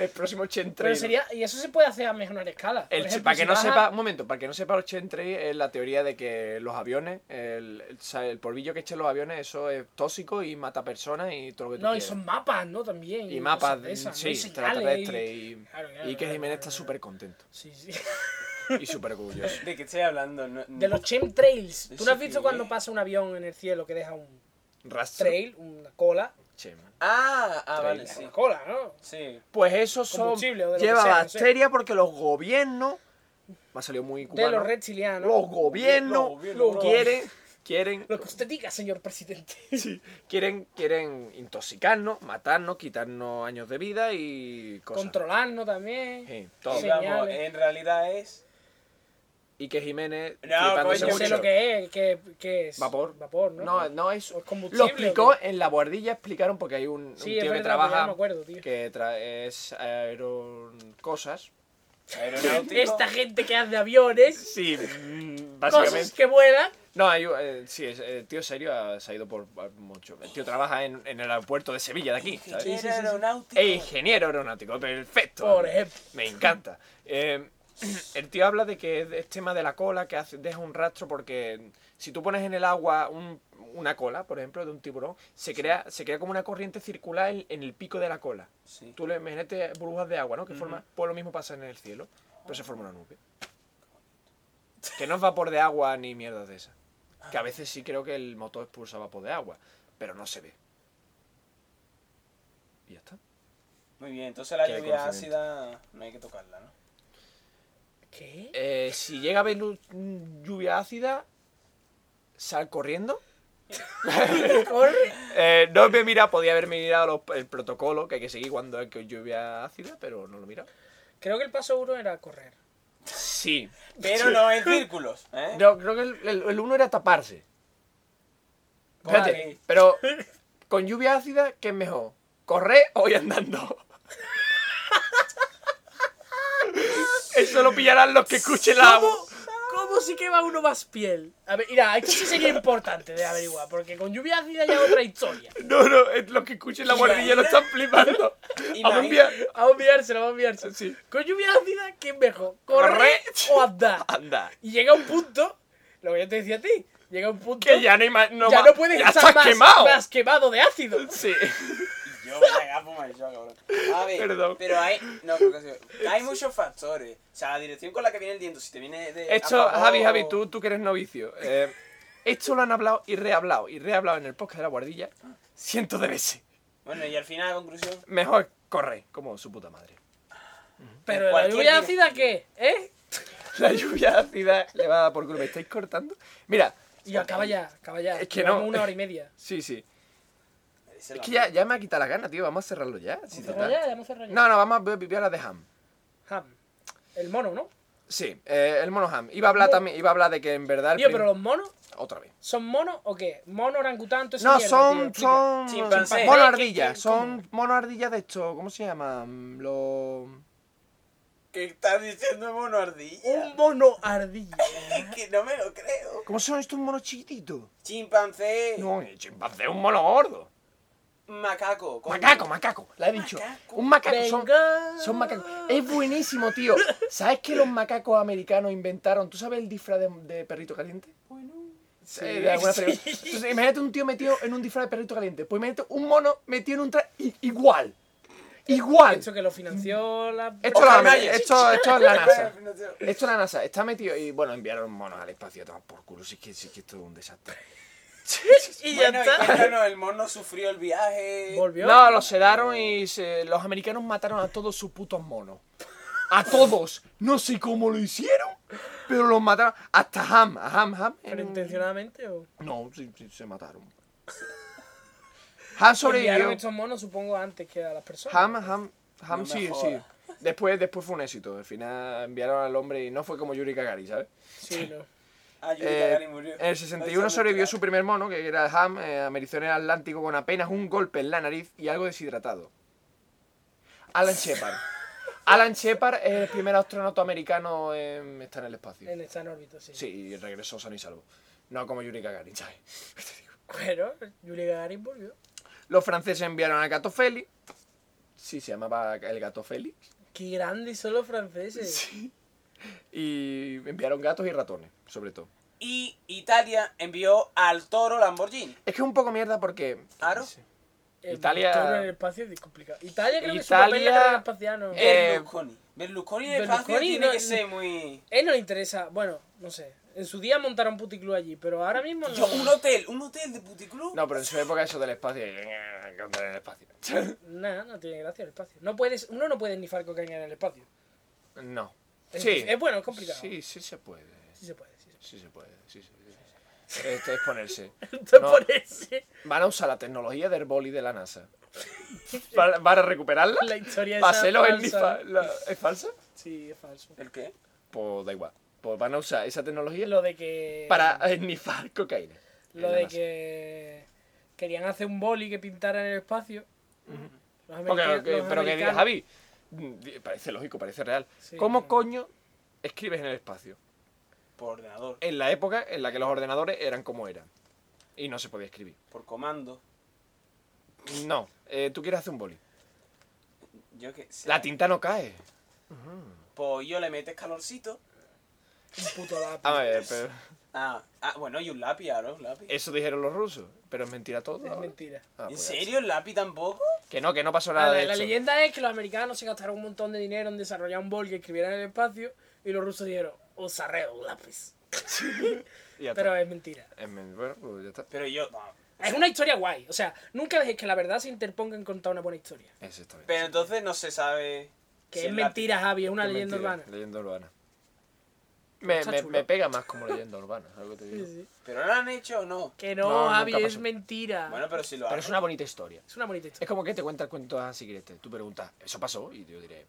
A: El próximo
B: Pero
A: chentre.
B: sería, y eso se puede hacer a menor escala. Por
A: El che-
B: ejemplo,
A: para
B: si
A: que no
B: vas a-
A: sepa, un momento, para que no sepa los chemtrails es la teoría de que los aviones, el, el- o sea, el polvillo que echen los aviones, eso es tóxico y mata personas y todo lo que pues, tú
B: No, y
A: quieras.
B: son mapas, ¿no? También.
A: Y mapas, mm,
B: cosas de esas, ¿no?
A: sí,
B: Y señales,
A: extraterrestres
B: y-
A: y,
B: Claro, claro,
A: y que
B: claro,
A: Jiménez
B: claro,
A: está
B: claro.
A: súper contento
B: Sí, sí.
A: y súper orgulloso.
C: ¿De qué estoy hablando? No-
B: De los
C: no-
B: chemtrails. ¿Tú no has
C: ¿Eso
B: visto
C: qué
B: cuando
C: es?
B: pasa un avión en el cielo que deja un
A: Rastro.
B: trail, una cola?
A: Chema.
C: Ah, ah, vale,
A: Trailer.
C: sí.
B: Una cola, ¿no?
C: Sí.
A: Pues eso son
B: Combustible o de lo que
A: lleva
B: sea, no sé.
A: bacteria porque los gobiernos me ha salido muy
B: De
A: cubano.
B: los reptilianos.
A: los gobiernos
C: Los gobiernos, los-
A: quieren quieren
B: Lo que usted diga, señor presidente.
A: Sí, quieren, quieren intoxicarnos, matarnos, quitarnos años de vida y cosas.
B: Controlarnos también.
A: Sí, todo.
B: Sí.
C: Vamos,
B: Señales.
C: en realidad es.
A: Y que Jiménez,
C: No,
A: flipándose
B: Yo
C: coño,
B: sé
A: mucho.
B: lo que es, que, que es.
A: Pues Vapor.
B: Vapor, ¿no?
A: No, no, es...
B: ¿O es combustible
A: Lo
B: o
A: explicó
B: qué?
A: en la guardilla, explicaron, porque hay un, un
B: Sí, es
A: tío que
B: verdad, ya
A: trabaja...
B: me acuerdo, tío.
A: Que tra- es aeron... cosas.
C: Aeronáutico.
B: Esta gente que hace aviones,
A: Sí, mm,
B: cosas
A: básicamente.
B: que vuelan.
A: No, hay, un- eh, sí, es- el tío serio ha, se ha ido por por mucho. El tío trabaja en, en el aeropuerto de Sevilla de aquí, ¿sabes?
C: Ingeniero aeronáutico.
A: E ingeniero aeronáutico, perfecto.
B: Por ejemplo.
A: Me encanta. Eh, el tío habla de que es tema de la cola, que hace- deja un rastro, porque si tú pones en el agua un- una cola, por ejemplo, de un tiburón, se crea, se crea como una corriente circular en, en el pico de la cola.
C: Sí.
A: Tú le imagínate burbujas de agua, ¿no? Que forma. Pues lo mismo pasa en el cielo, pero se forma una nube. Que no es vapor de agua ni mierdas de esas. Que a veces sí creo que el motor expulsa vapor de agua, pero no se ve. Y ya está.
C: Muy bien, entonces la
A: Qué
C: lluvia
A: conocimiento.
C: ácida no hay que tocarla, ¿no?
B: ¿Qué?
A: Eh, si llega a haber lu- mm, lluvia ácida, sal corriendo.
B: Corre.
A: Eh, no me mira, podía haberme mirado los- el protocolo que hay que seguir cuando hay que lluvia ácida, pero no lo mira.
B: Creo que el paso uno era correr.
A: Sí.
C: Pero no en círculos, ¿eh?
A: No, creo que el, el- el uno era taparse.
C: Vale.
A: Espérate, pero con lluvia ácida, ¿qué es mejor? ¿Correr o ir andando? Eso lo pillarán los que escuchen la
B: ¿Cómo, ¿Cómo se quema uno más piel? A ver, mira, esto sí sería importante de averiguar, porque con lluvia ácida ya es otra historia.
A: No, no, es los que escuchen la guardilla lo están flipando. Vamos a enviar.
B: Vamos a mirárselo, vamos a mirárselo.
A: Sí.
B: Con lluvia ácida, ¿qué es mejor? ¿Correr
A: Correr.
B: o andar?
A: Anda.
B: Y llega un punto, lo que yo te decía a ti, llega un punto
A: Que ya no, hay ma- no,
B: ya
A: ma-
B: no puedes
A: ya
B: estar
A: estás
B: más
A: quemado. Pues
B: más quemado de ácido.
A: Sí.
C: Y Yo me la gapo, man, yo, cabrón. A ver,
A: Perdón.
C: pero hay. No, creo que sí. Hay muchos factores. O sea, la dirección con la que viene el viento, si te viene de. a
A: Esto,
C: favor
A: Javi, Javi,
C: o-
A: tú, tú que eres novicio. eh, esto lo han hablado y rehablado y rehablado en el podcast de la guardilla cientos de veces.
C: Bueno, y al final la conclusión.
A: Mejor corre, como su puta madre.
B: Pero la
C: cualquier
B: lluvia
C: dirección.
B: ácida, ¿qué? ¿Eh?
A: La lluvia ácida le va a dar por culo. ¿Me estáis cortando? Mira.
B: Y acaba ya, acaba ya.
A: Es que
B: Llevamos
A: no.
B: una hora y media.
A: Sí, sí.
C: merece
A: Es
C: la
A: que ya,
C: pena.
A: ya me ha quitado la gana, tío. Vamos a cerrarlo ya. si
B: ¿Cerrado
A: total.
B: ya? ¿Ya hemos cerrado ya?
A: No, no, vamos a vivir a la de Ham.
B: Ham. El mono, ¿no?
A: Sí, eh, el mono Ham. Iba a hablar también, iba a hablar de que en verdad. el
B: Tío,
A: prim-
B: pero los monos,
A: Otra vez.
B: ¿son monos o qué? ¿Mono, orangután, todo eso?
A: No, son, son
C: Chimpancé.
A: mono
B: ¿Qué-
A: ardillas,
B: qué-
A: son mono ardillas de esto, ¿cómo se llama? Los
C: ¿Qué estás diciendo, mono ardilla?
B: Un mono ardilla.
C: que no me lo creo.
A: ¿Cómo son estos monos chiquititos?
C: Chimpancé.
A: No, el chimpancé es un mono gordo.
C: Macaco. con-
A: Macaco, macaco, la he dicho.
C: Macaco.
A: Un macaco, son,
B: Venga.
A: son macacos. Es buenísimo, tío. ¿Sabes que los macacos americanos inventaron? ¿Tú sabes el disfraz de, de perrito caliente? Sí, de alguna
B: sí.
A: película. Entonces, imagínate un tío metido en un disfraz de perrito caliente. Pues imagínate un mono metido en un traje i- igual. Igual.
B: Esto que lo financió la...
A: Esto, la-
C: Ojalá.
A: esto, esto es la NASA.
C: No sé.
A: Esto es la NASA. Está metido y bueno, enviaron monos al espacio a tomar por culo. Si es que, si es que esto es un desastre.
B: Y ya
C: Bueno, y
B: está.
C: cuéntanos, el mono sufrió el viaje.
B: Volvió.
A: No, los sedaron y se- los americanos mataron a todos sus putos monos. A todos. No sé cómo lo hicieron, pero los mataron. Hasta Ham. A Ham, Ham. era
B: ¿Pero
A: un-
B: intencionadamente o...?
A: No, sí, sí, se mataron. Ham
B: Enviaron
A: sobrevivió.
B: estos monos, supongo, antes que a las personas.
A: Ham, Ham, Ham,
C: No me
A: sí, sí.
C: jodas.
A: Después, después fue un éxito. Al final enviaron al hombre y no fue como Yuri Kagari, ¿sabes?
B: Sí, no.
C: Ah, Yuri
A: Eh,
C: Gagarin murió.
A: en el 61 sobrevivió su primer mono, que era el Ham, eh, amerizó en el Atlántico con apenas un golpe en la nariz y algo deshidratado. Alan Shepard. Alan Shepard es el primer astronauta americano en estar en el espacio.
B: En esta en órbita, sí.
A: Sí, y regresó sano y salvo. No como Yuri Gagarin, ¿sabes?
B: Pero Yuri Gagarin volvió.
A: Los franceses enviaron al gato Félix. Sí, se llamaba el gato Félix.
B: Qué grandes son los franceses.
A: Y enviaron gatos y ratones, sobre todo.
C: Y Italia envió al toro Lamborghini.
A: Es que es un poco mierda porque...
C: Claro.
B: El
A: Italia-
B: toro en el espacio es complicado. Italia creo que su
A: Italia-
B: papel en la carrera espacial no...
A: Eh,
C: Berlusconi. Berlusconi en el espacio
B: Berlusconi
C: tiene
B: no-
C: que ser muy...
B: Él no le interesa... Bueno, no sé. En su día montaron un puticlub allí, pero ahora mismo no...
C: Yo, un hotel, un hotel de puticlub.
A: No, pero en su época eso del espacio... contra el espacio.
B: Nada, no tiene gracia el espacio. No puedes, uno no puede nifar cocaína en el espacio.
A: No.
B: Es,
A: Sí.
B: es bueno, es complicado.
A: Sí,
B: Sí.
A: sí se puede.
B: se puede, sí se
A: Sí se puede. Sí, sí, sí. Esto es ponerse.
B: puede. Entonces,
A: No.
B: por ese-
A: Van a usar la tecnología del boli de la NASA. Para, para recuperarla.
B: La historia
A: Para
B: esa
A: hacerlo en
B: falsa.
A: Nifa- la- ¿Es falsa?
B: Sí, es falso.
C: ¿El qué?
A: Pues da igual. Pues van a usar esa tecnología
B: Lo de que...
A: para eh, esnifar cocaína.
B: Lo
A: En la
B: de
A: NASA.
B: que querían hacer un boli que pintara en el espacio. Los
A: Porque,
B: americanos-
A: que-
B: los
A: pero que digas,
B: americanos-
A: Javi, mm, di- parece lógico, parece real.
B: Sí,
A: ¿Cómo
B: no.
A: coño escribes en el espacio?
C: Por ordenador,
A: En la época en la que los ordenadores eran como eran. Y no se podía escribir.
C: por comando.
A: No, eh, tú quieres hacer un boli.
C: Yo qué sé.
A: La tinta no cae.
C: Pues yo le metes calorcito.
B: Un puto lápiz.
A: A ver, pero
C: Ah, ah, bueno, y un lápiz, ahora un lápiz.
A: eso dijeron los rusos. Pero es mentira todo.
B: Es
A: ahora.
B: mentira.
A: Ah,
C: ¿En
A: pues,
C: serio el lápiz tampoco?
A: Que no, que no pasó
B: A
A: nada
B: ver,
A: de
B: la
A: esto.
B: leyenda es que los americanos se gastaron un montón de dinero en desarrollar un boli que escribiera en el espacio y los rusos dijeron, "Oh, os arreo un lápiz.
A: Y ya está.
B: pues". Pero es mentira.
A: Es men- bueno, pues ya está.
C: Pero yo... no.
B: Es una historia guay. O sea, nunca dejes que la verdad se interponga en contar una buena historia.
A: Ese está bien.
C: Pero entonces no se sabe...
B: Que
C: si
B: es
C: el lápiz-
B: mentira, Javi, es una
A: Qué
B: leyenda
A: mentira,
B: urbana. Pues
A: Leyenda urbana. Me,
B: Está
A: me-
B: chulo.
A: me pega más como leyenda urbana, ¿sabes lo que te digo?
B: Sí, sí.
C: ¿Pero lo han hecho o no?
B: Que no,
A: No,
B: Javi,
A: nunca
B: es
A: pasó.
B: mentira.
C: Bueno, pero si lo
A: Pero es
C: hacen.
A: una bonita historia.
B: Ah. Es una bonita
A: Es
B: historia.
A: como que te cuenta el cuento así que este, Tú preguntas, ¿eso pasó? Y yo diré,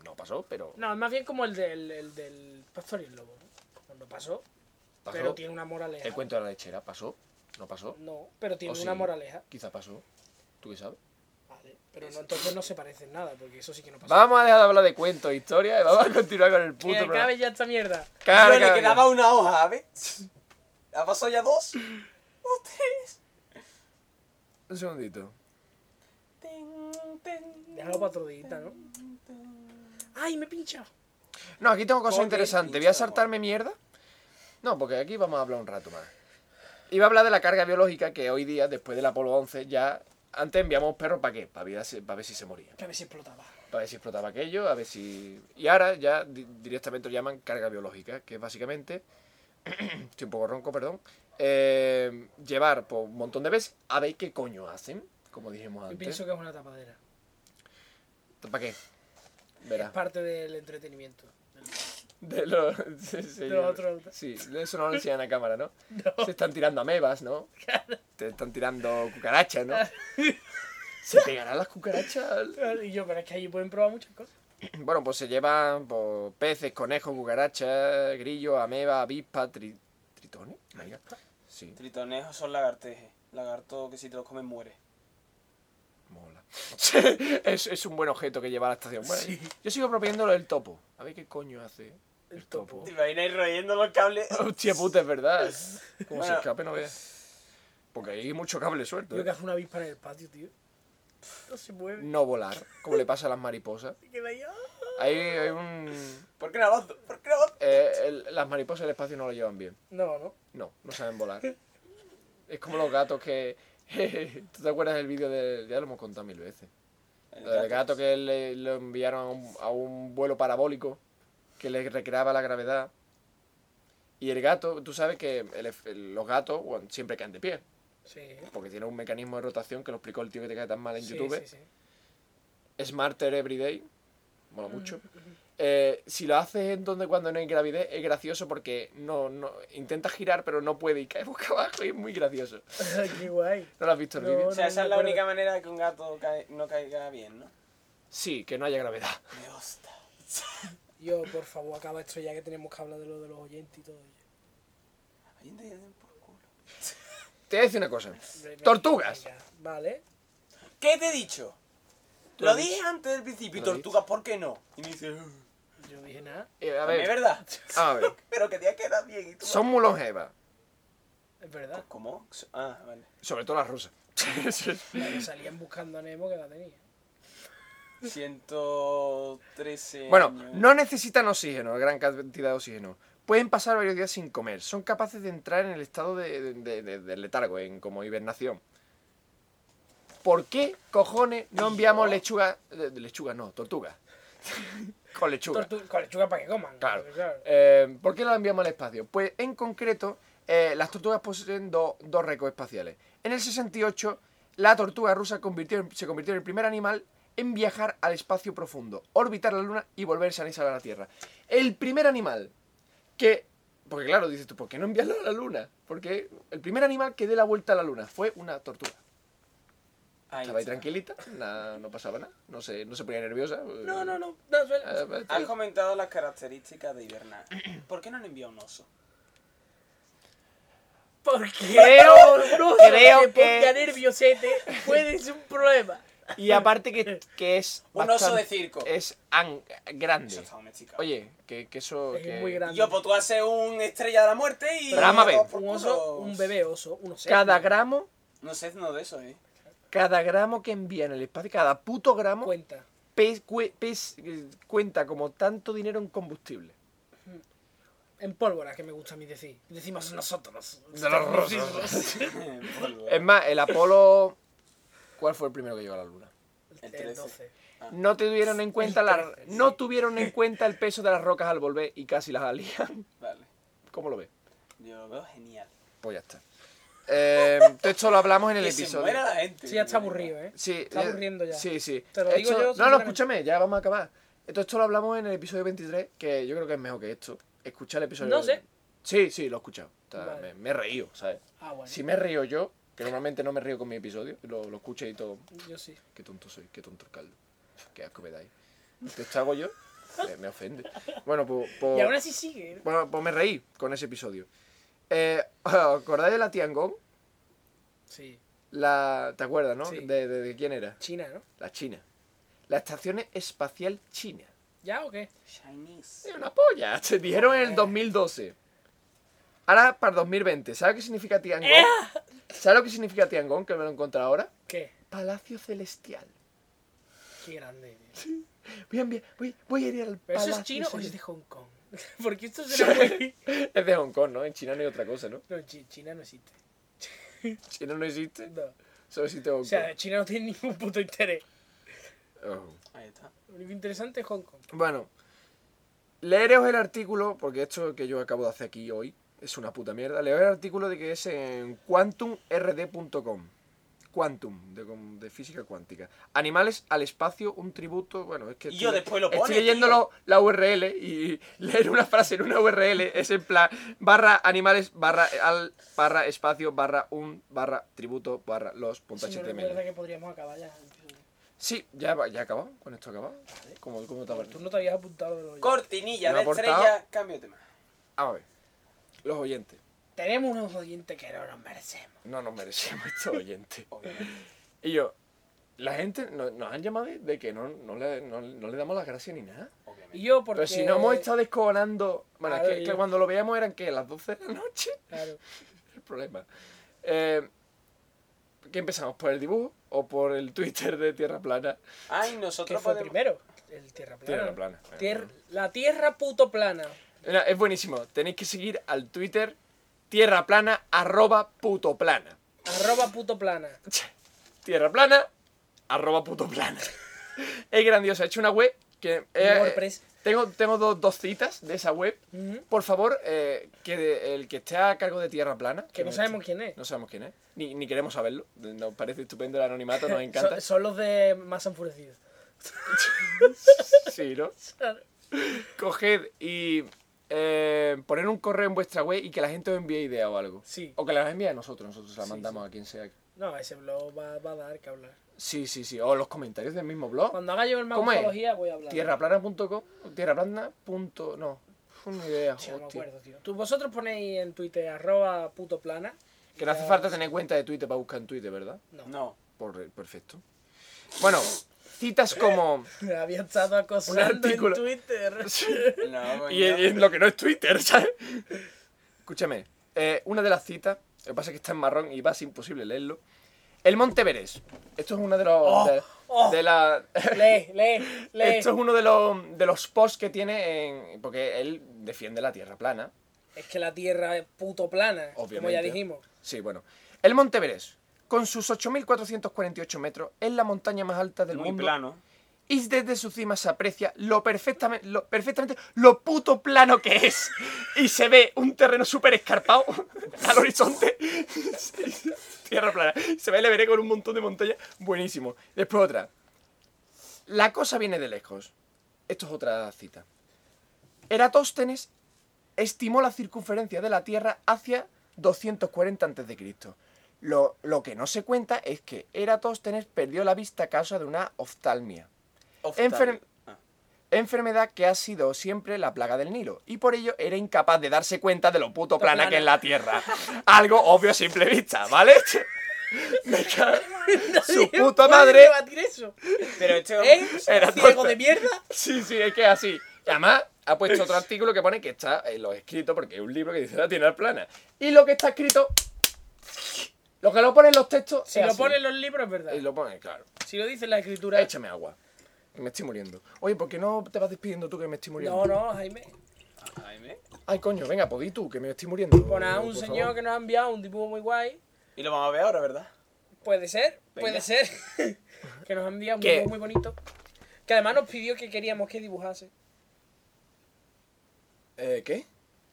A: "Mm, no pasó, pero
B: No, es más bien como el del, el del pastor y el lobo. ¿no? Cuando pasó,
A: pasó.
B: pero tiene una moraleja.
A: El cuento de la lechera, ¿pasó? ¿No pasó?
B: No, pero tiene
A: O
B: una
A: sí.
B: moraleja.
A: Quizá pasó. ¿Tú qué sabes?
B: Vale. Pero no, entonces no se parecen nada, porque eso sí que no pasó.
A: Vamos a dejar de hablar de cuentos e historias y vamos a continuar con el puto
B: Que
A: programa.
B: acabe ya esta mierda.
A: Cara,
C: Yo le
A: cara,
C: quedaba una hoja, ¿sabes? ¿Ha pasado ya dos? ¿O tres?
A: Un segundito.
C: Ten, ten,
B: Déjalo para otro día, ¿no? ¡Ay, me he pinchado!
A: No, aquí tengo cosas
C: Coño,
A: interesantes.
C: pinche
A: ¿Voy a
C: amor.
A: saltarme mierda? No, porque aquí vamos a hablar un rato más. Iba a hablar de la carga biológica que hoy día, después del Apolo 11, ya... Antes enviamos perros para qué? Para ver si se moría.
B: Que a ver si explotaba.
A: para ver si explotaba aquello, a ver si... Y ahora ya di- directamente lo llaman carga biológica, que es básicamente, estoy un poco ronco, perdón, eh, llevar por un montón de veces a ver qué coño hacen, como dijimos
B: Yo
A: antes.
B: pienso que es una tapadera.
A: ¿Para qué? Verá.
B: Parte del entretenimiento.
A: De lo, sí, sí,
B: De
A: yo-
B: otro-
A: Sí, de eso no lo enseñan a cámara, ¿no? Se están tirando amebas, ¿no? Te están tirando cucarachas, ¿no? ¿Se pegarán las cucarachas?
B: Y yo, pero es que allí pueden probar muchas cosas.
A: Bueno, pues se llevan pues, peces, conejos, cucarachas, grillos, amebas, avispas, tri- tritones. Venga. Sí,
C: Tritonejos son lagartejes. Lagarto que si te los comes muere.
A: mola. es, es un buen objeto que lleva a la estación. Bueno,
B: Sí.
A: Yo sigo proponiendo lo del topo. A ver qué coño hace el topo.
C: ¿Te imaginas royendo los cables?
A: Hostia puta, es verdad. Como se
C: Bueno.
A: escape, no veas. Porque hay mucho cable suelto.
B: Yo
A: ¿eh? Mm.
B: que hago una avispa en el patio, tío. No se mueve.
A: No volar, como le pasa a las mariposas.
B: Se queda ahí. ¡ah!
A: Hay, hay un.
C: ¿Por qué no avanzo? ¿Por qué no avanzo?
A: eh, el- las mariposas del espacio no lo llevan bien.
B: No, no.
A: No, no saben volar. es como los gatos que. ¿Tú te acuerdas del vídeo del. Ya lo hemos contado mil veces. El del gato que le, lo enviaron a un, a un vuelo parabólico que le recreaba la gravedad. Y el gato, tú sabes que el ef- el- los gatos bueno, siempre caen de pie.
B: Sí.
A: Porque tienen un mecanismo de rotación que lo explicó el tío que te cae tan mal en
B: Sí,
A: YouTube.
B: sí, sí. Mm,
A: Smarter Everyday. Mola mucho. eh, si lo haces en donde cuando no hay gravidez, es gracioso porque no, no intenta girar, pero no puede y cae boca abajo y es muy gracioso.
B: Qué guay.
A: ¿No lo has visto el
B: No,
A: vídeo?
C: O sea,
B: no
C: esa
B: me
C: es la
B: acuerdo.
C: única manera de que un gato cae- no caiga bien, ¿no?
A: Sí, que no haya gravedad.
C: Me gusta.
B: Yo, por favor, acaba esto ya que tenemos que hablar de lo de los oyentes y todo ello.
C: Ay, te den por culo.
A: Te voy a decir una cosa. Eh, Tortugas.
B: Venga, Vale.
C: ¿Qué te he dicho?
A: Tú
C: Lo
A: has
C: dije antes del principio, y
A: Lo he
C: tortugas, ¿por qué no? Y me dice, "Ugh".
B: Yo dije nada.
A: Eh, a
C: También es
A: ver,
C: verdad.
A: a ver.
C: Pero que te ha quedado bien. y tú-
A: Son muy longevas,
B: Es verdad.
C: ¿Cómo? Ah, vale.
A: sobre todo las rusas.
B: La que salían buscando a Nemo que la tenía.
C: 113
A: Bueno,
C: años.
A: no necesitan oxígeno, gran cantidad de oxígeno. Pueden pasar varios días sin comer. Son capaces de entrar en el estado de, de- de- de letargo, en como hibernación. ¿Por qué cojones no enviamos lechuga? de- de Lechuga no, tortuga. Con lechuga.
B: Tortu- con lechuga para que coman. Pues
A: Claro.
B: claro.
A: Eh, ¿Por qué las enviamos al espacio? Pues en concreto, eh, las tortugas poseen do- dos récords espaciales. En el 68, la tortuga rusa convirtió en- se convirtió en el primer animal en viajar al espacio profundo, orbitar la Luna y volverse a anexar a la Tierra. El primer animal que... Porque claro, dices tú, ¿por qué no enviarlo a la Luna? Porque el primer animal que dé la vuelta a la Luna fue una tortuga.
C: Ahí
A: Estaba ahí
C: está.
A: tranquilita, na- no pasaba nada, no se, no se ponía nerviosa.
B: No, no, no. no suena.
A: Eh, eh,
C: Has comentado las características de hibernar. ¿Por qué no le envía un oso?
B: Porque
A: Creo- creo
B: no se te ponga
A: que-
B: nerviosete puede ser un problema.
A: Y aparte que, que es...
C: Un oso
A: bastante-
C: de circo.
A: Es an-
C: Eso
A: grande.
C: está domesticado.
A: Oye, que, que eso...
B: Es
A: que
B: muy grande.
C: Yo, pues tú haces un estrella de la muerte y.
A: Pero vamos a ver.
C: por
B: Un
C: culo.
B: oso, un bebé oso, un oso.
A: Cada gramo,
C: No sé, no de eso, ¿eh?
A: cada gramo que envían al espacio, cada puto gramo,
B: Cuenta.
A: pes- cue- pes- eh, cuenta como tanto dinero en combustible.
B: En pólvora, que me gusta a mí decir. Decimos nosotros.
A: De los rusos.
C: Polvo.
A: Es más, el Apolo... ¿Cuál fue el primero que llegó a la Luna?
C: El
B: El
C: 13.
B: 12.
A: No tuvieron en cuenta la,
B: trece,
A: no tuvieron en cuenta el peso de las rocas al volver y casi las alían.
C: Vale.
A: ¿Cómo lo ves?
C: Yo lo veo genial.
A: Pues ya está. Eh, esto lo hablamos en el
C: que se
A: episodio.
C: muera la gente.
B: Sí, ya está aburrido, ¿eh?
A: Sí,
B: Está aburriendo ya.
A: Sí, sí.
B: Te lo
A: Esto-
B: digo yo
A: No, no,
B: sinceramente.
A: escúchame, ya vamos a acabar. Esto, esto lo hablamos en el episodio 23, que yo creo que es mejor que esto. Escucha el episodio.
B: No sé.
A: Sí, sí, lo he escuchado. Está-
B: Vale.
A: me, me he reído, ¿sabes?
B: Ah, bueno.
A: Si me he reído yo, que normalmente no me río con mi episodio, lo, lo escuché y todo.
B: Yo sí.
A: Qué tonto soy, qué tonto el caldo. Qué asco me dais. Esto hago yo, Eh, me, me ofende. Bueno, pues. pues-
B: Y ahora sí sigue. ¿eh?
A: bueno, pues me reí con ese episodio. Eh, ¿Acordáis de la Tiangong?
B: Sí.
A: La, ¿Te acuerdas, no?
B: Sí.
A: De- de- ¿De quién era?
B: China, ¿no?
A: La China. La Estación Espacial China.
B: ¿Ya o qué?
C: Chinese.
A: Es una polla. Se dijeron en el 2012. Ahora para 2020. ¿Sabes qué significa
B: ¡Eh!
A: Tiangong? ¿Sabes lo que significa Tiangong? Que me lo encontré ahora.
B: ¿Qué?
A: Palacio Celestial.
B: Qué grande. tío.
A: Voy a, enviar- voy, voy a ir al
B: ¿Pero eso
A: Palacio
B: es chino o es de
A: Celestial.
B: Hong Kong? Porque esto será muy...
A: Es de Hong Kong, ¿no? En China no hay otra cosa, ¿no?
B: No, Chi- China no existe.
A: China no existe.
B: No.
A: Solo existe Hong
B: O
A: Kong.
B: sea, China no tiene ningún puto interés.
A: Oh.
C: Ahí está.
B: Lo único interesante es Hong Kong.
A: Bueno, leeros el artículo, porque esto que yo acabo de hacer aquí hoy es una puta mierda. Leeros el artículo de que es en quantumrd.com. Quantum, de, com- de física cuántica. Animales al espacio, un tributo. Bueno, es que.
C: Y yo después lo
A: Estoy
C: pone,
A: leyéndolo la URL y leer una frase en una URL es en plan barra animales barra al barra espacio barra un barra tributo barra los punto
B: Si me
A: HTML.
B: recuerda que podríamos acabar ya.
A: Sí, ya, va- ya acabado. Con esto acabado. Como, como te habrá-
B: Pues Tú no te habías apuntado de los oyentes.
C: Cortinilla
A: Me
C: de
A: ha aportado.
C: estrella, cambio de tema.
A: A ver, los oyentes.
B: Tenemos unos oyentes que no nos merecemos.
A: No nos merecemos estos oyentes.
C: Obviamente.
A: Y yo, la gente no- nos han llamado de, de que no, no, le, no- no le damos las gracias ni nada.
C: obviamente.
B: Y yo porque...
A: Pero si no hemos estado descojonando. Bueno, es
B: Claro,
A: que,
B: y-
A: que cuando lo veíamos eran que las 12 de la noche.
B: Claro.
A: El problema. Eh, ¿Qué empezamos? ¿Por el dibujo o por el Twitter de Tierra Plana?
C: Ay,
B: ¿Qué
C: nosotros
B: fue
C: podemos.
B: primero? El Tierra Plana.
A: Tierra
B: ¿no?
A: Plana. eh.
B: Tier- La Tierra puto plana.
A: Mira, es buenísimo. Tenéis que seguir al Twitter Tierra Plana arroba puto plana.
B: Arroba puto plana.
A: Tierra plana, arroba puto plana. es grandioso. He hecho una web que... eh,
B: WordPress.
A: tengo tengo dos, dos citas de esa web.
B: Ujú.
A: Por favor, eh, que de- el que esté a cargo de Tierra Plana...
B: Que no sabemos quién es.
A: No sabemos quién es. Ni, ni queremos saberlo. Nos parece estupendo el anonimato, nos encanta.
B: Son, son los de más enfurecidos.
A: sí, ¿no? Coged y eh, poner un correo en vuestra web y que la gente os envíe ideas o algo.
B: Sí.
A: O que las envíe a nosotros, nosotros se las
B: Sí,
A: mandamos a quien sea.
B: No, ese blog va, va a dar que hablar.
A: Sí, sí, sí. O los comentarios del mismo blog.
B: Cuando haga yo el
A: ¿Cómo es?
B: magofología voy a hablar.
A: Tierraplana.com. Tierraplana. punto- No. Una idea,
B: Tío, no me
A: hostia.
B: acuerdo, tío. Tú, vosotros ponéis en Twitter arroba puto plana.
A: Que no hace falta tener cuenta de Twitter para buscar en Twitter, ¿verdad?
C: No.
A: Por- perfecto. Bueno, citas como.
B: Había estado acosando en
A: artículo.
B: Twitter.
C: No, coño.
A: Y en, en lo que no es Twitter, ¿sabes? Escúchame, eh, una de las citas, lo que pasa es que está en marrón y va a ser imposible leerlo. El Monte Everest. Esto es uno de los. de,
B: oh.
A: de la-
B: Lee, lee, lee.
A: esto es uno de los, de los posts que tiene en- Porque él defiende la Tierra plana.
B: Es que la Tierra es puto plana, como ya
A: Obviamente.
B: dijimos.
A: Sí, bueno. El Monte Everest, con sus 8.448 metros, es la montaña más alta del
C: Muy
A: mundo.
C: plano.
A: Y desde su cima se aprecia lo perfectamente, lo perfectamente, lo puto plano que es. Y se ve un terreno súper escarpado al horizonte. Tierra plana. Se ve el veré con un montón de montañas. Buenísimo. Después otra. La cosa viene de lejos. Esto es otra cita. Eratóstenes estimó la circunferencia de la Tierra hacia 240 a.C. Lo, lo que no se cuenta es que Eratóstenes perdió la vista a causa de una oftalmia Enfer-
C: Ah.
A: enfermedad que ha sido siempre la plaga del Nilo, y por ello era incapaz de darse cuenta de lo puto plana,
B: plana.
A: que es la Tierra. Algo obvio a simple vista, ¿vale? Me cago- Su puta
B: ¿Puedes
A: madre.
B: debatir eso?
C: Pero este hombre-
B: ¿Eh?
A: Era
B: ¿Ciego
A: tonto.
B: de mierda?
A: Sí, sí, es que es así. Y además, ha puesto otro artículo que pone que está en los escritos, porque es un libro que dice la Tierra es plana. Y lo que está escrito, lo que lo ponen los textos,
B: Si
A: es
B: lo
A: así.
B: ponen los libros es verdad.
A: Y lo pone, claro.
B: Si lo dice la escritura...
A: Échame agua. Me estoy muriendo. Oye, ¿por qué no te vas despidiendo tú que me estoy muriendo?
B: No, no, Jaime.
C: Jaime.
A: Ay, coño, venga, podí tú, que me estoy muriendo.
B: Pues nada, un
A: Por
B: señor
A: favor.
B: que nos ha enviado un dibujo muy guay.
C: Y lo vamos a ver ahora, ¿verdad?
B: Puede ser, puede
C: Venga.
B: ser. que nos ha enviado un
A: ¿Qué?
B: dibujo muy bonito. Que además nos pidió que queríamos que dibujase.
A: Eh, ¿Qué?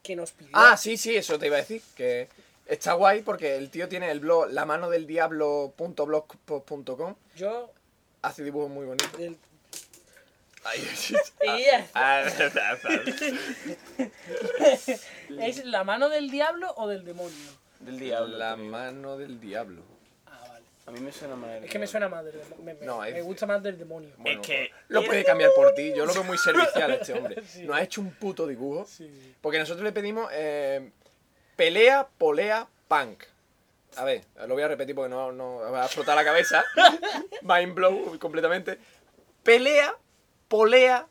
B: Que nos pidió.
A: Ah, sí, sí, eso te iba a decir. Que está guay porque el tío tiene el blog la mano del diablo.blogspot.com.
B: Yo...
A: Hace dibujos muy bonitos.
B: del-
A: Ay,
B: Ella.
A: ah, ah, ah.
B: ¿Es la mano del diablo o del demonio?
C: Del
A: la mano del diablo.
B: Ah, vale.
C: A mí me suena mal.
B: Es que me suena más del demonio. Me, me-
A: No, es-
B: me gusta más del demonio.
A: Bueno,
C: que-
A: lo puede cambiar por ti. Yo lo veo muy servicial este hombre. Nos ha hecho un puto dibujo.
B: Sí.
A: Porque nosotros le pedimos eh, pelea, polea, punk. A ver, lo voy a repetir porque no, no me va a flotar la cabeza. Mind blow completamente. Pelea, polea,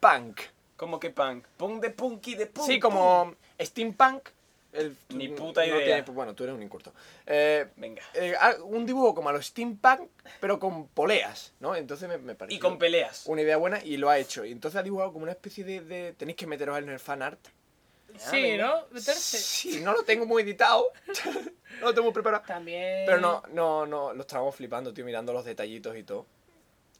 A: punk.
C: Como que punk. Punk de punky de punk.
A: Sí, como steampunk. el-
C: Ni puta idea.
A: tienes- bueno, tú eres un inculto. Eh,
C: Venga.
A: eh, ah, un dibujo como a los steampunk, pero con poleas, ¿no? Entonces me, me parece
C: Y con peleas.
A: una idea buena y lo ha hecho. Y entonces ha dibujado como una especie de... de- tenéis que meteros en el fan art. Ah,
B: Sí, ¿no? Meterse.
A: Sí, no lo tengo muy editado. no lo tengo muy preparado.
B: También.
A: Pero no, no, no, lo estábamos flipando, tío, mirando los detallitos y todo.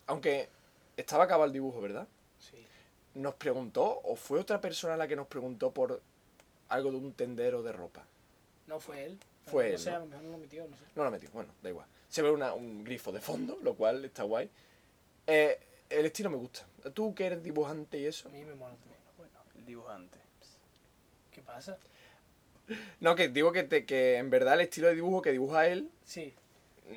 A: Aunque estaba acabado el dibujo, ¿verdad?
B: Sí.
A: Nos preguntó, o fue otra persona la que nos preguntó por algo de un tendero de ropa.
B: No fue él.
A: Fue
B: no
A: él,
B: Sé,
A: ¿no?
B: a lo mejor no lo metió, no sé.
A: No la metí, bueno, da igual. Se ve una- un grifo de fondo, lo cual está guay. Eh, el estilo me gusta. Tú que eres dibujante y
B: A
A: eso.
B: mí me mola también. Bueno,
C: El dibujante.
B: ¿qué pasa?
A: No, que digo que, te- que en verdad el estilo de dibujo que dibuja él
B: Sí.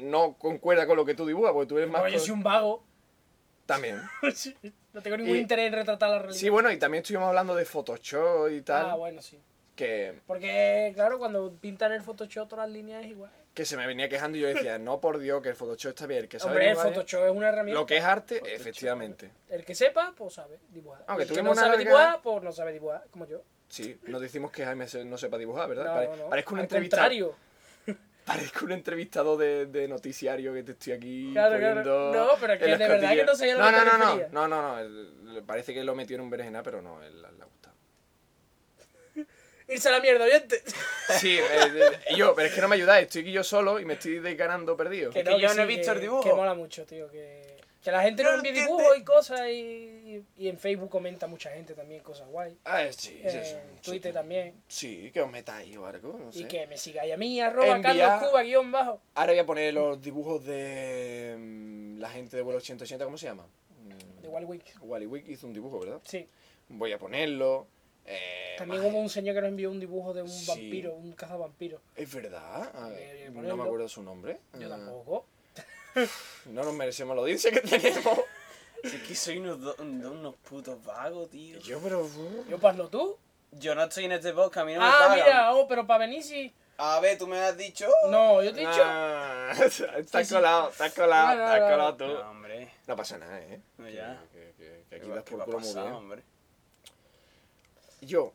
A: no concuerda con lo que tú dibujas, porque tú eres más...
B: Pero yo
A: pro-
B: soy un vago.
A: También.
B: no tengo ningún
A: Y-
B: interés en retratar la realidad.
A: Sí, bueno, y también estuvimos hablando de Photoshop y tal,
B: Ah, bueno, sí.
A: que,
B: Porque, claro, cuando pintan el Photoshop todas las líneas es igual.
A: que se me venía quejando y yo decía, no, por Dios, que el Photoshop está bien, el que sabe
B: Hombre, el
A: dibujar bien".
B: Photoshop es una herramienta.
A: lo que es arte, efectivamente.
B: El que sepa, pues sabe dibujar.
A: Aunque
B: el que no
A: tuvimos una
B: sabe
A: larga-
B: dibujar, pues no sabe dibujar, como yo.
A: Sí, no decimos que Jaime se- no sepa dibujar, ¿verdad?
B: No,
A: Pare-
B: no, no.
A: Parezco, un
B: Al
A: entrevista-
B: contrario.
A: parezco un entrevistado de, de noticiario que te estoy aquí
B: Claro, claro.
A: poniendo
B: No, pero
A: en
B: es que
A: los
B: de verdad que no
A: cotillas.
B: sabía lo
A: no,
B: que
A: no,
B: te
A: no, no,
B: referías.
A: no, no, no, el- parece que lo metió en un berenjena, pero no, él le ha gustado.
B: Irse a la mierda, oyente.
A: Sí, eh, eh, yo, pero es que no me ayudáis, estoy aquí yo solo y me estoy desganando perdido.
C: Que yo no he visto el dibujo.
B: Que mola mucho, tío. Que, que la gente no
C: No
B: envía
C: entiende.
B: dibujos y cosas. Y, y en Facebook comenta mucha gente también cosas guay.
A: Ah, sí, sí, sí,
B: En Twitter también.
A: Sí, que os metáis o algo, no sé.
B: Y que me sigáis a mí, arroba
A: Enviar-
B: Carlos Cuba, guión bajo.
A: Ahora voy a poner los dibujos de mm, la gente de vuelo 880, ¿cómo se llama? Mm,
B: De Wild Week.
A: Wally Wick hizo un dibujo, ¿verdad?
B: Sí.
A: voy a ponerlo. eh,
B: También
A: más-
B: hubo un señor que nos envió un dibujo de un
A: Sí.
B: vampiro, un cazavampiro.
A: Es verdad, A ver,
B: Eh,
A: no
B: ponerlo.
A: me acuerdo su nombre.
B: Yo
A: Ah,
B: tampoco.
A: No nos merecemos la audiencia que tenemos.
C: Si es que soy unos, do- un- do- unos putos vagos, tío.
A: Yo, pero. uh,
B: Yo paslo tú.
C: Yo no estoy en este podcast, a mí no me
B: ah,
C: pagan.
B: mira, oh, pero para venir sí.
C: A ver, tú me has dicho.
B: No, yo te he dicho.
A: Ah, estás colado, estás colado,
B: No, no,
A: estás
B: no.
A: colado tú.
C: No, hombre.
A: No pasa nada, ¿eh?
C: No, ya.
A: Que, que- que
C: ¿Qué,
A: aquí
C: va-
A: das
C: qué
A: por
C: va a
A: culo muy
C: pasar,
A: bien.
C: hombre?
A: Yo,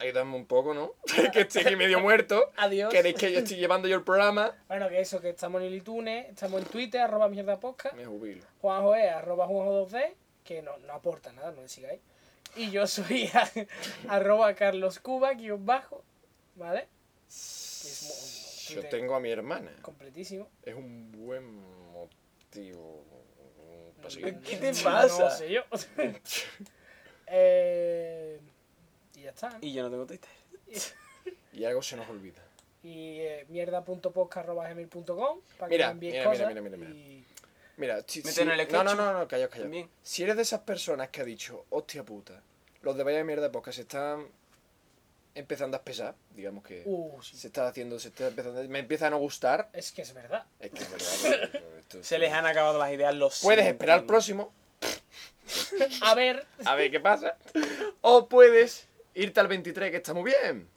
A: ayudadme un poco, ¿no? que estoy aquí medio muerto.
B: Adiós.
A: Queréis que yo estoy llevando yo el programa.
B: Bueno, que eso, que estamos en el iTunes, estamos en Twitter, arroba mierda podcast.
A: Me jubilo.
B: Juanjo es arroba Juanjo2D, que no, no aporta nada, no le sigáis. Y yo soy a- arroba Carlos Cuba, guión bajo, ¿vale? Que es mu- un- un
A: Yo
B: Twitter
A: tengo a mi hermana.
B: completísimo.
A: Es un buen motivo. para seguir.
C: ¿Qué te
B: No
C: pasa?
B: sé yo. Eh, y ya está. ¿no?
C: Y yo no tengo Twitter.
A: Y algo se nos olvida.
B: Y eh, mierda.podcast.gmail.com para que
A: Mira,
B: me envíes
A: mira, mira,
B: cosas.
A: mira, mira.
B: y-
A: Mira, si,
C: Mete
A: si-
C: en el
A: no,
C: sketch.
A: no, no, no, callaos, callaos.
C: También.
A: Si eres de esas personas que ha dicho, hostia puta, los de Vaya Mierda Podcast se están empezando a pesar, digamos que
B: Uh, sí.
A: se está haciendo, se está empezando, me empieza a no gustar.
B: Es que es verdad.
A: Es que es verdad, pero esto-
C: Se les han acabado las ideas, los
A: Puedes esperar al próximo,
B: A ver,
A: a ver qué pasa, o puedes irte al 23, que está muy bien.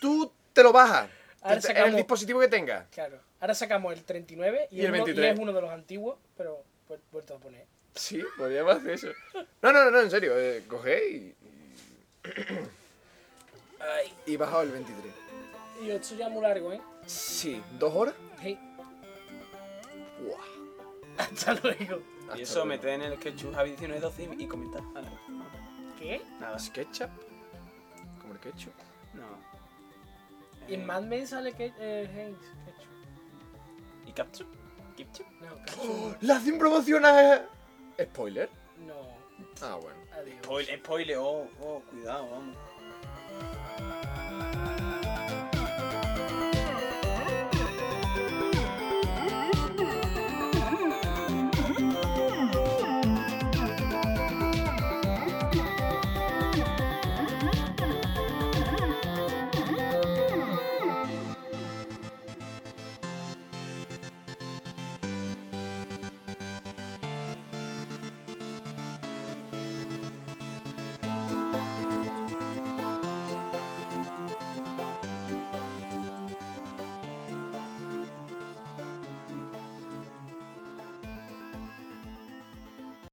A: Tú te lo bajas
B: Ahora
A: te- en el
B: sacamos-
A: dispositivo que tengas.
B: claro. Ahora sacamos el 39 y,
A: Y el
B: es uno-
A: 23.
B: es uno de los antiguos, pero vuel- vuelto a poner.
A: Sí, podríamos hacer eso. No, no, no, no, en serio, eh, coge y,
B: Ay,
A: y baja el 23.
B: y esto ya es muy largo, ¿eh?
A: Sí, dos horas.
B: Hey,
A: Buah.
B: hasta luego.
A: Hasta
C: Y eso,
A: luego.
C: meted en el SketchUp Javi 1912 y comentar. Ah, no.
B: ¿Qué?
C: Nada.
A: SketchUp. Como el ketchup.
C: No.
B: Y en
C: Eh,
B: Mad Men sale que eh, Haynes, Ketchup.
C: ¿Y Capture? ¿Capture?
B: No, Ketchup.
A: ¡Oh! ¡La hacen promocionar! ¿Spoiler?
B: No,
A: Ah, bueno.
B: adiós.
C: Spoiler, spoiler, oh, oh, cuidado, vamos.